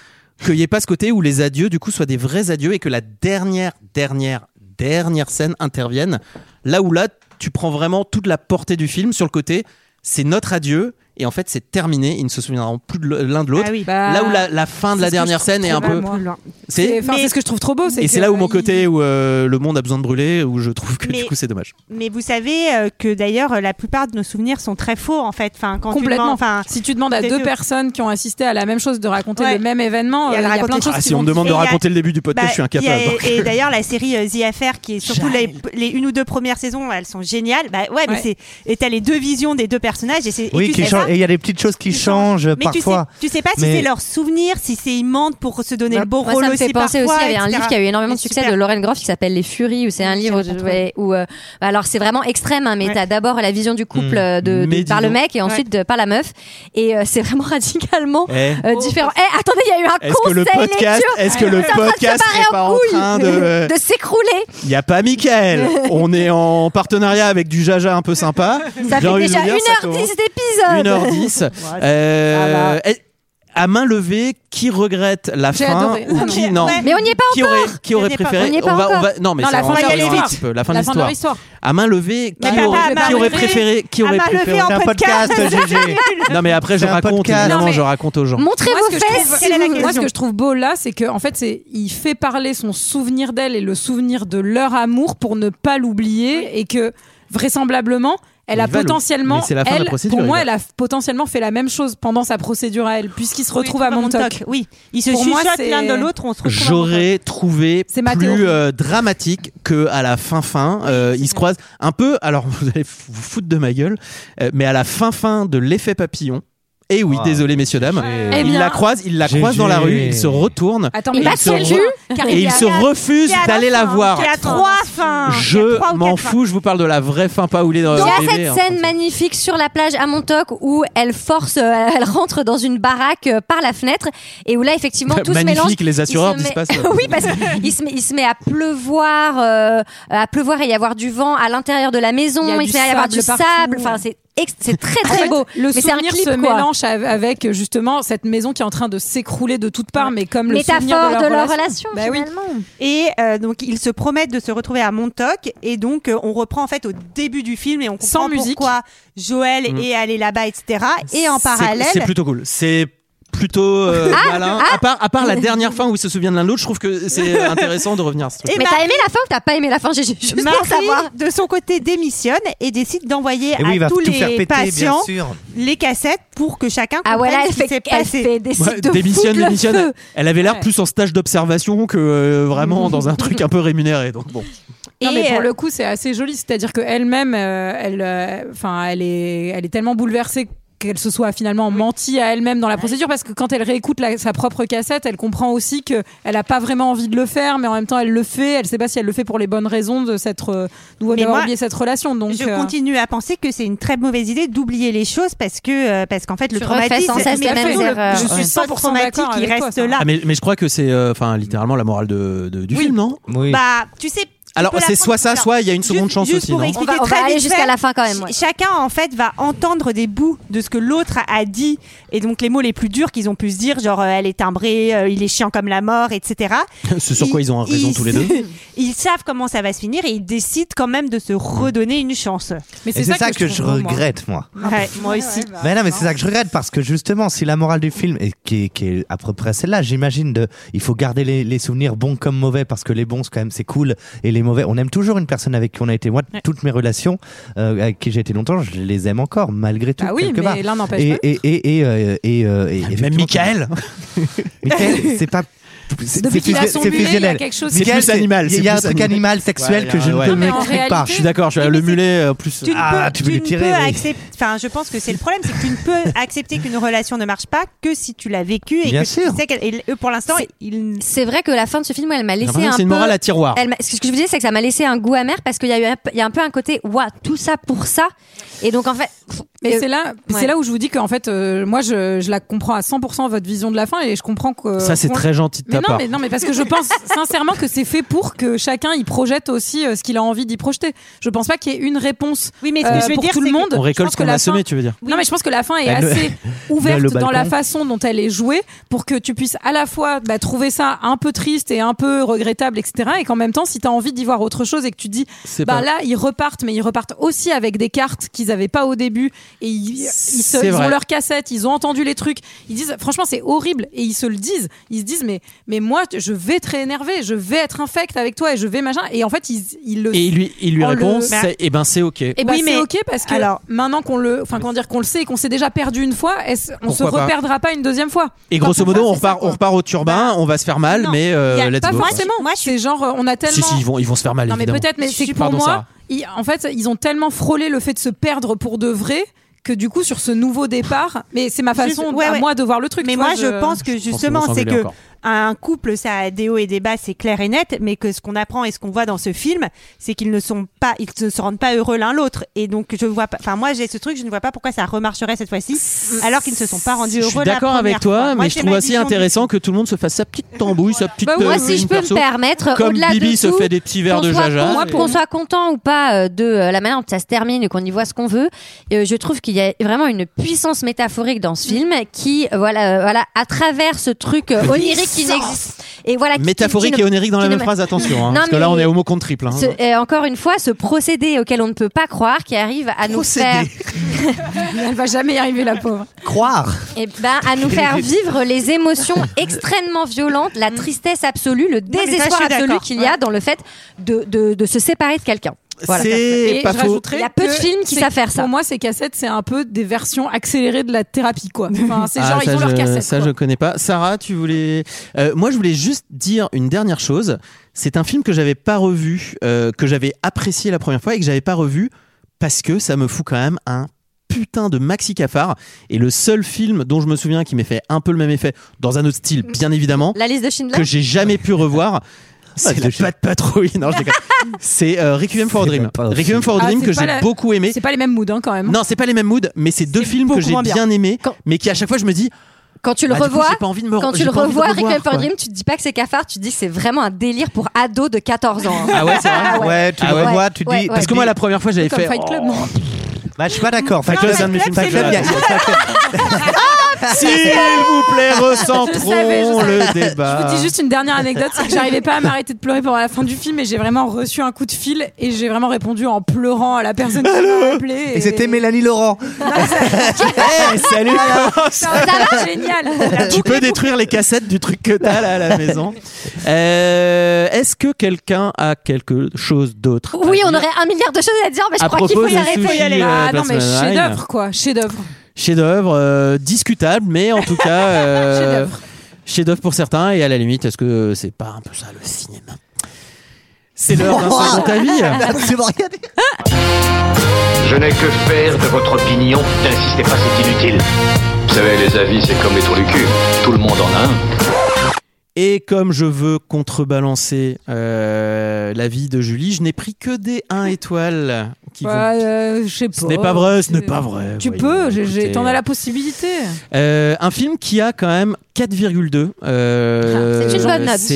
qu'il n'y ait pas ce côté où les adieux du coup soient des vrais adieux et que la dernière dernière dernière scène intervienne là où là tu prends vraiment toute la portée du film sur le côté c'est notre adieu et en fait c'est terminé ils ne se souviendront plus de l'un de l'autre
Ah oui.
là où la, la fin de la
bah, C'est ce que
dernière
je trouve
scène est
trop
un peu
mal, moi. C'est enfin, c'est ce que je trouve trop beau.
et c'est
que,
là où mon
euh,
côté où euh, le monde a besoin de brûler où je trouve que
Mais-
du coup c'est dommage
Mais vous savez euh, que d'ailleurs euh, la plupart de nos souvenirs sont très faux en fait. Enfin, quand tu demandes-
Complètement.
enfin,
si tu demandes à
c'est
deux
que-
personnes qui ont assisté à la même chose de raconter
Ouais.
le même événement,
Et
euh,
à
il y
la
a plein de
raconter.
choses
Ah,
qui
si on
vont
me demande
Et
de
il y a-
raconter le début du podcast,
bah,
je suis
il y a-
incapable. donc.
Et d'ailleurs la série euh, The Affair qui est surtout les, les une ou deux premières saisons, elles sont géniales. Bah ouais, mais
Ouais.
c'est et t'as les deux visions des deux personnages et c'est et
Oui,
tu
qui
sais
change-
pas-
et il y a des petites choses qui changent
mais tu sais,
parfois.
tu sais pas si
Mais-
c'est leur souvenir, si c'est ils mentent pour se donner le beau
Moi,
rôle
ça me
aussi
fait penser
parfois.
aussi, il y avait un
etc.
livre qui a eu énormément de
Mais
succès
super.
de Lauren Groff qui s'appelle Les Furies, où c'est un livre de- ouais, où, euh, bah, alors c'est vraiment extrême, hein, mais t'as d'abord la vision du couple
Mm.
euh, de, de-
Mais dis
par le
donc.
mec et ensuite de- par la meuf, et euh, c'est <laughs> vraiment radicalement
Eh.
euh,
Oh.
différent. Eh, attendez, il y a eu un
Est-ce que le
conseil
podcast-
lecture
est-ce que le
C'est en train de se
podcast
barrer
serait
en
pas en
couille,
train
<laughs>
de- euh,
de s'écrouler
Il n'y a pas Michael. On est en partenariat avec du Jaja un peu sympa.
Ça
J'ai
fait
envie de
déjà
vous dire, ça
1h10 <laughs>
commence. 1h10.
d'épisode
Euh, est- à main levée qui regrette la
Ah bah. J'ai
fin
adoré.
ou
Non,
qui
mais-
non
ouais. Mais on n'y est pas
qui
encore.
aurait qui
On
aurait
n'y est pas-
préféré
on n'y est pas
va,
encore.
va- non mais
Non,
ça,
la
on
fin
va
de
revenir
l'histoire.
un petit peu, la fin de
La fin
l'histoire
de l'histoire.
à main levée
Mais
qui
papa,
aurait
à main
qui aurait
levée.
préféré qui
À
aurait
main levée
préféré
en C'est un podcast, podcast,
<laughs>
c'est
GG. nul.
non mais après je
C'est un
raconte
podcast.
évidemment
Non, mais-
je raconte aux gens
Montrez
moi,
vos
ce que je
fesses,
trouve-
si vous-
Moi, ce que je trouve beau là, c'est que en fait, c'est il fait parler son souvenir d'elle et le souvenir de leur amour pour ne pas l'oublier et que vraisemblablement. Elle
Mais
a
il va
potentiellement,
l'oublier. Mais c'est la fin de la
elle,
procédure,
pour moi,
il
elle
va.
a potentiellement fait la même chose pendant sa procédure à elle, puisqu'ils se retrouvent à Montauk.
Oui, ils se
Pour moi,
chuchotent
c'est-
l'un de l'autre, on se retrouve.
J'aurais trouvé
C'est ma
plus
théorie.
euh, dramatique que à la fin fin. Euh, ils se croisent un peu. Alors <laughs> vous allez f- vous foutre de ma gueule, euh, mais à la fin fin de l'effet papillon. Eh oui,
Ah,
désolé messieurs dames.
Eh
Il
bien.
la croise, il la
GG.
croise dans la rue, il se retourne
Attends,
et
mais
il se, re-
Eh
et il se refuse d'aller la voir.
Il y a trois fins.
Je m'en fous, je vous parle de la vraie fin pas où il est dans
Il y
dans
a
les
cette
dés, hein.
scène magnifique sur la plage à Montauk où elle force, euh, elle rentre dans une baraque euh, par la fenêtre et où là effectivement tout se
<laughs> Magnifique,
mélange.
les assureurs
Il se
disent pas ça.
<laughs> oui, parce qu'il se met, il se met à pleuvoir, euh, à pleuvoir et y avoir du vent à l'intérieur de la maison.
Il y a
Il,
du
se met à y avoir du
sable partout.
sable. Enfin, c'est ex- c'est très
En
très
fait,
beau.
Le
mais c'est un
souvenir
clip
se
quoi.
mélange av- avec justement cette maison qui est en train de s'écrouler de toutes parts, mais comme
Métaphore
le souvenir de leur relation.
Bah oui. Et euh, donc ils se promettent de se retrouver à Montauk et donc euh, on reprend en fait au début du film et on comprend
Sans musique.
pourquoi Joël
Mm.
est allé là-bas, etc. Et en
C'est-
parallèle,
C'est plutôt cool. C'est plutôt euh,
Ah,
malin.
ah.
à, part, à part la dernière fin où ils se souviennent l'un de l'autre, je trouve que
<laughs>
c'est intéressant de revenir à ce truc.
mais t'as aimé la fin ou t'as pas aimé la fin J'ai juste pour
Marie,
savoir.
de son côté, démissionne et décide d'envoyer
Et oui, il
à
va
tous
tout
les
faire péter, bien
patients
sûr.
les cassettes pour que chacun
Ah,
comprenne
voilà, elle
ce qui
fait-
s'est
elle
passé.
fait des
Ouais, démissionne, démissionne. Elle avait l'air plus en stage d'observation que euh, vraiment dans un truc un peu rémunéré. Donc bon.
Non,
Et,
mais pour
euh,
le coup, c'est assez joli. C'est-à-dire qu'elle-même, euh, elle, euh, enfin, elle est, elle est tellement bouleversée qu'elle se soit finalement menti à elle-même dans la procédure parce que quand elle réécoute la- sa propre cassette, elle comprend aussi que elle a pas vraiment envie de le faire, mais en même temps, elle le fait. Elle sait pas si elle le fait pour les bonnes raisons de cette,
Mais moi,
oublié cette relation. Donc,
je
euh,
continue à penser que c'est une très mauvaise idée d'oublier les choses parce que euh, parce qu'en fait le
Tu refais
traumatisme
sans cesse
mais
les mêmes
surtout, le-
erreurs.
je suis
Ouais.
100%
d'accord
d'accord il
avec toi,
euh, reste
ça.
là
Ah, mais, mais je crois que c'est euh, enfin littéralement la morale de, de- du film, non
bah tu sais tu
Alors,
peux la
c'est
prendre-
soit ça,
Alors,
soit il y a une seconde
juste-
chance
juste
aussi,
pour
non
expliquer
On va- on
très
va aller
vite
jusqu'à
fait,
la fin quand même,
ch-
ouais.
chacun en fait va entendre des bouts de ce que l'autre a dit et donc les mots les plus durs qu'ils ont pu se dire genre euh, elle est timbrée euh, il est chiant comme la mort etc
C'est sur quoi ils ont raison tous les deux.
<laughs>
ils savent comment ça va se finir et ils décident quand même de se redonner une chance
mais
Hmm. Et c'est ça, que, je, regrette, moi.
Ouais, bah, moi aussi
Bah,
Mais non, mais c'est ça que je regrette parce que justement, si la morale du film est qui, est- qui est à peu près celle-là, j'imagine de, il faut garder les, les souvenirs bons comme mauvais parce que les bons c'est quand même c'est cool et les mauvais, on aime toujours une personne avec qui on a été. Moi, toutes mes relations euh, avec qui j'ai été longtemps, je les aime encore malgré tout.
Bah oui,
quelque
mais
part.
l'un n'empêche
Et-
pas
Et, et, et, euh, et, euh, et-
Même Michael.
<laughs>
Michael, c'est pas. c'est-
Depuis
c'est
qu'il a
fusi-
son
c'est
mulet, il y a
fusionnel.
quelque chose-
C'est
Michael,
plus animal.
Il y
c'est
a un
plus
truc animal sexuel
Ouais,
que je
ouais.
ne peux m'expliquer pas.
Je suis d'accord. je- Le mulet euh, plus.
tu ne
Ah,
peux,
tu peux lui
ne
tirer,
peux
oui.
accept- enfin, je pense que c'est le problème, c'est que tu ne
<laughs>
peux accepter qu'une relation ne marche pas que si tu l'as vécue et
Bien
que
sûr.
tu sais qu'elle, et eux, pour l'instant,
C'est-
ils.
C'est vrai que la fin de ce film, elle m'a laissé
l'impression
un
que c'est une
peu-
morale à tiroir.
Elle m'a- Ce que je vous disais, c'est que ça m'a laissé un goût amer parce qu'il y a eu, un peu- il y a un peu un côté, waouh, tout ça pour ça. Et donc en fait,
Mais
euh,
c'est là,
ouais.
c'est là où je vous dis qu'en fait, euh, moi, je, je la comprends à 100% votre vision de la fin et je comprends que.
Ça, c'est
qu'on-
très gentil de
mais
ta
non,
part.
Mais non, mais parce que je
<laughs>
pense sincèrement que c'est fait pour que chacun y projette aussi euh, ce qu'il a envie d'y projeter. Je pense pas qu'il y ait une réponse. euh,
Oui, mais ce que je veux
pour
dire,
tout le
c'est que-
monde.
On
Je
récolte
pense
ce
que
qu'on
la
a semé,
fin-
tu veux dire.
Non, mais je pense que la fin est
<laughs> Elle le-
assez ouverte
elle le
dans la
balcon.
façon dont elle est jouée pour que tu puisses à la fois bah, trouver ça un peu triste et un peu regrettable, etc. Et qu'en même temps, si tu as envie d'y voir autre chose et que tu dis,
C'est
bah
pas-
là, ils repartent, mais ils repartent aussi avec des cartes qu'ils avaient pas au début et ils, ils se-
C'est
ils ont
vrai.
leur cassette, ils ont entendu les trucs. Ils disent, franchement, c'est horrible. Et ils se le disent. Ils se disent, mais, mais moi, je vais te réénerver, je vais être infect avec toi et je vais machin. Et en fait, ils, ils le
Et il lui, il lui
en le-
répond, c'est- eh ben c'est ok.
et
Oui,
oui,
mais-
mais ok parce que
alors-
maintenant qu'on le, enfin comment dire, qu'on le sait et qu'on s'est déjà perdu une fois, est-ce- on se
Pourquoi pas
reperdra pas une deuxième fois
Et grosso modo, on repart, on repart au turbin, on va se faire mal, mais euh, let's
pas
go.
forcément. c'est genre euh, on a tellement.
Si, si, ils vont, ils vont se faire mal.
non mais
évidemment.
peut-être, mais c'est que pour
Pardon,
moi,
Sarah.
ils- en fait, ils ont tellement frôlé le fait de se perdre pour de vrai que du coup sur ce nouveau départ, mais c'est ma
Juste-
façon
ouais,
à
ouais.
moi de voir le truc.
Mais
tu
moi,
vois,
je pense que
qu'ils vont
justement, c'est
s'engueuler
que
encore.
un couple, ça a des hauts et des bas, c'est clair et net, mais que ce qu'on apprend et ce qu'on voit dans ce film, c'est qu'ils ne sont pas, ils ne se rendent pas heureux l'un l'autre. Et donc, je vois pas, enfin, moi, j'ai ce truc, je ne vois pas pourquoi ça remarcherait cette
<laughs>
fois-ci, alors qu'ils ne se sont pas rendus heureux.
Je suis
la
d'accord
première
avec toi,
fois. Moi,
mais je
c'est
trouve
ma
assez
vision du
intéressant que tout le monde se fasse sa petite tambouille, sa petite.
Bah, moi,
euh,
si
ligne
je peux me
perso.
permettre,
comme
au-delà de
Bibi se
tout,
fait des petits verres
qu'on
euh, de
soit
jaja.
con-
et-
Qu'on soit content ou pas euh, de euh, la manière dont ça se termine et qu'on y voit ce qu'on veut, euh, je trouve qu'il y a vraiment une puissance métaphorique dans ce film qui, euh, voilà, euh, voilà, à travers ce truc euh, onirique qui n'existe et voilà, qui- qui-
Métaphorique
qui ne-
et onirique dans
qui
la
ne-
même phrase, attention. hein,
Non,
parce que là,
mais-
on est homo contre triple. hein.
ce- et encore une fois, ce procédé auquel on ne peut pas croire qui arrive à nous faire. Elle va jamais y arriver, la pauvre.
Croire
Et ben, à nous faire vivre les émotions extrêmement violentes, la tristesse absolue, le
mais ça,
désespoir
je suis
absolu
d'accord,
qu'il y a dans le fait de, de, de se séparer de quelqu'un. Voilà.
Et je
Il
rajouterais
y a peu de
que
films qui
c'est-
savent faire ça.
Pour moi, ces cassettes, c'est un peu des versions accélérées de la thérapie, quoi. Enfin, c'est
Ah,
genre, ils
ça,
ont leur
je-
cassette.
Ça,
quoi.
je connais pas. Sarah, tu voulais. euh, moi, je voulais juste dire une dernière chose. C'est un film que j'avais pas revu, euh, que j'avais apprécié la première fois et que j'avais pas revu parce que ça me fout quand même un putain de maxi cafard. Et le seul film dont je me souviens qui m'ait fait un peu le même effet, dans un autre style, bien évidemment,
La liste de Schindler
que j'ai jamais pu
Ah,
revoir. C'est la patte patrouille. Non,
<laughs>
je déconne. C'est euh, Requiem for a Dream. Requiem for a
Ah,
Dream
c'est
que
pas
j'ai
la-
beaucoup aimé.
C'est pas les mêmes moods, hein, quand même.
Non, c'est pas les mêmes moods, mais c'est deux films que
beaucoup
j'ai
moins
bien,
bien.
aimés, mais qui à chaque fois je me dis.
Quand tu le
Bah, du coup,
revois,
j'ai pas envie de me-
quand tu
j'ai
le
pas envie de
revois,
revoir,
Requiem for a
quoi.
Dream, tu te dis pas que c'est cafard, tu te dis que c'est vraiment un délire pour ado de 14 ans. hein.
<laughs> Ah ouais, c'est vrai.
Ouais, tu
Ah
le
ouais.
revois, tu te
Ouais,
dis.
ouais. Parce que
moi, la première fois, j'avais
Comme fait, Fight Club, oh. non
Bah, je suis pas d'accord.
Fight Club, c'est un de mes films
Fight Club, il y a-
préférés.
Fight Club.
S'il vous plaît,
Je savais, je
recentrons
savais.
le débat.
Je vous dis juste une dernière anecdote, c'est que j'arrivais pas à m'arrêter de pleurer pendant la fin du film et j'ai vraiment reçu un coup de fil et j'ai vraiment répondu en pleurant à la personne qui m'a appelé.
Et c'était Mélanie Laurent.
Eh, salut
Ça va Génial
<laughs> Tu peux détruire les cassettes du truc que t'as là à
<laughs>
la maison. Euh, Est-ce que quelqu'un a quelque chose d'autre à
Oui, on
dire
aurait un milliard de choses à dire, mais je
À
crois qu'il
propos
faut
de sushi,
s'arrêter.
euh,
Ah non, mais
Batman Line.
chef-d'œuvre quoi, chef-d'œuvre.
Chef-d'œuvre, euh, discutable, mais en tout
<laughs>
cas. euh,
Chef-d'œuvre.
Chef-d'œuvre pour certains, et à la limite, est-ce que c'est pas un peu ça le cinéma C'est l'heure d'un second avis.
<laughs> Absolument rien dire.
Je n'ai que faire de votre opinion. N'insistez pas, c'est inutile.
Vous savez, les avis, c'est comme les trous du cul. Tout le monde en a un.
Et comme je veux contrebalancer euh, l'avis de Julie, je n'ai pris que des 1 étoile qui vont-
Bah, euh, je sais pas. Euh,
Ce n'est pas vrai, ce n'est pas vrai.
Tu
voyons,
peux, j'ai- j'ai-
écoutez.
t'en as la possibilité.
Euh, un film qui a quand même 4,2. euh,
Ah, c'est une bonne note.
c'est-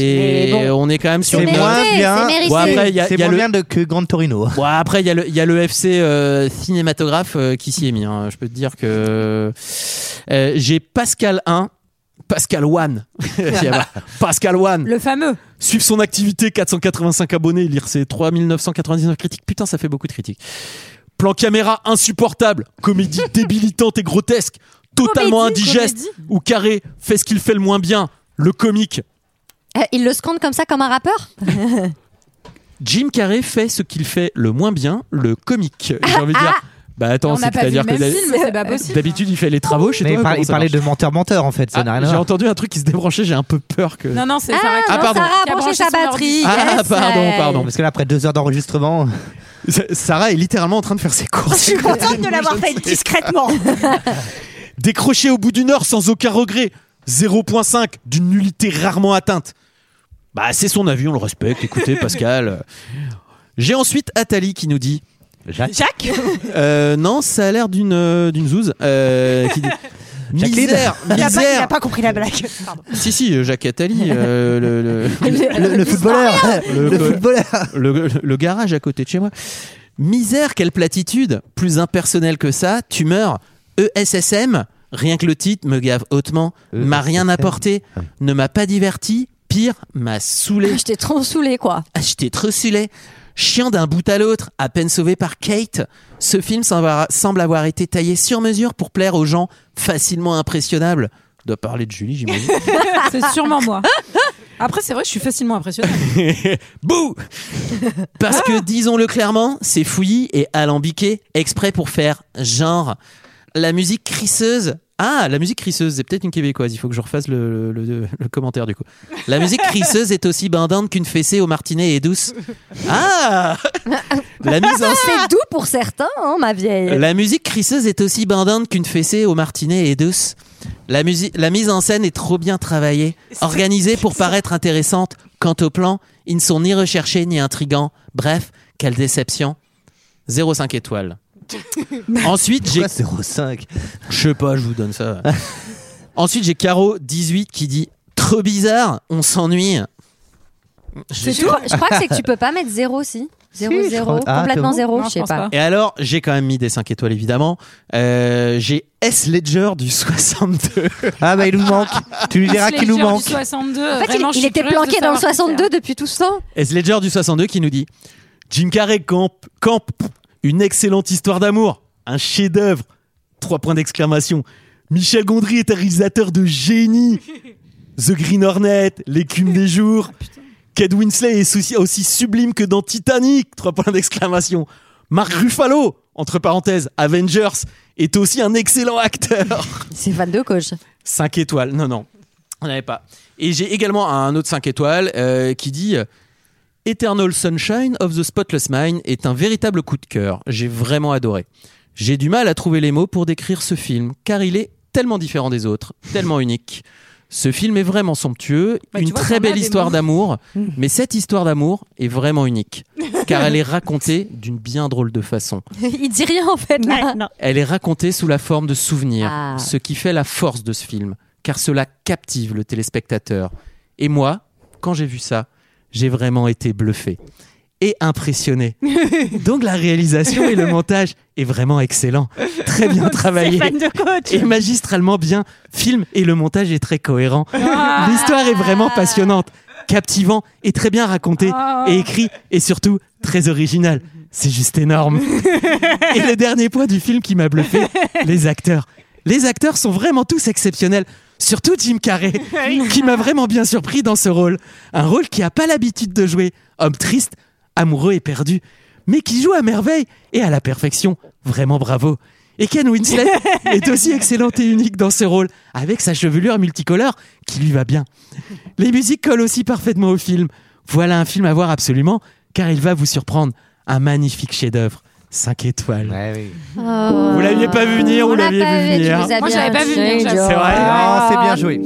Mais bon.
On est quand même sur
C'est
une-
moins bien.
Bon, après, il y a-
C'est
il y a
moins
le-
bien de- que Grand Torino.
Bon, après, il y, a le- il y a le FC euh, cinématographe euh, qui s'y est mis. hein. Je peux te dire que euh, j'ai Pascal 1, Pascal 1. <laughs> Il y a- Pascal 1.
Le fameux.
Suivre son activité, 485 abonnés, lire ses 3999 critiques. Putain, ça fait beaucoup de critiques. Plan caméra insupportable, comédie débilitante et grotesque, totalement
Comédie,
indigeste, ou carré, fait ce qu'il fait le moins bien, le comique.
Euh, il le scande comme ça, comme un rappeur
Jim Carrey fait ce qu'il fait le moins bien, le comique. J'ai envie de dire. Bah attends,
On n'a
c'est
pas vu
c'est-à-dire
le
que Euh,
même
d'hab-
film, c'est pas possible.
d'habitude il fait les travaux chez
Mais
toi.
il, par-
comment
il
ça
parlait
marche Ah,
de menteur-menteur en fait. Ça n'a rien à
J'ai
voir.
entendu un truc qui se débranchait, j'ai un peu peur que.
Non, non, c'est Sarah
Ah,
qui-
Ah,
non,
pardon.
Sarah
Qui
a branché sa
son
batterie.
ordi.
Ah
Yes,
pardon,
ouais.
pardon.
Parce que là, après deux heures d'enregistrement.
<laughs> Sarah est littéralement en train de faire ses courses.
Je suis contente de l'avoir fait discrètement.
Décroché au bout d'une heure sans aucun regret. 0.5 d'une nullité rarement atteinte. Bah, c'est son avis, on le
<laughs>
respecte. Écoutez, Pascal. J'ai ensuite Atali qui nous dit.
Jacques
Euh, Non, ça a l'air d'une euh, d'une zouze. euh, qui dit,
<laughs> Jacqueline.
misère,
Il a pas- Il
misère.
n'a pas compris la blague. Pardon.
Si, si, Jacques Attali, euh, le, le-
Le- le footballeur.
le,
Le footballeur.
le- le garage à côté de chez moi. Misère, quelle platitude Plus impersonnel que ça, tu meurs. E ESSM, rien que le titre me gave hautement, m'a rien apporté, ne m'a pas diverti, pire, m'a saoulé.
J'étais Ah, trop saoulé, quoi.
Ah, J'étais trop saoulé. Chiant d'un bout à l'autre, à peine sauvé par Kate, ce film semble avoir- semble avoir été taillé sur mesure pour plaire aux gens facilement impressionnables. Je dois parler de Julie, j'imagine.
C'est
<laughs>
sûrement moi. Après, c'est vrai, je suis facilement impressionnée.
<laughs> Bouh Parce que, disons-le clairement, c'est fouillis et alambiqué, exprès pour faire genre. La musique crisseuse. Ah, la musique crisseuse, c'est peut-être une québécoise, il faut que je refasse le, le- le- le commentaire du coup. La musique crisseuse est aussi bandante qu'une fessée au martinet et douce. Ah La mise en
C'est doux
Euh,
pour certains, hein, ma vieille.
la musique crisseuse est aussi bandante qu'une fessée au martinet et douce. La, musique, la mise en scène est trop bien travaillée, organisée pour paraître intéressante. Quant au plan, ils ne sont ni recherchés ni intrigants. Bref, quelle déception. 0,5 étoiles. Ensuite, j'ai.
0,5
<laughs> Je sais pas, je vous donne ça. Ensuite, j'ai Caro18 qui dit Trop bizarre, on s'ennuie.
C'est tout. Je crois que c'est que tu peux pas mettre zéro si. Zéro,
Si, je
zéro,
crois- Ah,
complètement
c'est bon
zéro,
Non,
je
je
sais
pense
pas.
Et alors, j'ai quand même mis des 5 étoiles évidemment. Euh, j'ai S Ledger du 62.
Ah bah il nous manque. Tu <laughs> lui
diras qu'il nous Ledger du manque. 62,
En fait, il-
vraiment,
il,
je suis
était
curieuse de
planqué
savoir
dans le
qui
hein.
c'est,
62 depuis tout ce temps.
S Ledger du 62 qui nous dit Jim Carrey camp, camp une excellente histoire d'amour, un chef-d'œuvre. Trois points d'exclamation. Michel Gondry est un réalisateur de génie. The Green Hornet, l'écume des jours. Ked Winsley est souci- aussi sublime que dans Titanic. Trois points d'exclamation. Marc Ruffalo, entre parenthèses, Avengers, est aussi un excellent acteur.
C'est fan
<laughs>
de coach.
5 étoiles. Non, non, on n'avait pas. Et j'ai également un autre 5 étoiles euh, qui dit euh, Eternal Sunshine of the Spotless Mind est un véritable coup de cœur. J'ai vraiment adoré. J'ai du mal à trouver les mots pour décrire ce film, car il est tellement différent des autres, tellement <laughs> unique. Ce film est vraiment somptueux,
Bah, tu
une
vois,
très
t'en as
belle
des
histoire
mots. <laughs>
d'amour, mais cette histoire d'amour est vraiment unique, car elle est
<laughs>
racontée d'une bien drôle de façon.
il dit rien en fait. là.
Elle est racontée sous la forme de souvenirs,
Ah.
ce qui fait la force de ce film, car cela captive le téléspectateur. Et moi, quand j'ai vu ça, j'ai vraiment été bluffé et impressionné. Donc la réalisation et le montage est vraiment excellent, très bien travaillé
fan de coach.
et magistralement bien. Film et le montage est très cohérent.
Ah.
<laughs> L'histoire est vraiment passionnante, captivant et très bien raconté
Ah.
et écrit et surtout très original. C'est juste énorme. Et le dernier point du film qui m'a bluffé, les acteurs. Les acteurs sont vraiment tous exceptionnels, surtout Jim Carrey, qui m'a vraiment bien surpris dans ce rôle. Un rôle qui n'a pas l'habitude de jouer, homme triste, amoureux et perdu, mais qui joue à merveille et à la perfection. Vraiment bravo. Et Ken
<laughs>
Winslet est aussi excellente et unique dans ce rôle, avec sa chevelure multicolore qui lui va bien. Les musiques collent aussi parfaitement au film. Voilà un film à voir absolument, car il va vous surprendre. Un magnifique chef-d'œuvre. 5 étoiles.
Oh.
Vous l'aviez pas vu venir, vous l'aviez vu venir.
Moi, j'avais pas vu venir,
C'est
j'avoue.
vrai.
Ah.
c'est bien joué.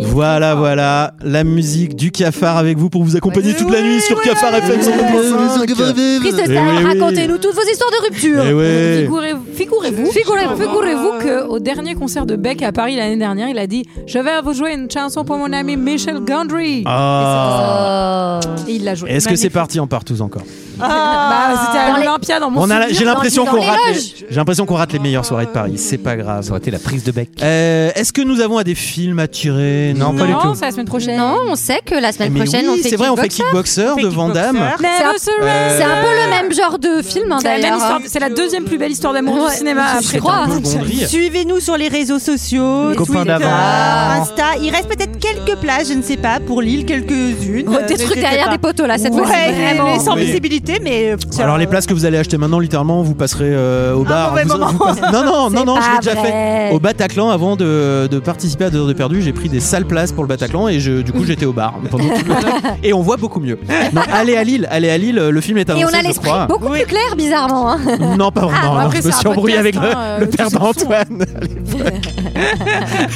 Voilà, voilà, la musique du cafard avec vous pour vous accompagner toute la nuit sur Cafard
Ah,
FM 102.5.
Christ
Eh
Star,
oui, oui.
racontez-nous toutes vos histoires de rupture.
Eh ouais.
Figurez- Figurez-vous Oh. figurez-vous qu'au dernier concert de Beck à Paris l'année dernière, il a dit Je vais vous jouer une chanson pour mon ami Michel Gondry.
euh,
Ah.
Et il l'a joué.
Est-ce que c'est
Magnifique.
parti en partous encore
Bah, C'était à l'Olympia dans mon
On a la-
souvenir,
J'ai
dans-
l'impression
dans
qu'on
les
rate. les-
loges.
J'ai l'impression qu'on rate les meilleures soirées de Paris. C'est pas grave. Ça
aurait été la prise de bec.
Est-ce que nous avons à des films à tirer Non, pas du
Non,
tout.
c'est la semaine prochaine. Non, on sait que la semaine
Eh, Mais
prochaine,
oui,
on fait
c'est vrai, on fait
kickboxer.
Kickboxer de Van Damme.
C'est un, c'est un peu le même genre de film, hein,
C'est la même
d'ailleurs.
histoire-
hein.
c'est la deuxième plus belle histoire d'amour
Ouais,
du cinéma
je
après.
crois.
Tom
Gondry.
Suivez-nous sur les réseaux sociaux,
Les copains
Twitter,
d'avant.
Insta. Il reste peut-être quelques places, je ne sais pas, pour Lille, quelques-unes.
Oh,
Euh,
des trucs
n'hésitez
derrière
pas.
des poteaux, là, cette
Ouais,
fois-ci, vraiment.
mais sans
Oui.
visibilité, mais. euh,
Alors les places que vous allez acheter maintenant, littéralement, vous passerez euh, au bar.
mauvais
Vous-
moment.
vous passez- Non, non, non,
<laughs>
C'est
non, je l'ai
pas
déjà
vrai.
fait. Au Bataclan, avant de, de participer à 2 heures de perdu, j'ai pris des sales places pour le Bataclan et je, du coup j'étais au bar pendant tout le temps. Et on voit beaucoup mieux. Non, allez à Lille, allez à Lille, le film est
Et
annoncé,
on a
je
l'esprit
crois.
beaucoup plus clair, bizarrement. hein.
Non, pas vraiment.
bon,
non,
après,
je me
c'est
suis
un
embrouillé avec
podcast,
le,
hein,
le
euh,
père
tu t'en fous,
d'Antoine <laughs> à
<laughs>
l'époque.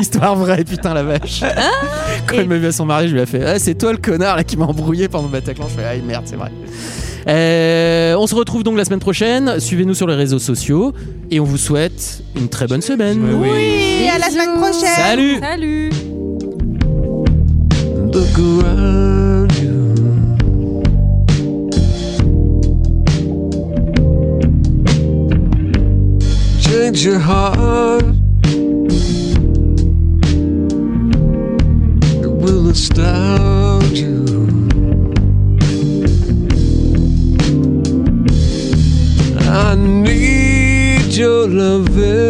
Histoire vraie, putain la
Hein
vache. Quand il m'a vu à son mariage, je lui ai fait Ah, C'est toi le connard là qui m'a embrouillé pendant le Bataclan. Je fais Ah, merde, c'est vrai. Euh, on se retrouve donc la semaine prochaine. Suivez-nous sur les réseaux sociaux et on vous souhaite une très bonne semaine.
Et à la semaine prochaine.
Salut.
Salut.
Look around you. Change your heart. It will astound you. I need your loving.